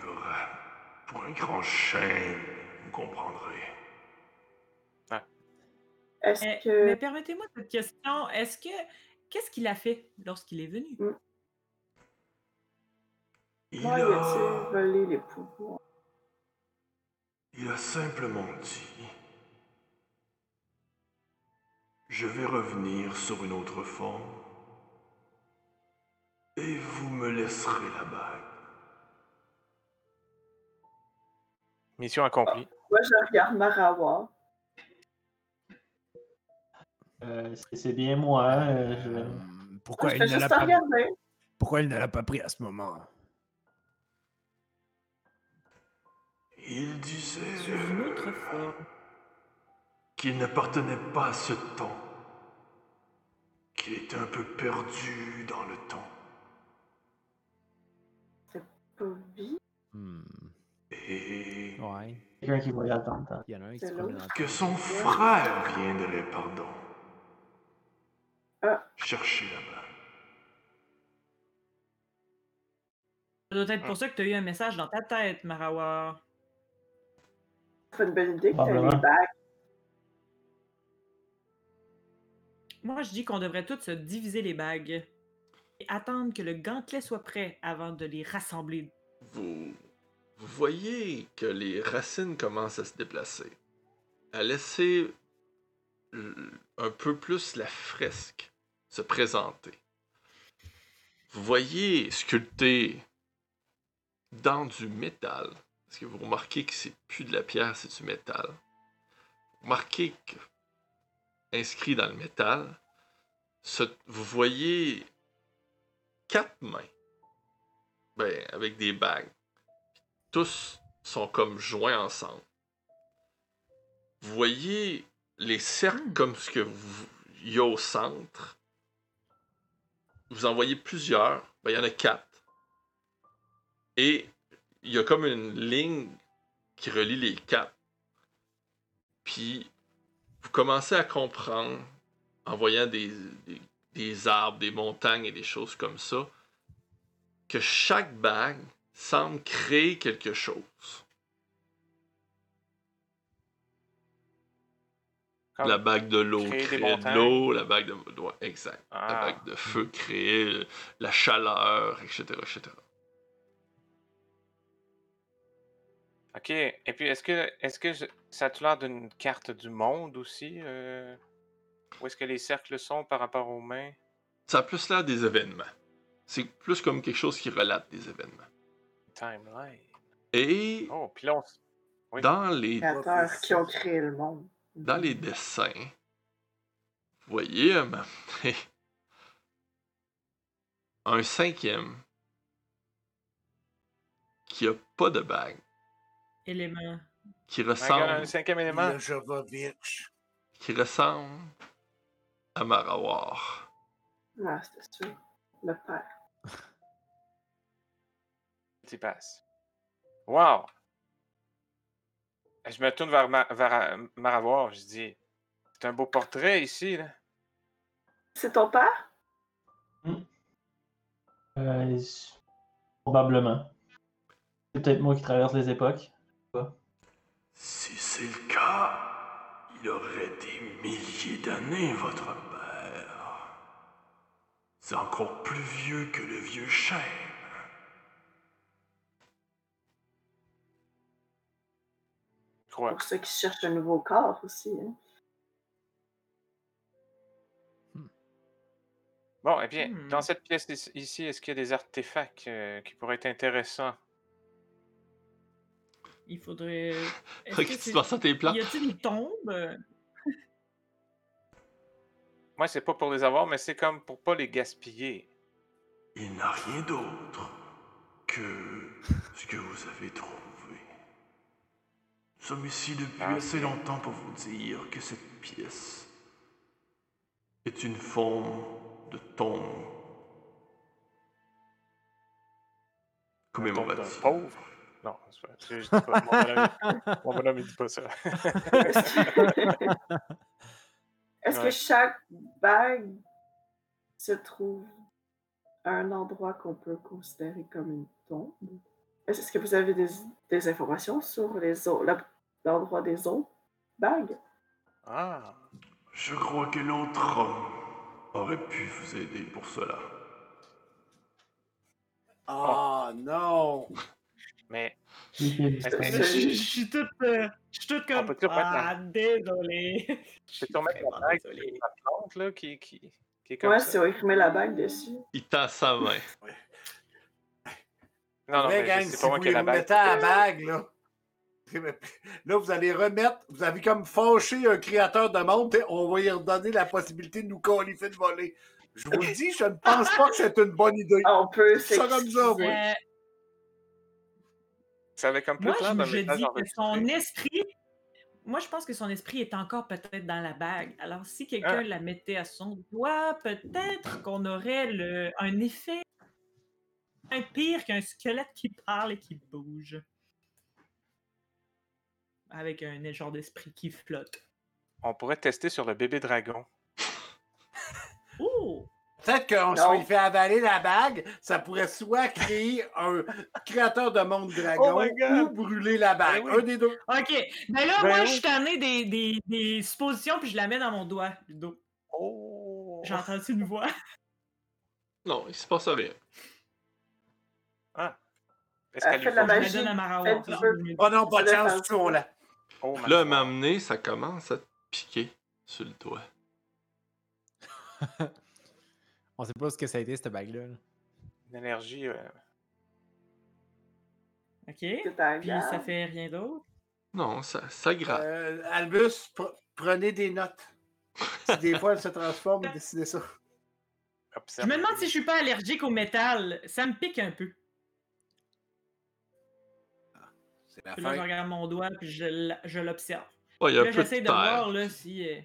Speaker 1: Pour un grand chien, vous comprendrez.
Speaker 3: Est-ce
Speaker 5: Eh,
Speaker 3: que.
Speaker 5: Mais permettez-moi cette question. Est-ce que qu'est-ce qu'il a fait lorsqu'il est venu?
Speaker 1: Il
Speaker 3: Moi, il a
Speaker 1: a...
Speaker 3: volé les pouvoirs?
Speaker 1: Il a simplement dit... Je vais revenir sur une autre forme. Et vous me laisserez la bague.
Speaker 4: Mission accomplie.
Speaker 3: Moi, je regarde Marawa.
Speaker 7: Euh, c'est- c'est bien moi. hein, euh, je-
Speaker 8: Hum,
Speaker 3: Moi,
Speaker 8: pourquoi,
Speaker 3: Ah, je
Speaker 8: il
Speaker 3: fais
Speaker 8: ne l'a
Speaker 3: juste
Speaker 8: pas...
Speaker 3: regarder.
Speaker 8: pourquoi il ne l'a pas pris à ce moment?
Speaker 1: Il disait
Speaker 5: Sous une autre forme.
Speaker 1: qu'il n'appartenait pas à ce temps, qu'il était un peu perdu dans le temps,
Speaker 3: Bobby,
Speaker 6: Hmm,
Speaker 1: et
Speaker 6: Ouais.
Speaker 7: Quelqu'un qui voyage dans le temps.
Speaker 6: Il y en a un qui
Speaker 3: C'est
Speaker 6: se promène
Speaker 3: l'autre.
Speaker 6: en
Speaker 1: que son frère viendrait, pardon,
Speaker 3: Ah.
Speaker 1: chercher la bague.
Speaker 5: Ça doit être pour ça que tu as eu un message dans ta tête, Marawa.
Speaker 3: c'est une bonne idée que tu
Speaker 7: Probablement.
Speaker 3: les bagues.
Speaker 5: Moi, je dis qu'on devrait tous se diviser les bagues et attendre que le gantelet soit prêt avant de les rassembler.
Speaker 1: Vous, vous voyez que les racines commencent à se déplacer, à laisser l- un peu plus la fresque se présenter. Vous voyez sculpté dans du métal, parce que vous remarquez que c'est plus de la pierre, c'est du métal. Vous remarquez que, inscrit dans le métal, ce- vous voyez quatre mains ben, avec des bagues. Tous sont comme joints ensemble. Vous voyez les cercles comme ce que vous il y a au centre. Vous en voyez plusieurs. Ben, il y en a quatre. Et il y a comme une ligne qui relie les quatre. Puis vous commencez à comprendre en voyant des- des- des arbres, des montagnes et des choses comme ça que chaque bague semble créer quelque chose.
Speaker 4: Comme-
Speaker 1: Ah, la bague de l'eau
Speaker 4: Ah créer des
Speaker 1: crée de
Speaker 4: montagnes.
Speaker 1: l'eau, la bague de... ouais, exact. La
Speaker 4: Ah,
Speaker 1: bague de feu crée euh, la chaleur, etc., etc.
Speaker 4: ok. Et puis, est-ce que, est-ce que je- ça a l'air d'une carte du monde aussi? euh, Où est-ce que les cercles sont par rapport aux mains?
Speaker 1: Ça a plus l'air des événements. C'est plus comme quelque chose qui relate des événements.
Speaker 4: Timeline.
Speaker 1: Et
Speaker 4: Oh, puis là, on s- Oui.
Speaker 1: dans les
Speaker 3: créateurs qui ont créé le monde.
Speaker 1: dans les dessins, vous voyez euh, un cinquième qui a pas de bague,
Speaker 5: Élément.
Speaker 1: qui
Speaker 4: My God, un
Speaker 1: ressemble,
Speaker 4: cinquième élément.
Speaker 2: Le Jovovich.
Speaker 1: qui ressemble à Marawar.
Speaker 3: Ah, c'était sûr. Le père.
Speaker 4: Tu passes. Wow! Je me tourne vers, Ma- vers euh, Maravoir, je dis C'est un beau portrait ici, là.
Speaker 3: C'est ton père?
Speaker 7: Euh, s- probablement. C'est peut-être moi qui traverse les époques.
Speaker 1: Si c'est le cas, il aurait des milliers d'années, votre père. C'est encore plus vieux que le vieux chêne.
Speaker 4: Je crois.
Speaker 3: Pour ceux qui cherchent un nouveau corps aussi. hein.
Speaker 4: Bon, eh bien,
Speaker 5: Hmm.
Speaker 4: dans cette pièce ici- ici, est-ce qu'il y a des artefacts euh, qui pourraient être intéressants?
Speaker 5: Il faudrait. euh,
Speaker 1: Qu'est-ce
Speaker 5: Est-ce que
Speaker 1: qui se
Speaker 5: c'est-
Speaker 1: passe à tes plans?
Speaker 5: Y a-t-il une tombe
Speaker 4: Moi, c'est pas pour les avoir, mais c'est comme pour pas les gaspiller.
Speaker 1: Il n'a rien d'autre que ce que vous avez trouvé. Nous sommes ici depuis
Speaker 4: Ah.
Speaker 1: assez longtemps pour vous dire que cette pièce est une forme de tombe
Speaker 4: La tombe d'un
Speaker 1: commémorative.
Speaker 4: pauvre? Non, c'est pas- je, je dis pas. Mon bonhomme, mon bonhomme, il dit pas ça.
Speaker 3: Est-ce que... Est-ce que
Speaker 4: Ouais.
Speaker 3: chaque bague se trouve à un endroit qu'on peut considérer comme une tombe? Est-ce que vous avez des, des informations sur les au- la- l'endroit des autres bagues?
Speaker 4: Ah!
Speaker 1: Je crois que l'autre homme aurait pu vous aider pour cela.
Speaker 2: Ah non!
Speaker 4: Mais.
Speaker 7: J'ai
Speaker 4: mais-
Speaker 5: Je je- je suis toute. euh, je suis toute
Speaker 4: On
Speaker 5: comme.
Speaker 4: peut toujours pas être
Speaker 5: Ah, désolé.
Speaker 4: C'est ton mec
Speaker 5: Vraiment
Speaker 4: la
Speaker 5: désolé.
Speaker 4: plante, là, qui, qui, qui est comme
Speaker 3: Ouais, si
Speaker 4: ça.
Speaker 3: on y remet la bague dessus.
Speaker 1: Il tend sa main.
Speaker 4: Non, non,
Speaker 2: mais
Speaker 4: mais
Speaker 2: gang,
Speaker 4: c'est
Speaker 2: si
Speaker 4: ben, pas moi
Speaker 2: vous
Speaker 4: qui ai
Speaker 2: les
Speaker 4: la bague.
Speaker 2: remettez à la bague, là. Là, vous allez remettre, vous avez comme fâché un créateur de monde, et on va lui redonner la possibilité de nous qualifier de voler. Je vous le dis, je ne pense pas que c'est une bonne idée.
Speaker 3: Ah, on peut
Speaker 2: Ça comme ça,
Speaker 3: s'excuser.
Speaker 2: oui.
Speaker 5: Euh,
Speaker 4: Ça avait comme plus
Speaker 5: Moi,
Speaker 4: l'air d'un
Speaker 5: je, je
Speaker 4: message
Speaker 5: dis que
Speaker 4: enregistré.
Speaker 5: son esprit. Moi, je pense que son esprit est encore peut-être dans la bague. Alors, si quelqu'un
Speaker 4: Ah.
Speaker 5: la mettait à son doigt, peut-être qu'on aurait le, un effet un pire qu'un squelette qui parle et qui bouge. Avec un genre d'esprit qui flotte.
Speaker 4: On pourrait tester sur le bébé dragon.
Speaker 5: Oh!
Speaker 2: Peut-être qu'on
Speaker 3: Non.
Speaker 2: se lui fait avaler la bague, ça pourrait soit créer un créateur de monde dragon
Speaker 4: Oh my God.
Speaker 2: ou brûler la bague.
Speaker 4: Ben oui.
Speaker 2: Un des deux.
Speaker 5: OK. Mais là,
Speaker 4: Ben
Speaker 5: moi,
Speaker 4: oui.
Speaker 5: je suis tannée des, des, des suppositions, puis je la mets dans mon doigt, Ludo.
Speaker 4: Oh!
Speaker 5: J'ai entendu une voix.
Speaker 1: Non, il se passe rien.
Speaker 4: Est-ce qu'elle
Speaker 3: Elle
Speaker 4: lui
Speaker 3: fait de la
Speaker 4: faut-
Speaker 5: Je la
Speaker 3: Magie,
Speaker 5: donne à Marawa.
Speaker 3: faites du feu.
Speaker 2: Oh non, pas de
Speaker 3: Ça
Speaker 2: chance,
Speaker 3: dépend.
Speaker 2: tu on là.
Speaker 4: Oh, ma-
Speaker 1: Là, m'amener, ça commence à te piquer sur le doigt.
Speaker 6: On sait pas ce que ça a été, cette bague-là. là.
Speaker 4: Une énergie. euh,
Speaker 5: OK.
Speaker 3: C'est à la
Speaker 5: Puis ça
Speaker 3: garde.
Speaker 5: fait rien d'autre.
Speaker 1: Non, ça, ça gratte.
Speaker 2: Euh, Albus, pre- prenez des notes. Si des fois elle se transforme, décidez ça.
Speaker 5: Je
Speaker 4: observe.
Speaker 5: me demande si je suis pas allergique au métal. Ça me pique un peu.
Speaker 2: C'est la
Speaker 5: Puis là, je
Speaker 2: fin.
Speaker 5: regarde mon doigt, puis je l- je l'observe.
Speaker 1: Ouais, il y a
Speaker 5: Puis
Speaker 1: un
Speaker 5: Là,
Speaker 1: peu de
Speaker 5: j'essaie de
Speaker 1: terre.
Speaker 5: voir là, si, euh,
Speaker 4: Y a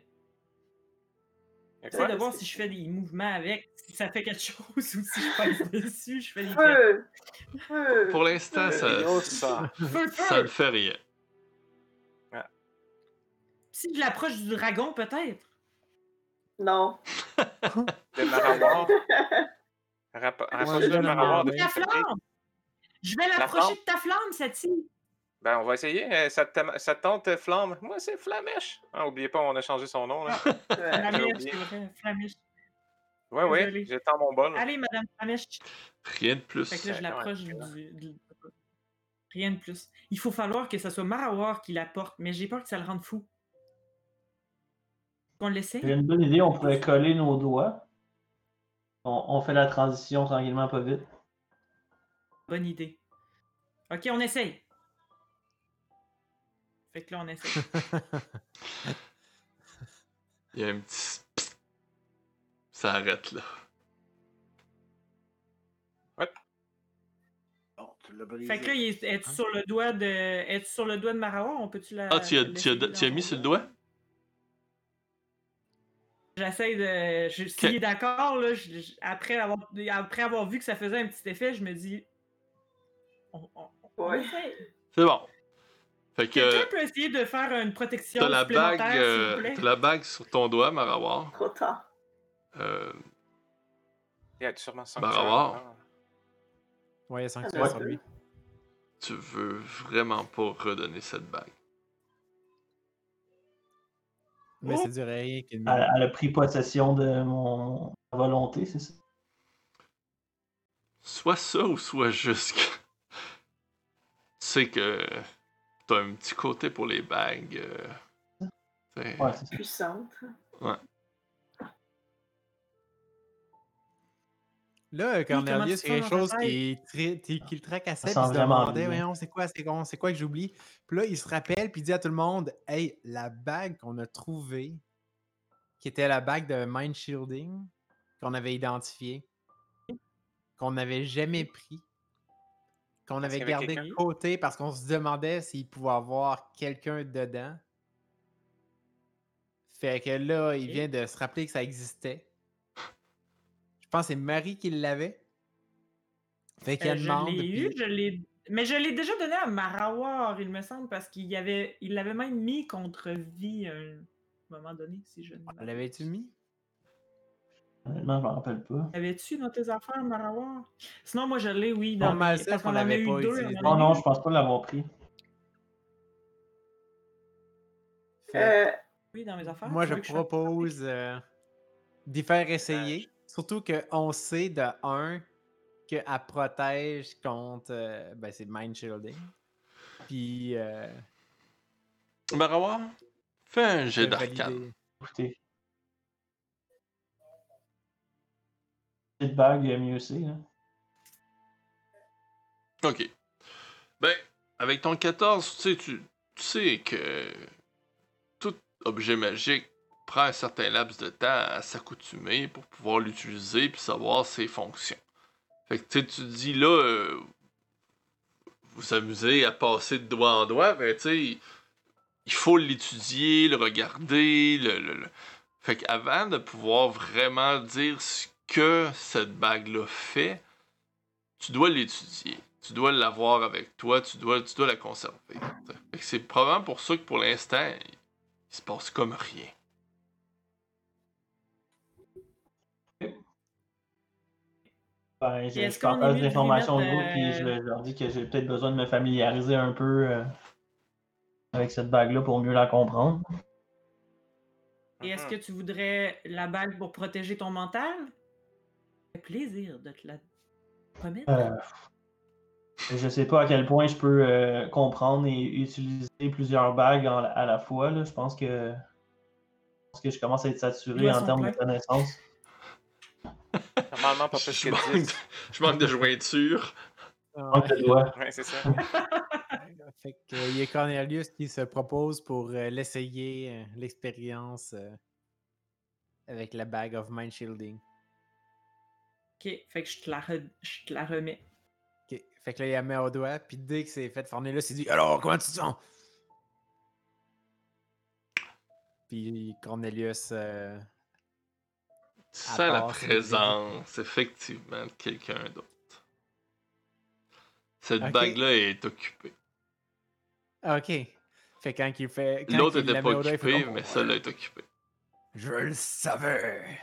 Speaker 5: j'essaie
Speaker 4: quoi?
Speaker 5: de voir si je fais des mouvements avec, si ça fait quelque chose ou si je passe dessus, je fais des
Speaker 3: Feu! Feu!
Speaker 1: Pour l'instant, ça,
Speaker 4: Yo, ça.
Speaker 5: feu,
Speaker 1: ça ne
Speaker 5: feu.
Speaker 1: fait rien.
Speaker 5: Si je l'approche du dragon, peut-être.
Speaker 3: Non.
Speaker 4: Le marabout. Rappo- Rapproche-le
Speaker 6: je
Speaker 4: le
Speaker 6: me
Speaker 4: marabout de
Speaker 6: demande.
Speaker 5: Ta
Speaker 4: cette fille.
Speaker 5: flamme. Je vais l'approcher de ta flamme, cette fille.
Speaker 4: Ben, on va essayer. euh, Ça te, ça te tente euh, Flamme. Moi, c'est Flamèche. Ah, oubliez pas, on a changé son nom. Là.
Speaker 3: Euh,
Speaker 5: Flamèche,
Speaker 4: oublié.
Speaker 5: c'est vrai, Flamèche.
Speaker 4: Ouais, ouais,
Speaker 5: Désolée.
Speaker 4: je tends mon bol.
Speaker 5: Allez, madame Flamèche.
Speaker 1: Rien de plus.
Speaker 5: Fait que là, je
Speaker 4: Ouais,
Speaker 5: l'approche
Speaker 4: ouais,
Speaker 5: du, du- Rien de plus. Il faut falloir que ce soit Marawar qui la porte, mais j'ai peur que ça le rende fou. Qu'on l'essaie?
Speaker 7: une bonne idée, on pourrait coller nos doigts. On, on fait la transition tranquillement, pas vite.
Speaker 5: Bonne idée. Ok, on essaye. Fait que là, on essaye.
Speaker 1: Il y a un petit. pssst. Ça arrête là.
Speaker 2: Bon, tu l'as brisé.
Speaker 5: fait que là, il est, es-tu sur le doigt de. Es-tu sur le doigt de Marawa? On peut-tu la.
Speaker 1: Ah, tu as,
Speaker 5: la
Speaker 1: tu as-
Speaker 5: laisser
Speaker 1: tu as
Speaker 5: dans
Speaker 1: mis
Speaker 5: son
Speaker 1: sur le
Speaker 5: doigt?
Speaker 1: doigt?
Speaker 5: J'essaie de. je- S'il est d'accord, là, je- je- après, avoir, après avoir vu que ça faisait un petit effet, je me dis. On, on, on
Speaker 3: Ouais.
Speaker 5: essaye.
Speaker 1: C'est bon. Fait
Speaker 5: Quelqu'un
Speaker 1: que
Speaker 5: peut essayer de faire une protection
Speaker 1: t'as la
Speaker 5: supplémentaire,
Speaker 1: bague,
Speaker 5: s'il vous
Speaker 1: euh,
Speaker 5: plaît?
Speaker 1: t'as la bague sur ton doigt, Marawar.
Speaker 3: Trop tard.
Speaker 1: Euh,
Speaker 4: Il y a
Speaker 1: Ben,
Speaker 4: sûrement ça.
Speaker 1: revoir.
Speaker 4: Ah.
Speaker 6: Ouais, il y a sanctuaire
Speaker 3: Ouais.
Speaker 6: sur lui.
Speaker 1: tu veux vraiment pas redonner cette bague.
Speaker 6: Mais
Speaker 2: Oh.
Speaker 6: c'est du rien qu'il me-
Speaker 7: Elle, elle a pris possession de mon ma volonté, c'est ça?
Speaker 1: Soit ça ou soit juste que- Tu sais que t'as un petit côté pour les bagues. euh, t'sais.
Speaker 7: Ouais, c'est ça.
Speaker 3: Puissante.
Speaker 6: Là, Cornelius,
Speaker 5: commence
Speaker 6: c'est
Speaker 5: ça
Speaker 6: quelque
Speaker 5: dans ta
Speaker 6: chose
Speaker 5: tête?
Speaker 6: qui, est très- qui- qui le tracassait,
Speaker 7: Ça
Speaker 6: puis
Speaker 7: sent
Speaker 6: il se
Speaker 7: vraiment
Speaker 6: demandait,
Speaker 7: bien.
Speaker 6: voyons, c'est quoi, c'est quoi, c'est quoi que j'oublie? Puis là, il se rappelle, puis il dit à tout le monde, hey, la bague qu'on a trouvée, qui était la bague de Mind Shielding, qu'on avait identifiée, qu'on n'avait jamais pris, qu'on
Speaker 4: Parce
Speaker 6: avait
Speaker 4: qu'il y avait
Speaker 6: gardé de
Speaker 4: quelqu'un.
Speaker 6: côté parce qu'on se demandait s'il pouvait avoir quelqu'un dedans. Fait que là, il
Speaker 5: Ok.
Speaker 6: vient de se rappeler que ça existait. Je pense que c'est Marie qui l'avait. Fait
Speaker 5: Euh,
Speaker 6: qu'elle demande.
Speaker 5: je l'ai
Speaker 6: puis-
Speaker 5: eu, je l'ai. Mais je l'ai déjà donné à Marawar, il me semble, parce qu'il y avait, il l'avait même mis contre vie à un moment donné, si je ne.
Speaker 6: On L'avais-tu mis?
Speaker 7: Honnêtement, je m'en rappelle pas.
Speaker 5: L'avais-tu dans tes affaires, Marawar? Sinon, moi, je l'ai, oui.
Speaker 6: Pas
Speaker 5: Dans
Speaker 6: mal
Speaker 5: mes-
Speaker 6: ça,
Speaker 5: parce
Speaker 6: qu'on
Speaker 5: qu'on en a
Speaker 6: l'avait
Speaker 5: eu
Speaker 6: pas
Speaker 5: deux. à un
Speaker 6: utilisé.
Speaker 5: moment
Speaker 7: Non, Oh, non,
Speaker 5: donné.
Speaker 7: je pense pas l'avoir pris.
Speaker 6: Fait
Speaker 3: Euh,
Speaker 5: Oui, dans mes
Speaker 6: que
Speaker 5: affaires.
Speaker 6: moi,
Speaker 5: tu
Speaker 6: je
Speaker 5: veux que fasse-
Speaker 6: propose euh, d'y faire
Speaker 5: Euh,
Speaker 6: essayer. Surtout qu'on sait de un qu'elle protège contre. euh, ben, c'est Mind Shielding. Puis. euh,
Speaker 1: Marawar, fais un jet
Speaker 6: de
Speaker 1: d'arcane.
Speaker 6: valider-
Speaker 7: Écoutez. Petite bague, euh, mieux c'est. hein.
Speaker 1: Ok. Ben, avec ton 14, tu sais, tu, tu sais que tout objet magique prend un certain laps de temps à s'accoutumer pour pouvoir l'utiliser puis savoir ses fonctions. Fait que tu sais, tu te dis là, euh, vous amusez à passer de doigt en doigt, ben tu sais, il faut l'étudier, le regarder, le, le- le- Fait qu'avant de pouvoir vraiment dire ce que cette bague-là fait, tu dois l'étudier. Tu dois l'avoir avec toi, tu dois, tu dois la conserver. t'sais. Fait que C'est probablement pour ça que pour l'instant, il se passe comme rien.
Speaker 7: Ben,
Speaker 5: Et
Speaker 7: je,
Speaker 5: est-ce
Speaker 7: je
Speaker 5: qu'on est mieux
Speaker 7: partage
Speaker 5: de lui
Speaker 7: l'information au
Speaker 5: mettre, euh,
Speaker 7: groupe puis je, le- je leur dis que j'ai peut-être besoin de me familiariser un peu euh, avec cette bague-là pour mieux la comprendre.
Speaker 5: Et
Speaker 4: Mm-hmm.
Speaker 5: est-ce
Speaker 4: Mhm.
Speaker 5: que tu voudrais la bague pour protéger ton mental? Ça fait plaisir de te la remettre.
Speaker 7: Euh, je sais pas à quel point je peux euh, comprendre et utiliser plusieurs bagues en- à la fois. là. Je pense que je pense que je commence à être saturé
Speaker 5: Doigts
Speaker 7: en
Speaker 5: sont
Speaker 7: termes
Speaker 5: pleins.
Speaker 7: de connaissances.
Speaker 4: Normalement, pas plus
Speaker 1: Je
Speaker 4: que
Speaker 1: manque,
Speaker 4: 10.
Speaker 1: je manque de jointure.
Speaker 6: Ah,
Speaker 7: Manque de doigts.
Speaker 4: Ouais, c'est ça.
Speaker 6: Fait que, euh, il y a Cornelius qui se propose pour euh, l'essayer, euh, l'expérience euh, avec la bague of mind shielding.
Speaker 5: Ok, fait que je te la, re- je te la remets.
Speaker 6: Ok. Fait que là, il la met au doigt, puis dès que c'est fait, Cornelius, il dit Alors, comment tu te sens Puis Cornelius. euh,
Speaker 1: Tu
Speaker 6: À
Speaker 1: sens la
Speaker 6: part, c'est
Speaker 1: présence, effectivement, de quelqu'un d'autre. Cette
Speaker 6: Ok.
Speaker 1: bague-là est occupée.
Speaker 6: ah, Ok. Fait que quand il fait. quand
Speaker 1: L'autre
Speaker 6: il la
Speaker 1: n'était pas
Speaker 6: met au doigt, il fait
Speaker 1: occupée,
Speaker 6: comme,
Speaker 1: mais celle-là est occupée.
Speaker 8: Je le savais.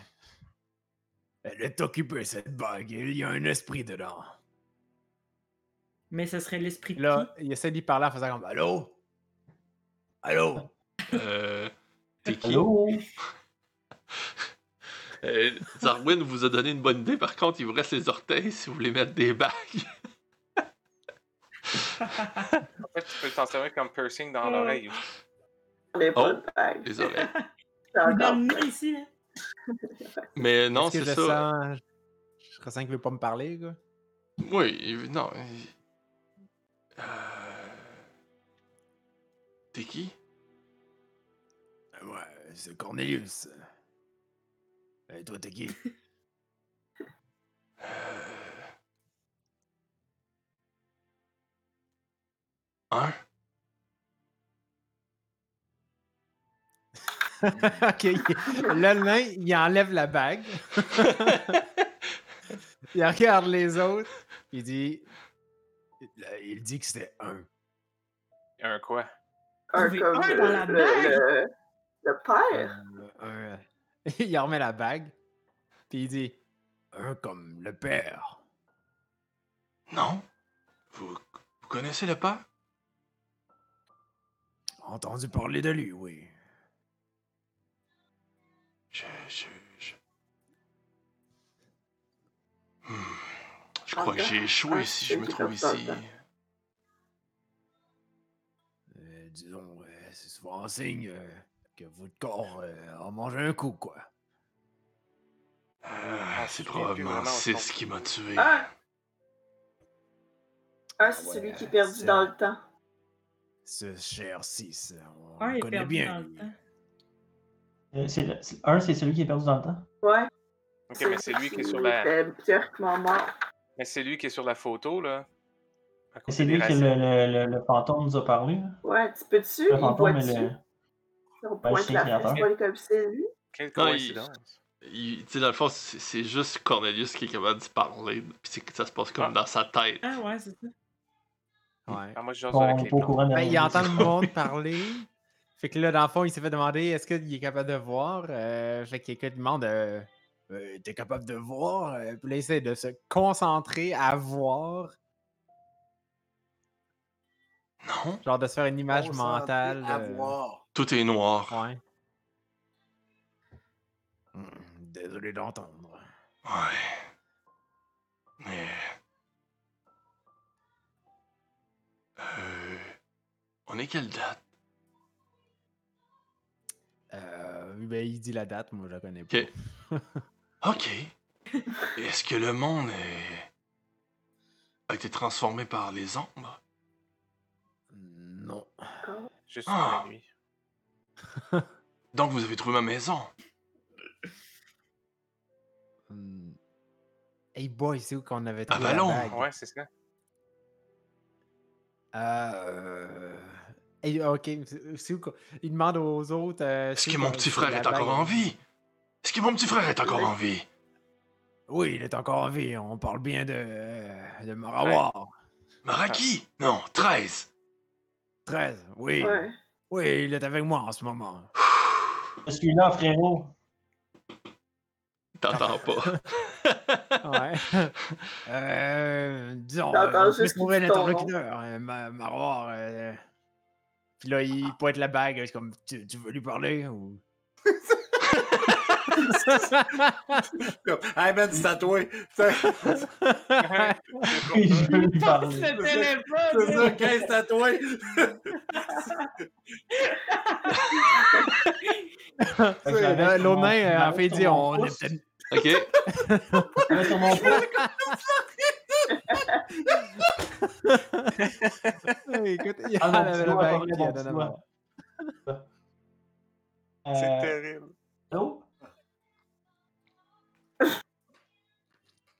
Speaker 8: Elle est occupée, cette bague. Il y a un esprit dedans.
Speaker 5: Mais ce serait l'esprit de
Speaker 6: Là, il essaie d'y parler en faisant comme
Speaker 8: Allô? Allô?
Speaker 1: Euh, T'es qui
Speaker 7: Allô?
Speaker 1: Euh, Zarwin vous a donné une bonne idée, par contre, il vous reste les orteils si vous voulez mettre des bagues.
Speaker 4: En fait, tu peux t'en servir comme piercing dans l'oreille. aussi.
Speaker 3: les
Speaker 1: Oh.
Speaker 3: bonnes bagues.
Speaker 1: Les oreilles.
Speaker 3: J'en
Speaker 5: qui.
Speaker 3: garde
Speaker 5: Dormez
Speaker 3: plein.
Speaker 5: ici, hein?
Speaker 1: Mais non,
Speaker 6: Est-ce que
Speaker 1: c'est
Speaker 6: je
Speaker 1: ça.
Speaker 6: sens- Strassin qui veut pas me parler, gars.
Speaker 1: Oui, il- non. il- Euh, T'es qui?
Speaker 8: Ah Ouais, c'est Cornelius. Et toi, t'es qui?
Speaker 1: Hein?
Speaker 6: ok. Le nain, il enlève la bague. il regarde les autres. Il dit
Speaker 8: Là, il dit que c'était un.
Speaker 4: Un quoi?
Speaker 3: Un
Speaker 5: Trouver
Speaker 3: comme
Speaker 5: un
Speaker 3: le,
Speaker 5: dans la
Speaker 3: le-
Speaker 5: bague.
Speaker 3: le- le père.
Speaker 8: Un, un,
Speaker 6: il remet la bague. Puis il dit
Speaker 8: un comme le père.
Speaker 1: Non? Vous, vous connaissez le pas?
Speaker 8: Entendu parler de lui, oui.
Speaker 1: Je. Je. Je, Hmm. Je
Speaker 3: Ah,
Speaker 1: crois que j'ai échoué
Speaker 3: ah,
Speaker 1: si
Speaker 3: c'est
Speaker 1: je me
Speaker 3: qui
Speaker 1: trouve
Speaker 3: comme ça,
Speaker 1: ici.
Speaker 3: ça.
Speaker 8: Euh, disons, euh, c'est souvent un signe euh, que votre corps euh, en mange un coup, quoi.
Speaker 1: Ah, c'est
Speaker 4: je me souviens plus
Speaker 1: probablement
Speaker 4: vraiment, Ah! je
Speaker 1: c'est
Speaker 4: pense
Speaker 1: ce qui
Speaker 4: que-
Speaker 1: m'a tué.
Speaker 3: Un. Un, c'est
Speaker 8: Ah ouais,
Speaker 3: celui qui est
Speaker 8: euh,
Speaker 3: perdu
Speaker 8: c'est-
Speaker 3: dans le temps.
Speaker 8: Ce cher 6, on
Speaker 5: Un
Speaker 8: le
Speaker 5: est
Speaker 8: connaît
Speaker 5: perdu
Speaker 8: bien.
Speaker 5: dans le
Speaker 8: lui.
Speaker 5: temps.
Speaker 7: Euh, c'est le- c'est- un, c'est celui qui est perdu dans le temps.
Speaker 3: Ouais.
Speaker 4: Ok, mais c'est lui qui est sur la.
Speaker 3: était purement mort.
Speaker 4: Mais c'est lui qui est sur la photo, là. À
Speaker 7: Et
Speaker 4: cause
Speaker 7: C'est
Speaker 4: des
Speaker 7: lui que
Speaker 4: racines.
Speaker 7: le, le- le- le fantôme nous a parlé. là.
Speaker 3: Ouais, tu peux-tu?
Speaker 7: Le
Speaker 3: Il
Speaker 7: fantôme,
Speaker 3: voit-tu?
Speaker 7: mais le-
Speaker 3: On
Speaker 7: ben,
Speaker 3: pointe
Speaker 7: c'est
Speaker 3: la
Speaker 7: créateur.
Speaker 3: flèche pour aller comme c'est lui.
Speaker 4: Quelle
Speaker 1: Non, il-
Speaker 4: coïncidence.
Speaker 1: Il- Tu sais, dans le fond, c'est c'est juste Cornelius qui est capable d'y parler. Puis c'est que ça se passe comme
Speaker 4: Ah.
Speaker 1: dans sa tête.
Speaker 5: Ah ouais, c'est ça.
Speaker 6: Ouais.
Speaker 4: Ah, moi, je jase
Speaker 7: on
Speaker 4: avec
Speaker 7: n'est
Speaker 4: les
Speaker 7: pas au
Speaker 4: plantes.
Speaker 7: courant de la
Speaker 6: Ben, il
Speaker 7: maladie.
Speaker 6: entend le monde parler. Fait que là, dans le fond, il s'est fait demander est-ce qu'il est capable de voir. Euh, fait que quelqu'un lui demande euh,
Speaker 8: Euh, T'es capable de voir? euh,
Speaker 6: puis là, il essaie de se concentrer à voir,
Speaker 1: Non?
Speaker 6: genre de se faire une image
Speaker 2: Concentré
Speaker 6: mentale.
Speaker 2: À
Speaker 6: euh,
Speaker 2: voir.
Speaker 1: Tout est noir.
Speaker 6: ouais.
Speaker 8: Hmm, Désolé d'entendre.
Speaker 1: Ouais. Mais. Euh. On est quelle date?
Speaker 6: Euh, ben, il dit la date, moi je la connais pas.
Speaker 1: Ok. Ok. Est-ce que le monde est... a été transformé par les ombres?
Speaker 8: Non.
Speaker 4: Juste pour la
Speaker 1: Ah.
Speaker 4: nuit.
Speaker 1: Donc vous avez trouvé ma maison?
Speaker 6: Hmm. Hey boy, c'est où qu'on avait trouvé
Speaker 1: Avalon.
Speaker 6: la bague?
Speaker 4: Ouais, c'est ça.
Speaker 8: Ah, euh,
Speaker 6: Hey, ok, c'est- c'est où qu'on- Il demande aux autres. euh,
Speaker 1: Est-ce
Speaker 6: c'est
Speaker 1: que
Speaker 6: où
Speaker 1: mon
Speaker 6: qu'on-
Speaker 1: petit
Speaker 6: c'est
Speaker 1: frère
Speaker 6: la
Speaker 1: est encore
Speaker 6: bague?
Speaker 1: en vie? Est-ce que mon petit frère est encore en vie?
Speaker 8: Oui, il est encore en vie. On parle bien de, euh, de Marawar.
Speaker 1: Maraki? Non, 13!
Speaker 8: 13, oui.
Speaker 3: Ouais.
Speaker 8: Oui, il est avec moi en ce moment.
Speaker 7: Je suis là, frérot.
Speaker 1: T'entends pas.
Speaker 6: Ouais.
Speaker 8: Euh, disons,
Speaker 3: T'entends
Speaker 8: euh, on
Speaker 3: juste
Speaker 8: peut trouver
Speaker 3: qu'il dit ton nom.
Speaker 8: l'interlocuteur, euh, Ma- Marawar. euh. Puis là,
Speaker 2: Ah.
Speaker 8: il pointe la bague. C'est comme, tu, tu veux lui parler? Ou...
Speaker 2: Hey man, c'est à toi. C'est
Speaker 7: Je veux lui
Speaker 5: Passe
Speaker 7: parler.
Speaker 5: le téléphone!
Speaker 2: c'est ça,
Speaker 5: là.
Speaker 2: Chris, c'est à toi.
Speaker 7: Fait que je l'avais
Speaker 6: Là,
Speaker 7: sur
Speaker 6: L'autre
Speaker 7: mon- je
Speaker 6: nain, euh, en
Speaker 7: l'avais
Speaker 6: fait, il
Speaker 7: sur
Speaker 6: dit
Speaker 7: mon
Speaker 6: on est
Speaker 7: pouce,
Speaker 6: peut-être.
Speaker 1: Ok.
Speaker 7: je l'avais sur
Speaker 6: Ah,
Speaker 7: mon
Speaker 6: ben,
Speaker 7: pouce.
Speaker 6: Hey, Écoute, il
Speaker 7: Ah, mon
Speaker 6: enlève
Speaker 7: petit
Speaker 6: la
Speaker 7: doigt,
Speaker 6: bague puis
Speaker 7: pas vrai,
Speaker 6: il
Speaker 7: mon
Speaker 6: donne
Speaker 7: petit
Speaker 6: à
Speaker 7: doigt.
Speaker 6: moi.
Speaker 4: C'est
Speaker 7: Euh,
Speaker 4: terrible.
Speaker 7: allô?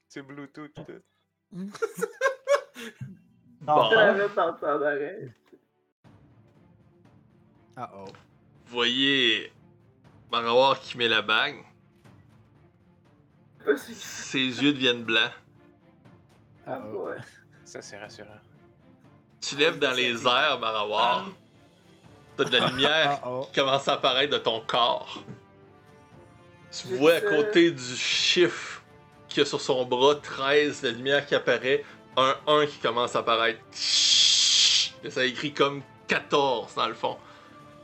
Speaker 4: C'est Bluetooth. tout. Ah.
Speaker 7: Non,
Speaker 3: Je
Speaker 1: Bon.
Speaker 7: euh,
Speaker 3: l'avais dans ton oreille.
Speaker 6: Ah oh.
Speaker 1: Voyez Marawar qui met la bague.
Speaker 3: Je sais pas si-
Speaker 1: Ses yeux deviennent blancs.
Speaker 3: Ah,
Speaker 6: Ah oh.
Speaker 3: ouais.
Speaker 4: Ça, c'est rassurant.
Speaker 1: Tu lèves dans les airs, Marawar. T'as de la lumière
Speaker 6: Ah oh.
Speaker 1: qui commence à apparaître de ton corps. Tu
Speaker 3: J'ai
Speaker 1: vois à
Speaker 3: ça.
Speaker 1: côté du chiffre qu'il y a sur son bras 13, la lumière qui apparaît, un 1 qui commence à apparaître. Et ça écrit comme 14 dans le fond.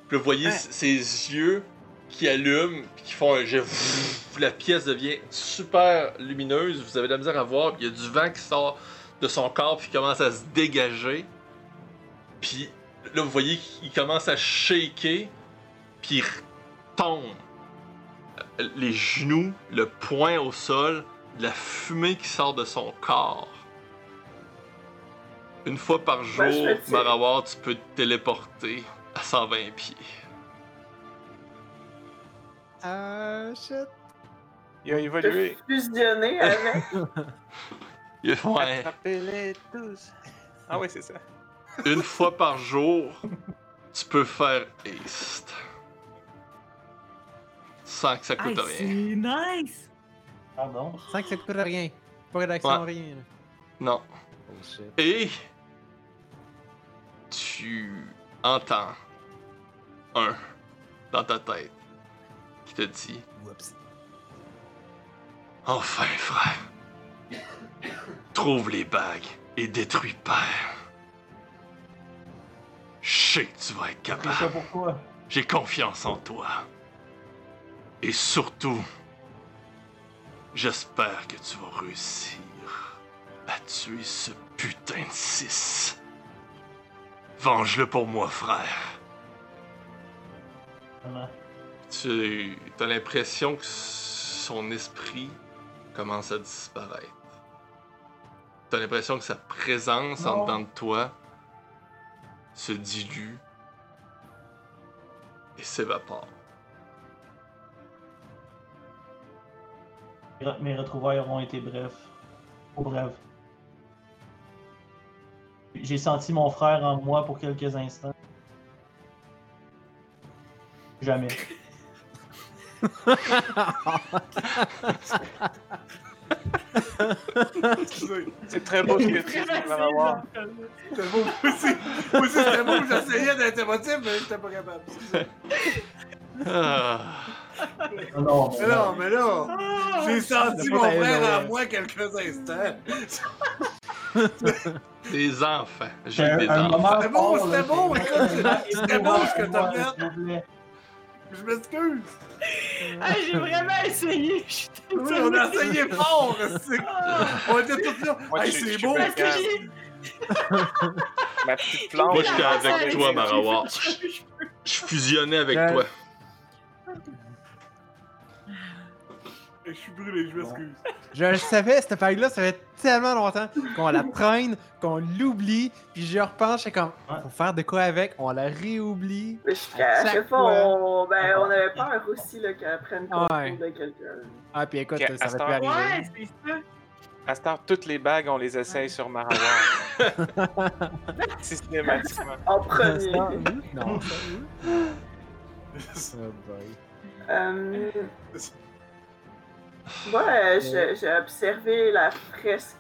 Speaker 1: Puis vous voyez
Speaker 4: Hein?
Speaker 1: ses yeux qui allument, puis qui font un jet. La pièce devient super lumineuse, vous avez de la misère à voir, puis il y a du vent qui sort de son corps, puis qui commence à se dégager. Puis là, vous voyez qu'il commence à shaker, puis il tombe. Les genoux, le poing au sol, de la fumée qui sort de son corps. Une fois par jour,
Speaker 3: je vais tirer.
Speaker 1: Marawar, tu peux te téléporter à 120 pieds.
Speaker 6: Ah, shit.
Speaker 4: Il a
Speaker 3: de
Speaker 4: évolué.
Speaker 3: fusionner avec.
Speaker 1: Ouais.
Speaker 4: Attrapez-les tous. Ah oui, c'est ça.
Speaker 1: Une fois par jour, tu peux faire haste. Sans que ça
Speaker 5: Hey,
Speaker 1: coûte
Speaker 5: c'est
Speaker 1: rien.
Speaker 5: nice!
Speaker 7: Pardon.
Speaker 6: Sans que ça coûte rien. Pas d'action, rien. là.
Speaker 1: Non.
Speaker 6: Oh shit.
Speaker 1: Et tu entends un dans ta tête qui te dit
Speaker 6: Whoops.
Speaker 1: Enfin, frère, trouve les bagues et détruis Père. Je sais que tu vas être
Speaker 7: Je sais
Speaker 1: capable.
Speaker 7: pourquoi.
Speaker 1: J'ai confiance en toi. Et surtout, j'espère que tu vas réussir à tuer ce putain de 6. Venge-le pour moi, frère.
Speaker 7: Vraiment.
Speaker 1: Tu as l'impression que son esprit commence à disparaître. Tu as l'impression que sa présence en
Speaker 7: Non.
Speaker 1: dedans de toi se dilue et s'évapore.
Speaker 7: Mes re- Mes retrouvailles auront été brefs. Trop brèves. J'ai senti mon frère en moi pour quelques instants. Jamais.
Speaker 2: Excusez.
Speaker 4: C'est très beau ce que tu
Speaker 5: Très
Speaker 4: dis,
Speaker 5: facile,
Speaker 4: Marawar.
Speaker 5: genre.
Speaker 2: C'était beau. Moi aussi, moi aussi, c'était beau. J'essayais d'être émotif, mais j'étais pas capable.
Speaker 1: Ah.
Speaker 7: Non, non,
Speaker 2: Mais non, mais là,
Speaker 5: Ah!
Speaker 2: j'ai senti
Speaker 6: c'est
Speaker 2: mon
Speaker 6: pas hein. la
Speaker 2: frère
Speaker 6: haine,
Speaker 2: en
Speaker 6: ouais.
Speaker 2: moi quelques instants.
Speaker 1: Des enfants. J'ai
Speaker 7: un-
Speaker 1: des
Speaker 7: Euh, un
Speaker 1: enfants.
Speaker 7: moment
Speaker 2: C'était bon,
Speaker 7: fort, là,
Speaker 2: c'était bon,
Speaker 7: c'est-
Speaker 2: écoute, c'était bon ce que t'as fait.
Speaker 7: S'il vous plaît.
Speaker 2: Je m'excuse.
Speaker 5: Ah, j'ai vraiment essayé! Je suis
Speaker 2: Oui, on a essayé fort. c'est-
Speaker 5: Ah!
Speaker 2: On était tous là.
Speaker 4: Moi,
Speaker 2: Hey,
Speaker 4: tu-
Speaker 2: c'est
Speaker 4: tu
Speaker 2: beau.
Speaker 5: Parce que
Speaker 4: Regarde.
Speaker 5: j'ai-
Speaker 4: Ma petite plante.
Speaker 1: Moi, j'étais avec
Speaker 5: j'ai-
Speaker 1: toi,
Speaker 5: j'ai-
Speaker 1: Marawar.
Speaker 5: j'ai- j'ai-
Speaker 1: Je fusionnais avec
Speaker 6: Euh,
Speaker 1: toi.
Speaker 2: Je suis brûlé, je m'excuse.
Speaker 6: Je le savais, cette bague-là, ça fait tellement longtemps qu'on la traîne, qu'on l'oublie, puis je repense, c'est comme,
Speaker 7: Ouais.
Speaker 6: faut faire de quoi avec, on la réoublie.
Speaker 3: Mais
Speaker 6: À
Speaker 3: jusqu'à la
Speaker 6: chaque
Speaker 3: fois, on, ben, on avait
Speaker 4: Ah.
Speaker 3: peur aussi là, qu'elle prenne contrôle
Speaker 6: Ouais.
Speaker 3: de quelqu'un.
Speaker 6: Ah, puis écoute,
Speaker 4: Ok, à
Speaker 6: ça
Speaker 4: ce
Speaker 6: va plus
Speaker 4: temps-
Speaker 5: Ouais,
Speaker 6: arriver.
Speaker 5: c'est ça.
Speaker 4: À ce temps, toutes les bagues, on les essaye sur Marawar. Systématiquement.
Speaker 3: En
Speaker 6: Ça,
Speaker 3: premier.
Speaker 6: ça, oui. Non, ça, oui. Oh boy.
Speaker 3: Euh, Moi, euh, je- j'ai observé la fresque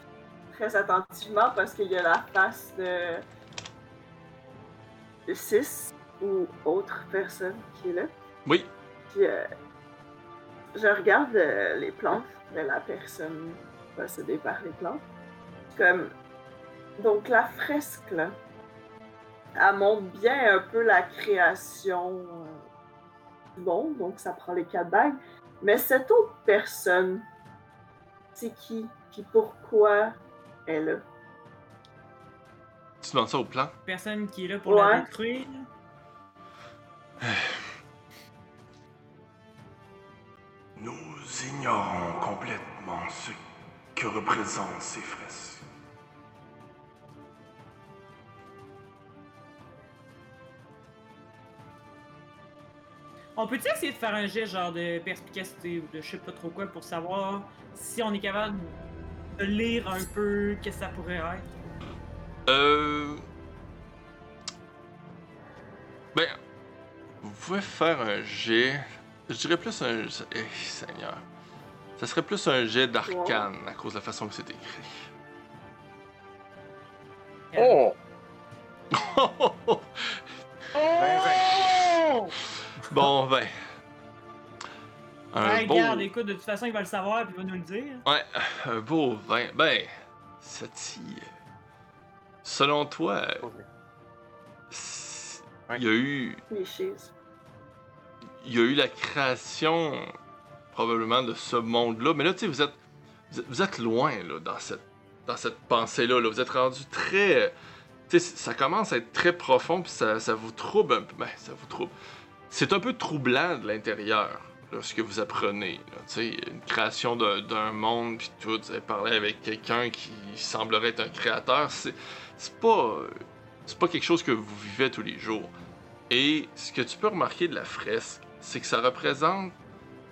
Speaker 3: très attentivement parce qu'il y a la face de 6 ou autre personne qui est là.
Speaker 1: Oui.
Speaker 3: Puis euh, je regarde euh, les plantes de la personne possédée par les plantes. Comme... Donc la fresque, là, elle montre bien un peu la création euh, du monde. Donc ça prend les quatre bagues. Mais cette autre personne, c'est qui? Puis pourquoi elle est là?
Speaker 1: Tu demandes ça au plan?
Speaker 5: Personne qui est là pour la
Speaker 3: Ouais.
Speaker 5: détruire.
Speaker 1: Nous ignorons complètement ce que représentent ces fresques.
Speaker 5: On peut-tu essayer de faire un jet genre de perspicacité ou de je sais pas trop quoi pour savoir si on est capable de lire un peu qu'est-ce que ça pourrait être?
Speaker 1: Euh. Ben. Vous pouvez faire un jet. Je dirais plus un. Eh, Seigneur. Ça serait plus un jet d'arcane à cause de la façon que c'est écrit.
Speaker 4: Oh! Ben,
Speaker 5: Oh!
Speaker 1: bon, ben. Un
Speaker 5: Ouais,
Speaker 1: beau-
Speaker 5: Regarde, écoute, de toute façon, il va le savoir puis il va nous le dire.
Speaker 1: Ouais, un beau vin. Ben, Sati, selon toi, s-
Speaker 4: Ouais.
Speaker 1: il y a eu,
Speaker 3: Les chises.
Speaker 1: il y a eu la création probablement de ce monde-là. Mais là, tu sais, vous êtes, vous êtes, vous êtes loin là dans cette, dans cette pensée-là. là. Vous êtes rendu très, tu sais, ça commence à être très profond puis ça, ça vous trouble un peu. Ben, ça vous trouble. C'est un peu troublant de l'intérieur. là, ce que vous apprenez. là. Tu sais, une création d'un- d'un monde, puis tout, vous avez parlé avec quelqu'un qui semblerait être un créateur, c'est c'est pas, euh, c'est pas quelque chose que vous vivez tous les jours. Et ce que tu peux remarquer de la fresque, c'est que ça représente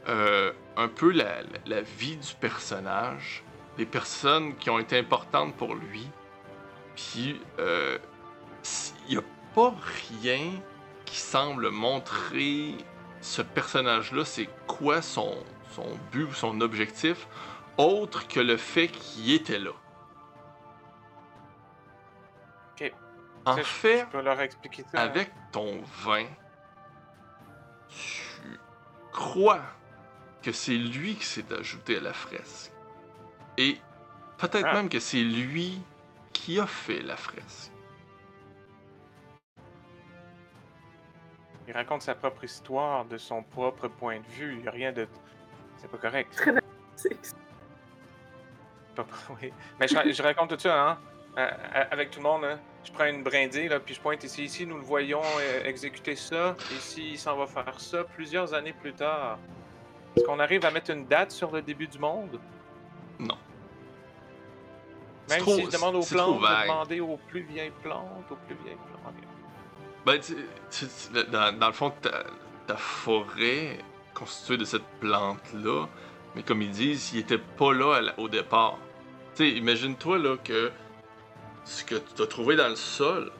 Speaker 1: euh, un peu la, la- la vie du personnage, les personnes qui ont été importantes pour lui. Puis, euh, il n'y a pas rien qui semble montrer ce personnage-là, c'est quoi son, son but ou son objectif, autre que le fait qu'il était là.
Speaker 4: Ok.
Speaker 1: En
Speaker 4: Ça, je-
Speaker 1: fait,
Speaker 4: Je peux leur expliquer ça. hein.
Speaker 1: avec ton vin, tu crois que c'est lui qui s'est ajouté à la fresque. Et peut-être
Speaker 4: Ah.
Speaker 1: même que c'est lui qui a fait la fresque.
Speaker 4: Il raconte sa propre histoire de son propre point de vue. Il n'y a rien de. C'est pas correct.
Speaker 3: C'est-
Speaker 4: Pas- oui. Mais je, ra- je raconte tout ça, hein. à- à- avec tout le monde, hein. Je prends une brindée, là, puis je pointe ici. Ici, nous le voyons euh, exécuter ça. Ici, il s'en va faire ça plusieurs années plus tard. Est-ce qu'on arrive à mettre une date sur le début du monde?
Speaker 1: Non. C'est
Speaker 4: Même
Speaker 1: trop-
Speaker 4: si je demande aux
Speaker 1: c'est trop
Speaker 4: plantes de
Speaker 1: vague.
Speaker 4: demander aux plus vieilles plantes, aux plus vieilles plantes.
Speaker 1: Ben, tu- tu- tu- dans, dans le fond, ta, ta forêt constituée de cette plante-là, mais comme ils disent, il était pas là à la- au départ. Tu sais, imagine-toi là que ce que tu as trouvé dans le sol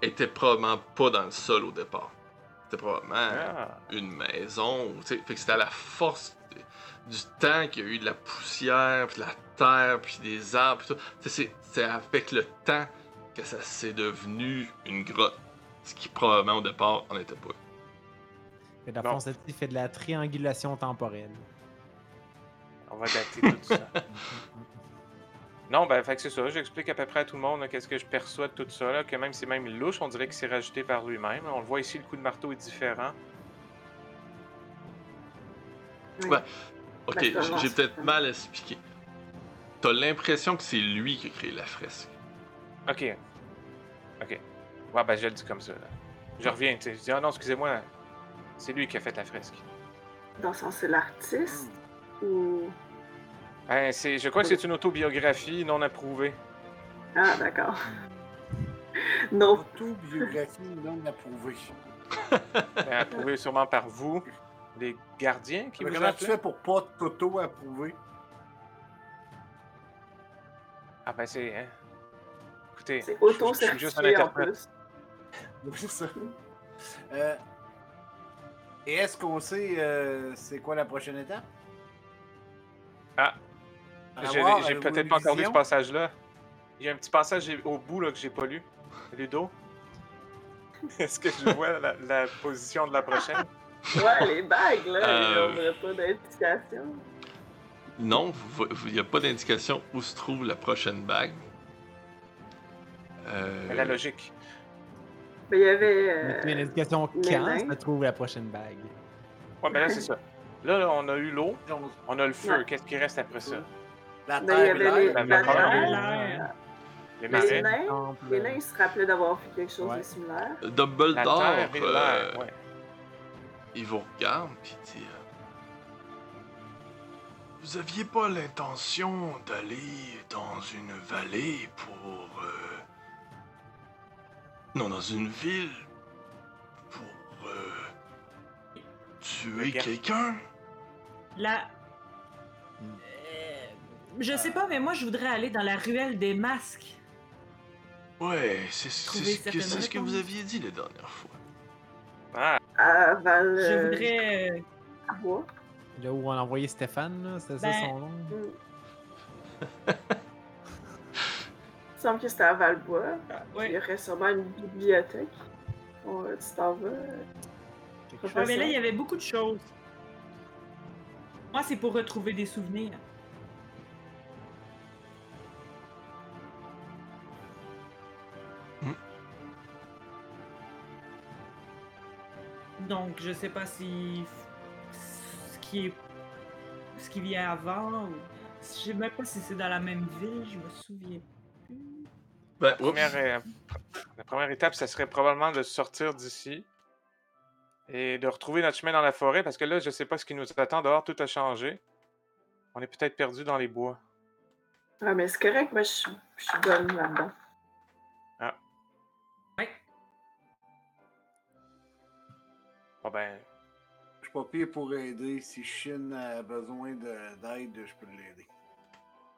Speaker 1: était probablement pas dans le sol au départ. C'était probablement
Speaker 4: Ah.
Speaker 1: une maison. tu sais. Fait que c'était à la force de- du temps qu'il y a eu de la poussière, puis de la terre, puis des arbres, puis tout. Tu sais, c'est- C'est avec le temps que ça s'est devenu une grotte. Ce qui probablement au départ en était pas.
Speaker 6: Fait dans le
Speaker 4: Non.
Speaker 6: fond, ça il fait de la triangulation temporelle.
Speaker 4: On va dater tout ça. Non, ben, fait que c'est ça. J'explique à peu près à tout le monde là, qu'est-ce que je perçois de tout ça. Là, que même c'est même louche, on dirait qu'il s'est rajouté par lui-même. On le voit ici, le coup de marteau est différent.
Speaker 3: Oui.
Speaker 1: Ouais.
Speaker 4: Ben,
Speaker 1: Ok,
Speaker 3: D'accord,
Speaker 1: j- j'ai
Speaker 3: c'est
Speaker 1: peut-être
Speaker 3: ça.
Speaker 1: mal expliqué. T'as l'impression que c'est lui qui a créé la fresque.
Speaker 4: Ok. Ok. Ouais, ben, je le dis comme ça. là. Je reviens, tu sais. Je dis, ah non, excusez-moi. C'est lui qui a fait la fresque.
Speaker 3: Dans le sens, c'est l'artiste
Speaker 4: Hmm.
Speaker 3: ou.
Speaker 4: Ben, c'est, je crois que c'est une autobiographie non approuvée.
Speaker 3: Ah, d'accord. Non,
Speaker 2: Autobiographie non approuvée.
Speaker 4: Ben, approuvée sûrement par vous, les gardiens qui
Speaker 2: Mais
Speaker 4: vous
Speaker 2: comment tu fais
Speaker 4: appelaient.
Speaker 2: pour pas t'auto-approuver?
Speaker 4: Ah, ben, c'est. hein. Écoutez,
Speaker 3: c'est
Speaker 4: je- je suis juste un
Speaker 3: auto-certifié en
Speaker 4: interprète.
Speaker 3: plus.
Speaker 2: Oui, ça. Euh, et est-ce qu'on sait euh, c'est quoi la prochaine étape?
Speaker 4: Ah.
Speaker 2: À euh,
Speaker 4: J'ai
Speaker 2: voir,
Speaker 4: j'ai
Speaker 2: avez-vous
Speaker 4: peut-être
Speaker 2: une
Speaker 4: pas encore lu ce
Speaker 2: vision?
Speaker 4: passage-là. Il y a un petit passage au bout là, que j'ai pas lu. Ludo? Est-ce que je vois la, la position de la prochaine?
Speaker 3: Ouais, les bagues, là,
Speaker 1: Euh.
Speaker 3: on n'aurait pas d'indication.
Speaker 1: Non, il n'y a pas d'indication où se trouve la prochaine bague. Euh,
Speaker 4: Ben, La logique.
Speaker 3: Mais il y avait. euh,
Speaker 6: Mais tu as une indication quand
Speaker 3: les nains.
Speaker 6: se trouve la prochaine bague.
Speaker 4: Ouais, ben là, c'est ça. Là, là, on a eu l'eau,
Speaker 2: On-
Speaker 4: on a le feu.
Speaker 3: Ouais.
Speaker 4: Qu'est-ce qui reste après ça?
Speaker 2: La
Speaker 3: Mais il y
Speaker 2: terre et
Speaker 3: avait les,
Speaker 2: l'air.
Speaker 4: la
Speaker 3: la
Speaker 4: vapeur.
Speaker 3: terre,
Speaker 5: L'air.
Speaker 4: Les
Speaker 3: mais les
Speaker 4: marais,
Speaker 3: nains,
Speaker 6: Temple,
Speaker 3: les nains, ils se rappelaient d'avoir fait quelque chose
Speaker 6: Ouais.
Speaker 3: de similaire.
Speaker 4: la
Speaker 1: Dumbledore,
Speaker 4: terre et
Speaker 1: euh,
Speaker 4: l'air. ouais.
Speaker 1: Il vous regarde puis il dit euh, Vous aviez pas l'intention d'aller dans une vallée pour. euh, Non, dans une ville pour. euh, Tuer
Speaker 4: Regarde.
Speaker 1: quelqu'un
Speaker 5: La...
Speaker 6: Hmm.
Speaker 5: Euh, je sais pas, mais moi, je voudrais aller dans la ruelle des masques.
Speaker 1: Ouais, c'est c'est
Speaker 5: Trouver
Speaker 1: ce que,
Speaker 5: certaines
Speaker 1: c'est ce que
Speaker 5: réponses.
Speaker 1: vous aviez dit la dernière fois.
Speaker 4: Ah,
Speaker 3: À Val.
Speaker 5: Je
Speaker 3: euh,
Speaker 5: voudrais... euh,
Speaker 3: à Bois.
Speaker 6: Là où on a envoyé Stéphane, là, c'était ça
Speaker 5: Ben,
Speaker 6: son nom?
Speaker 3: Mm. Il me semble que c'était à Valbois. Il y
Speaker 5: euh, ouais.
Speaker 3: aurait sûrement une bibliothèque. Bon, euh, tu t'en vas. euh,
Speaker 6: Quelque
Speaker 3: professeur.
Speaker 5: Ouais, Ah, mais là, il y avait beaucoup de choses. Moi, c'est pour retrouver des souvenirs. Donc, je sais pas si f- ce qui est ce qui vient avant ou je sais même pas si c'est dans la même ville, je me souviens.
Speaker 1: Ben, oups.
Speaker 4: première, euh, pr- la première étape, ça serait probablement de sortir d'ici. et de retrouver notre chemin dans la forêt parce que là, je sais pas ce qui nous attend dehors, tout a changé. On est peut-être perdu dans les bois.
Speaker 3: Ah, mais c'est correct, moi je suis je suis bonne là-dedans.
Speaker 4: Bon ben,
Speaker 2: Je suis pas pire pour aider. Si Shin a euh, besoin de- d'aide, je peux l'aider.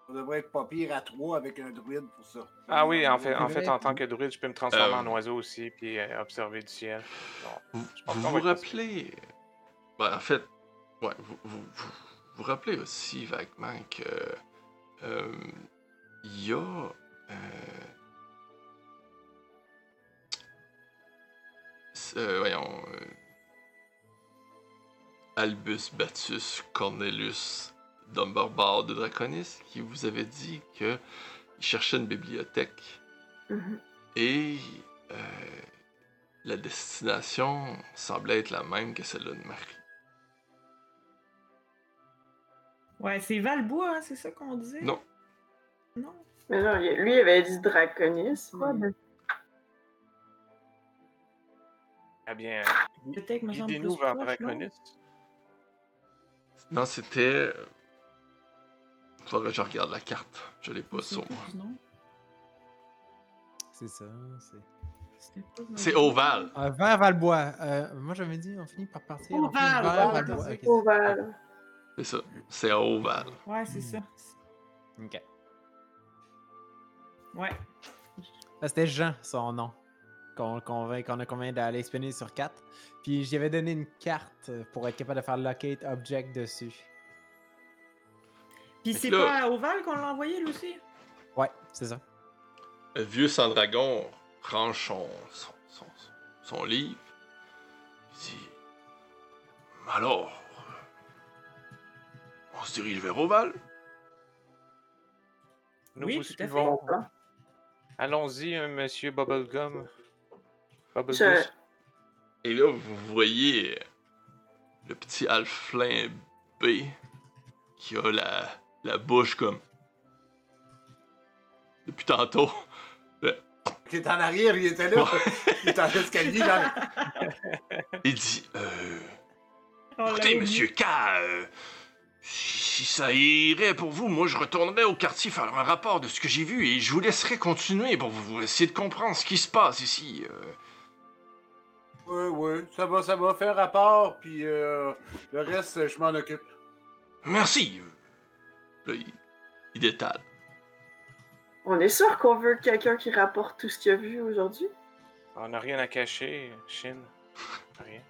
Speaker 2: On devrait être pas pire à trois avec un druide pour ça.
Speaker 4: ah oui, en fait,
Speaker 6: c'est
Speaker 4: en fait,
Speaker 6: vrai,
Speaker 4: en
Speaker 6: puis-
Speaker 5: hein.
Speaker 4: tant que druide, je peux me transformer
Speaker 1: Euh,
Speaker 4: en oiseau aussi puis euh, observer du ciel. Bon,
Speaker 1: Vous
Speaker 4: je pense
Speaker 1: vous,
Speaker 4: qu'on va
Speaker 1: vous
Speaker 4: être assez-
Speaker 1: rappelez. Ben, en fait, ouais, vous vous, vous- vous rappelez aussi vaguement que. euh, Il y a. euh, c'est- euh, voyons. euh, Albus Battus Cornelius Dumberbard de Draconis qui vous avait dit que il cherchait une bibliothèque
Speaker 3: Mhm.
Speaker 1: et euh, la destination semblait être la même que celle de Marie.
Speaker 5: Ouais, c'est Valbois, hein, c'est ça qu'on disait?
Speaker 1: Non.
Speaker 5: Non.
Speaker 3: Mais non, il- lui, il avait dit draconis.
Speaker 9: Pas de
Speaker 4: Eh bien,
Speaker 5: Le tech Ah, me semble plus
Speaker 4: guidez-nous vers
Speaker 5: proche, non?
Speaker 4: Draconis.
Speaker 1: Non, c'était. euh, Faudrait que je regarde la carte. Je l'ai pas
Speaker 5: Je sais
Speaker 1: sur
Speaker 5: plus
Speaker 1: moi.
Speaker 5: du nom.
Speaker 6: C'est ça. c'est-
Speaker 5: C'était pas dans-
Speaker 1: C'est Oval.
Speaker 6: Euh, vers Valbois. Euh, moi, j'avais dit, on finit par partir. on finit
Speaker 5: Oval,
Speaker 6: vers
Speaker 5: Oval,
Speaker 6: Valbois.
Speaker 5: c'est
Speaker 6: Ok,
Speaker 3: Oval.
Speaker 1: C'est ça. C'est à Oval.
Speaker 5: Ouais, c'est ça.
Speaker 6: Ok.
Speaker 5: Ouais.
Speaker 6: Ah, C'était Jean, son nom, qu'on convainc- qu'on a convaincu d'aller espionner sur 4. Puis j'y avais donné une carte pour être capable de faire locate object dessus.
Speaker 5: Puis
Speaker 1: Fait
Speaker 5: c'est
Speaker 1: que là-
Speaker 5: pas à Oval qu'on l'a envoyé, lui aussi?
Speaker 6: Ouais, c'est ça.
Speaker 1: Le vieux Sandragon range son, son, son, son livre. Il dit Alors, on se dirige vers Oval
Speaker 4: Nous
Speaker 5: Oui,
Speaker 4: vous
Speaker 5: tout à fait.
Speaker 4: suivons.
Speaker 3: Voilà.
Speaker 4: Allons-y, euh, monsieur Bubblegum. Bubblegum.
Speaker 3: Je-
Speaker 1: Et là, vous voyez euh, le petit Alflin B qui a la, la bouche comme. Depuis tantôt.
Speaker 2: Qui est en arrière, il était là. il est en escalier. Là.
Speaker 1: Il dit euh,
Speaker 2: Oh,
Speaker 5: On Oh, l'a
Speaker 1: Écoutez,
Speaker 5: oublié.
Speaker 1: monsieur K, euh, si, si ça irait pour vous, moi je retournerai au quartier faire un rapport de ce que j'ai vu et je vous laisserai continuer pour vous essayer de comprendre ce qui se passe ici. euh.
Speaker 2: Oui, oui, ça va, ça va. Fais un rapport, puis euh, le reste, je m'en occupe.
Speaker 1: merci. Là, il, il détale.
Speaker 3: On est sûr qu'on veut quelqu'un qui rapporte tout ce qu'il a vu aujourd'hui?
Speaker 4: On n'a rien à cacher, Chine. Rien.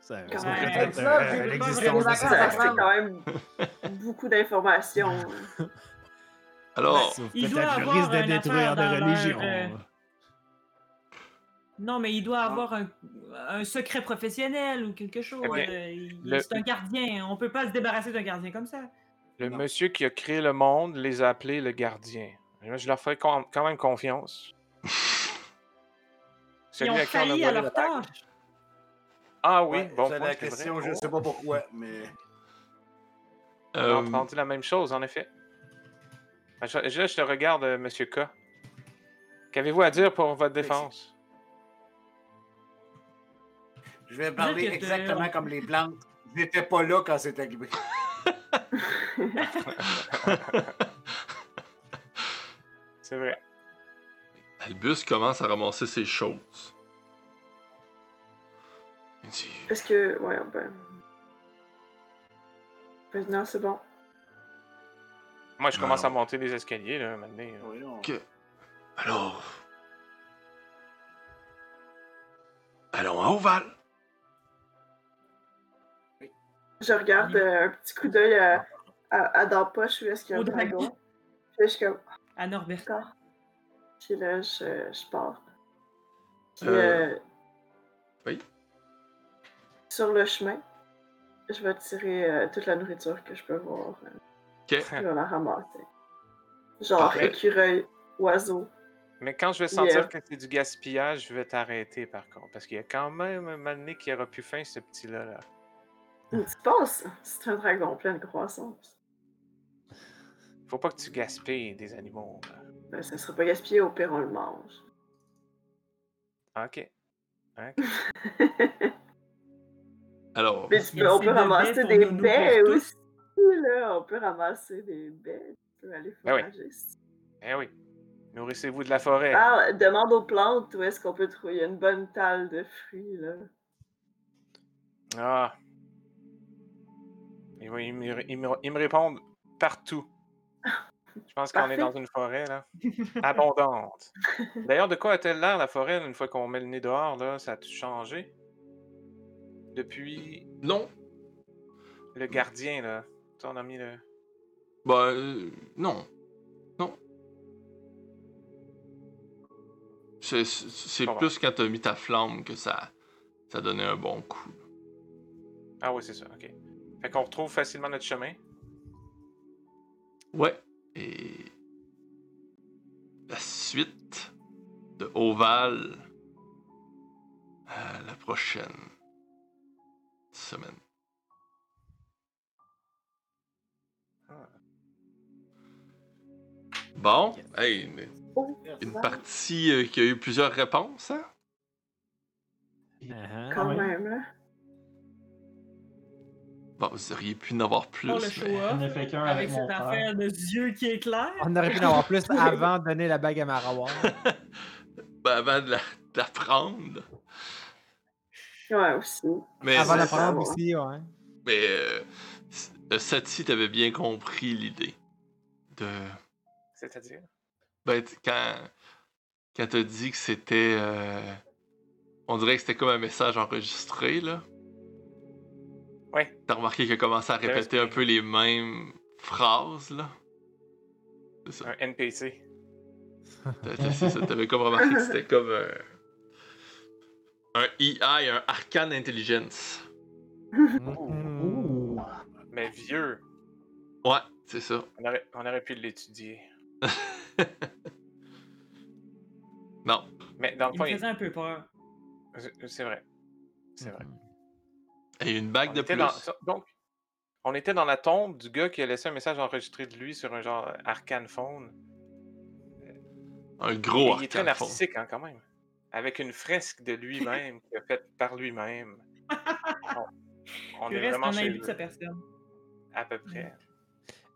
Speaker 8: Ça,
Speaker 3: Quand
Speaker 8: ça
Speaker 5: même.
Speaker 8: peut être,
Speaker 5: Ça,
Speaker 8: euh,
Speaker 5: j'ai pas vraiment
Speaker 8: l'existence de
Speaker 5: la
Speaker 8: cette
Speaker 3: Ça,
Speaker 5: carte.
Speaker 3: C'est
Speaker 8: personne.
Speaker 3: quand même beaucoup d'informations.
Speaker 1: Alors,
Speaker 8: Sauf
Speaker 5: Il
Speaker 8: peut-être
Speaker 5: doit
Speaker 8: le
Speaker 5: avoir
Speaker 8: risque de
Speaker 5: une
Speaker 8: détruire
Speaker 5: affaire
Speaker 8: des
Speaker 5: dans leur,
Speaker 8: religions.
Speaker 5: euh, Non, mais il doit
Speaker 2: Ah.
Speaker 5: avoir un, un secret professionnel ou quelque chose.
Speaker 4: Eh
Speaker 1: ben,
Speaker 4: bien,
Speaker 5: euh, il-
Speaker 4: le-
Speaker 5: C'est un gardien. On peut pas se débarrasser d'un gardien comme ça.
Speaker 4: Le
Speaker 2: Non.
Speaker 4: monsieur qui a créé le monde les a appelés le gardien. Moi, Je leur fais con- quand même confiance.
Speaker 5: Ils ont failli à
Speaker 4: volé la
Speaker 5: leur
Speaker 4: bague.
Speaker 5: tâche.
Speaker 4: Ah oui,
Speaker 2: Ouais,
Speaker 4: bon
Speaker 2: c'est
Speaker 4: point,
Speaker 2: la
Speaker 4: c'est vrai.
Speaker 2: question, je
Speaker 4: Oh,
Speaker 2: ne sais pas pourquoi, mais.
Speaker 4: On a
Speaker 1: euh,
Speaker 4: entendu la même chose, en effet. Ah, Je, je- je te regarde, euh, monsieur K. Qu'avez-vous à dire pour votre défense?
Speaker 2: Je vais parler
Speaker 5: Dire que
Speaker 2: exactement
Speaker 5: de-
Speaker 2: comme les plantes. J'étais pas là quand c'est arrivé.
Speaker 4: C'est vrai.
Speaker 1: Albus commence à ramasser ses choses. Il dit
Speaker 3: Est-ce que. Ouais, ben. Ben, non, c'est bon.
Speaker 4: Moi, je
Speaker 1: Non,
Speaker 4: commence
Speaker 1: non.
Speaker 4: à monter les escaliers, là, maintenant. euh.
Speaker 2: Oui, on-
Speaker 1: que. Alors. Allons à Oval.
Speaker 3: Je regarde euh, un petit coup d'œil à, à, à dans la poche où est-ce qu'il y a
Speaker 5: Au
Speaker 3: un
Speaker 5: dragon.
Speaker 3: dragon. Puis je suis comme,
Speaker 5: À Norbert.
Speaker 3: d'accord. Puis là, je, je pars. Puis,
Speaker 1: Euh,
Speaker 3: euh,
Speaker 1: oui?
Speaker 3: Sur le chemin, je vais tirer euh, toute la nourriture que je peux voir. euh,
Speaker 1: Ok.
Speaker 3: puis on la ramasse. Genre
Speaker 1: Parfait.
Speaker 3: écureuil, oiseau.
Speaker 4: Mais quand je vais sentir
Speaker 3: Yeah.
Speaker 4: que c'est du gaspillage, je vais t'arrêter, par contre. Parce qu'il y a quand même un moment donné qui aura plus faim, ce petit-là. là.
Speaker 3: Une petite passe. C'est un dragon plein de croissance.
Speaker 4: Faut pas que tu gaspilles des animaux. là.
Speaker 3: Ben, ça ne sera pas gaspillé, au pire, on le mange.
Speaker 4: Ah, Ok.
Speaker 1: Alors,
Speaker 3: Mais tu peux- on
Speaker 5: C'est
Speaker 3: peut
Speaker 5: de
Speaker 3: ramasser
Speaker 5: baies
Speaker 3: des
Speaker 5: pour nous, nous,
Speaker 3: baies
Speaker 5: pour
Speaker 3: aussi, là. On peut ramasser des baies. Tu peux aller
Speaker 4: Ben oui.
Speaker 3: fourrager. si tu
Speaker 4: Eh oui. Nourrissez-vous de la forêt.
Speaker 3: parles. Ah, demande aux plantes où est-ce qu'on peut trouver. Il y a une bonne talle de fruits, là.
Speaker 4: Ah. Ils, vont- ils me- ils me- ils me répondent partout. Je pense qu'on
Speaker 3: Parfait.
Speaker 4: est dans une forêt, là. Abondante. D'ailleurs, de quoi a-t-elle l'air, la forêt, là, une fois qu'on met le nez dehors, là? Ça a-tu changé? Depuis
Speaker 1: non.
Speaker 4: le gardien, là. Tu sais, on a mis le...
Speaker 1: Bah, euh, non. Non. C'est c'est- c'est
Speaker 4: Ça va.
Speaker 1: plus quand t'as mis ta flamme que ça, ça donnait un bon coup.
Speaker 4: Ah oui, c'est ça, OK. Fait qu'on retrouve facilement notre chemin.
Speaker 1: Ouais. Et la suite de Oval à la prochaine semaine.
Speaker 4: Ah.
Speaker 1: Bon, hey, une, une
Speaker 3: Wow.
Speaker 1: partie euh, qui a eu plusieurs réponses, hein?
Speaker 6: Uh-huh.
Speaker 3: Quand
Speaker 7: Ah ouais.
Speaker 3: même, hein. là.
Speaker 1: Bon, vous auriez pu en avoir plus,
Speaker 5: le
Speaker 1: mais-
Speaker 5: show-off
Speaker 7: J'en ai fait qu'un
Speaker 5: avec
Speaker 7: avec mon
Speaker 5: cette
Speaker 7: frère.
Speaker 5: affaire de yeux qui éclaire.
Speaker 6: On aurait pu en avoir plus avant de donner la bague à Marawar.
Speaker 1: ben, avant de la, de la prendre.
Speaker 3: Ouais, aussi.
Speaker 1: Mais,
Speaker 6: Avant la
Speaker 3: c'est ça,
Speaker 6: prendre
Speaker 3: ouais.
Speaker 6: aussi, ouais.
Speaker 1: mais euh, s- euh, Sati, t'avais bien compris l'idée de
Speaker 4: C'est-à-dire?
Speaker 1: Ben, t- quand, quand t'as dit que c'était. euh, on dirait que c'était comme un message enregistré, là.
Speaker 4: Ouais.
Speaker 1: T'as remarqué qu'il a commencé à
Speaker 4: J'avais
Speaker 1: répéter un peu les mêmes phrases, là. C'est ça.
Speaker 4: Un NPC.
Speaker 1: T'as- t'as- c'est ça, T'avais comme remarqué que c'était comme un. Un EI, un Arcane Intelligence.
Speaker 6: Mhm.
Speaker 7: Ouh.
Speaker 4: Mais vieux.
Speaker 1: Ouais, c'est ça.
Speaker 4: On aurait, on aurait pu l'étudier.
Speaker 1: Non.
Speaker 4: Mais dans le
Speaker 5: Il me
Speaker 4: fond, il-
Speaker 5: faisait un peu peur.
Speaker 4: c'est- c'est vrai. C'est
Speaker 5: Mhm.
Speaker 4: vrai.
Speaker 1: Et une bague
Speaker 4: On
Speaker 1: de
Speaker 4: était
Speaker 1: plus.
Speaker 4: dans- ça- donc, on était dans la tombe du gars qui a laissé un message enregistré de lui sur un genre euh, arcane phone.
Speaker 1: Un
Speaker 4: Et
Speaker 1: gros
Speaker 4: il est
Speaker 1: Oh, Arcane.
Speaker 4: très
Speaker 1: Phone.
Speaker 4: narcissique, hein, quand même. Avec une fresque de lui-même qui est faite par lui-même. On, on
Speaker 5: Il
Speaker 4: est
Speaker 5: reste
Speaker 4: vraiment
Speaker 5: un
Speaker 4: chez
Speaker 5: ami de
Speaker 4: lui,
Speaker 5: sa personne.
Speaker 4: à peu près.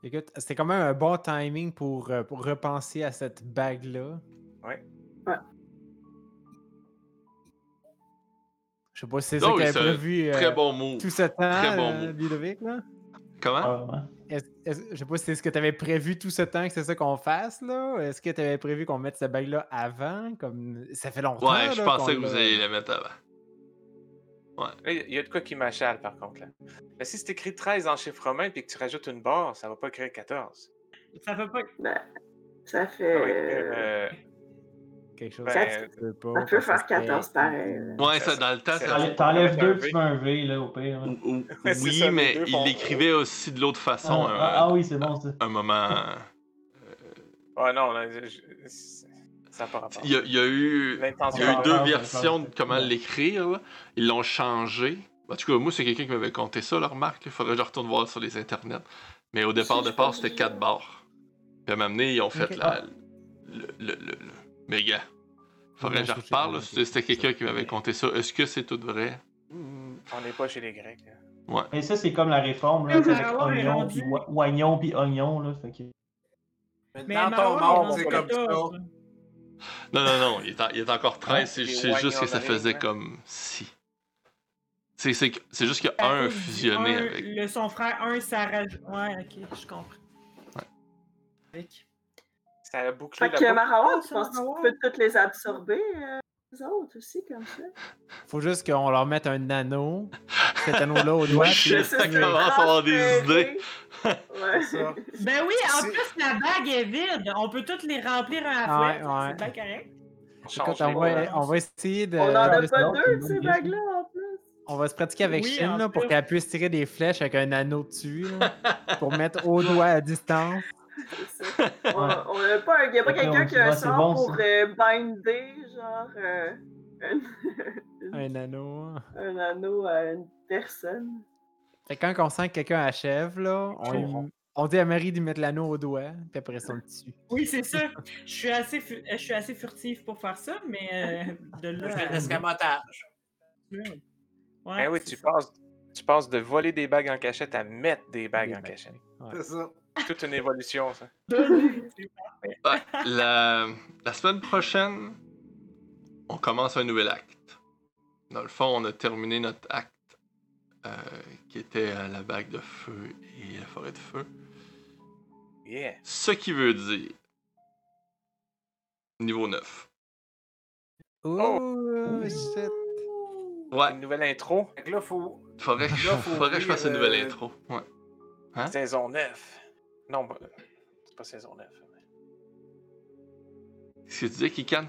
Speaker 6: Écoute, c'était quand même un bon timing pour, euh, pour repenser à cette bague-là.
Speaker 4: Ouais.
Speaker 3: Ouais.
Speaker 6: Je sais pas si c'est ça
Speaker 1: Non,
Speaker 6: qu'il
Speaker 1: oui,
Speaker 6: avait
Speaker 1: c'est un
Speaker 6: prévu euh,
Speaker 1: Très bon mot.
Speaker 6: tout ce temps,
Speaker 1: Très bon
Speaker 6: euh,
Speaker 1: mot.
Speaker 6: Ludovic. Là.
Speaker 1: Comment?
Speaker 7: Ah,
Speaker 2: Hein?
Speaker 7: ouais.
Speaker 6: Est-ce- est-ce- je sais pas si c'est ce que tu avais prévu tout ce temps que c'est ça qu'on fasse. là. Est-ce que tu avais prévu qu'on mette cette bague-là avant Comme Ça fait longtemps.
Speaker 1: Ouais, je
Speaker 6: là,
Speaker 1: pensais que
Speaker 6: qu'on
Speaker 1: vous
Speaker 6: l'a-
Speaker 1: alliez le mettre avant.
Speaker 4: Là, il y a de quoi qui m'achale, par contre. Là. Mais si c'est écrit 13 en chiffre romain et que tu rajoutes une barre, ça va pas créer 14.
Speaker 5: Ça peut pas.
Speaker 3: Ça
Speaker 4: Ça
Speaker 3: fait.
Speaker 4: va être,
Speaker 3: euh,
Speaker 4: euh,
Speaker 6: Quelque chose.
Speaker 4: ben,
Speaker 6: que tu peux pas,
Speaker 3: Ça peut
Speaker 6: parce que
Speaker 3: faire
Speaker 6: c'était-
Speaker 3: 14 pareil. là.
Speaker 1: Ouais,
Speaker 4: Ça-
Speaker 1: ça, dans le temps,
Speaker 4: ça-
Speaker 1: ça-
Speaker 7: T'enlèves- T'enlèves
Speaker 4: Avec un
Speaker 7: deux,
Speaker 4: V.
Speaker 7: tu mets un V, là, au pire.
Speaker 1: Ou-
Speaker 7: là.
Speaker 1: ou-
Speaker 4: Ouais, c'est
Speaker 1: oui,
Speaker 4: ça, les
Speaker 1: mais
Speaker 4: deux
Speaker 1: il
Speaker 4: font-
Speaker 1: l'écrivait aussi de l'autre façon.
Speaker 7: Ah,
Speaker 2: euh,
Speaker 1: un,
Speaker 7: ah, ah oui, c'est bon, ça.
Speaker 1: un moment.
Speaker 4: Ah non, là, je- je- ça n'a pas rapport.
Speaker 1: Il y a, il y a eu, il y a eu
Speaker 4: L'intention.
Speaker 7: Ah,
Speaker 1: deux
Speaker 7: ah,
Speaker 1: versions de
Speaker 7: ah,
Speaker 1: comment
Speaker 7: ah.
Speaker 1: l'écrire. là. Ils l'ont changé. En tout cas, moi, c'est quelqu'un qui m'avait conté ça, la remarque. Il faudrait que je retourne voir sur les internets. Mais au départ,
Speaker 3: Ça, je
Speaker 1: départ,
Speaker 3: pense
Speaker 1: c'était
Speaker 3: que-
Speaker 1: quatre barres. Puis à m'amener, ils ont fait
Speaker 6: Ok.
Speaker 1: la. Le, le, le, le- Mais gars, faudrait que je
Speaker 6: Ouais, je-
Speaker 1: reparle. là.
Speaker 6: ok,
Speaker 1: C'était c'était quelqu'un qui m'avait
Speaker 6: ok.
Speaker 1: conté ça. Est-ce que c'est tout vrai? Hmm.
Speaker 4: On n'est pas chez les Grecs. là.
Speaker 7: Mais ça, c'est comme la réforme, là,
Speaker 5: Mais
Speaker 7: tu sais, avec
Speaker 3: Ah
Speaker 5: Marois est
Speaker 7: oignon,
Speaker 5: rendu-
Speaker 7: puis oi- oignon, puis oignon, là. Fait que...
Speaker 5: Mais
Speaker 2: dans ton
Speaker 5: Marois,
Speaker 2: mort,
Speaker 5: il
Speaker 2: c'est
Speaker 5: est
Speaker 2: comme
Speaker 5: rendu
Speaker 2: ça.
Speaker 5: 14, là.
Speaker 1: Non, non, non, il est, en- il est encore
Speaker 2: Ah,
Speaker 1: 13, c'est
Speaker 4: les
Speaker 1: c'est juste
Speaker 4: oignons
Speaker 1: que ça
Speaker 4: d'olive,
Speaker 1: faisait
Speaker 4: hein.
Speaker 1: comme si. C'est c'est que- c'est juste qu'il y a
Speaker 5: À
Speaker 1: un
Speaker 5: cause du
Speaker 1: fusionné
Speaker 5: un,
Speaker 1: avec.
Speaker 5: Le, son frère, un, ça rajoute. Ouais, ok, je comprends.
Speaker 1: Ouais.
Speaker 5: Avec-
Speaker 4: Ça a bouclé
Speaker 3: Fait que
Speaker 4: la boucle.
Speaker 3: Marawa,
Speaker 5: Ah,
Speaker 3: tu
Speaker 5: ça,
Speaker 3: penses que tu
Speaker 5: Marawa.
Speaker 3: peux toutes les absorber, euh, les autres aussi, comme ça?
Speaker 6: Faut juste qu'on leur mette un anneau. Cet anneau-là au doigt. puis-
Speaker 1: sais, ça commence à avoir des idées.
Speaker 3: Ouais.
Speaker 2: ça.
Speaker 5: Ben oui, en
Speaker 2: C'est-
Speaker 5: plus, la bague est vide. On peut toutes les remplir un à
Speaker 6: Ouais,
Speaker 5: la fois.
Speaker 6: ouais.
Speaker 5: C'est bien correct.
Speaker 4: On
Speaker 6: Écoute,
Speaker 4: change
Speaker 6: on,
Speaker 4: les
Speaker 6: va,
Speaker 4: couleurs.
Speaker 6: on va essayer de.
Speaker 3: On en a
Speaker 7: mais
Speaker 3: pas
Speaker 7: sinon,
Speaker 3: deux de
Speaker 7: c'est
Speaker 3: ces
Speaker 7: une bonne
Speaker 3: bagues-là, en plus.
Speaker 6: On va se pratiquer avec
Speaker 5: Oui,
Speaker 6: Shin
Speaker 5: en
Speaker 6: là, pour
Speaker 5: plus.
Speaker 6: qu'elle puisse tirer des flèches avec un anneau dessus, là, pour mettre au doigt à distance.
Speaker 3: C'est ça. On- On n'a pas, un- y a pas
Speaker 7: Ok,
Speaker 3: quelqu'un
Speaker 7: on-
Speaker 3: qui a un
Speaker 7: ouais, c'est
Speaker 3: sort
Speaker 7: bon,
Speaker 3: pour
Speaker 7: ça.
Speaker 3: euh, binder, genre, euh, un,
Speaker 6: Un anneau.
Speaker 3: un anneau à une personne.
Speaker 6: Fait que quand on sent que quelqu'un achève, là, on, lui, On dit à Marie d'y mettre l'anneau au doigt, puis après son dessus.
Speaker 5: Oui, c'est ça. Je suis assez, fu- je suis assez furtive pour faire ça, mais euh, de
Speaker 2: Je fais
Speaker 5: là.
Speaker 2: de
Speaker 5: à-
Speaker 2: l'escamotage.
Speaker 5: Ouais,
Speaker 3: Ben
Speaker 4: Eh oui,
Speaker 5: c'est
Speaker 4: tu
Speaker 5: ça.
Speaker 4: passes, tu passes de voler des bagues en cachette à mettre des bagues en cachette.
Speaker 2: C'est ça.
Speaker 4: Toute une évolution, ça.
Speaker 1: Ouais, la, la semaine prochaine, on commence un nouvel acte. Dans le fond, on a terminé notre acte euh, qui était euh, la bague de feu et la forêt de feu.
Speaker 4: Yeah.
Speaker 1: Ce qui veut dire niveau 9.
Speaker 6: Oh, shit.
Speaker 1: Ouais,
Speaker 4: Une nouvelle intro,
Speaker 2: Fait que là, faut.
Speaker 1: faudrait que, je-
Speaker 2: Là, faut
Speaker 1: faudrait que je fasse une
Speaker 2: ouvrir,
Speaker 1: nouvelle
Speaker 2: euh,
Speaker 1: intro. Ouais. Hein?
Speaker 4: saison 9. Non, bah, c'est pas saison 9.
Speaker 1: Qu'est-ce que tu disais, Kikan?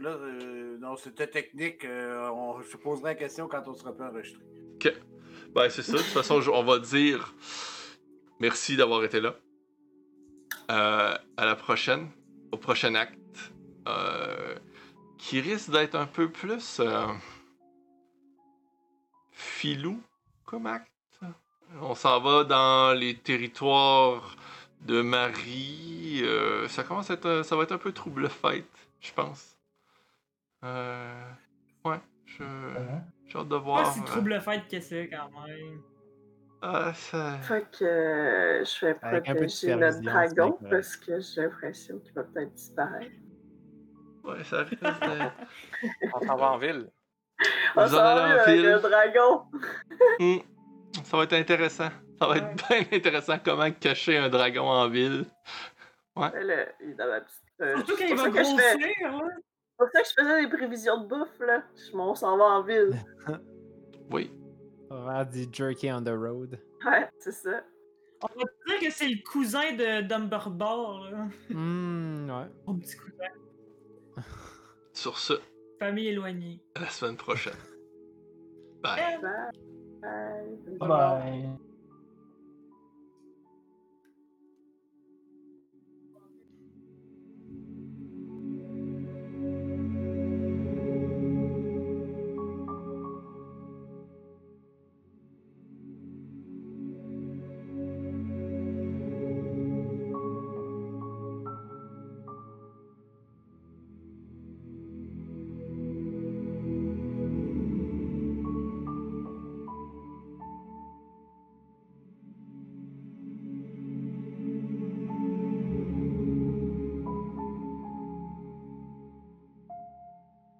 Speaker 2: Là, euh, non, c'était technique. euh, on, je te poserai la question quand on sera plus enregistré.
Speaker 1: Ben, c'est ça. De toute façon, je- on va dire merci d'avoir été là. Euh, à la prochaine, au prochain acte, euh, qui risque d'être un peu plus euh, filou comme acte. On s'en va dans les territoires de Marie. euh, ça commence à être, un- ça va être un peu trouble fête, je pense. Euh, ouais, je, j'ai hâte de
Speaker 5: Pas
Speaker 1: voir.
Speaker 5: si
Speaker 1: euh,
Speaker 5: trouble fête que c'est quand même.
Speaker 1: ah, ça...
Speaker 3: Fait que euh, je vais
Speaker 6: Avec un peu de
Speaker 3: protéger notre
Speaker 6: supervision,
Speaker 3: dragon
Speaker 6: c'est correct.
Speaker 3: parce que j'ai l'impression qu'il va peut-être disparaître.
Speaker 1: Ouais, ça risque de-
Speaker 4: On s'en va en ville.
Speaker 1: Vous
Speaker 3: On
Speaker 1: en
Speaker 3: s'en
Speaker 1: allez
Speaker 3: va
Speaker 1: en
Speaker 3: avec
Speaker 1: file.
Speaker 3: Oh, euh, le dragon!
Speaker 1: Hmm. Ça va être intéressant. Ça va être bien intéressant comment cacher un dragon en ville.
Speaker 3: Là, il est dans ma petite. euh,
Speaker 5: Surtout quand
Speaker 3: c'est
Speaker 5: il
Speaker 3: pour
Speaker 5: va
Speaker 3: ça que je fais-
Speaker 5: grossir, hein. là.
Speaker 3: c'est pour ça que je faisais des prévisions de bouffe, là. Je m'en s'en va en ville.
Speaker 1: Oui.
Speaker 6: On va faire du jerky on the road.
Speaker 3: Ouais, c'est ça.
Speaker 5: On va dire que c'est le cousin de Dumberbore, là.
Speaker 6: Hum, ouais.
Speaker 5: Mon petit cousin.
Speaker 1: Sur ce,
Speaker 5: Famille éloignée.
Speaker 1: à la semaine prochaine. Bye.
Speaker 3: Bye. Bye.
Speaker 7: Bye bye.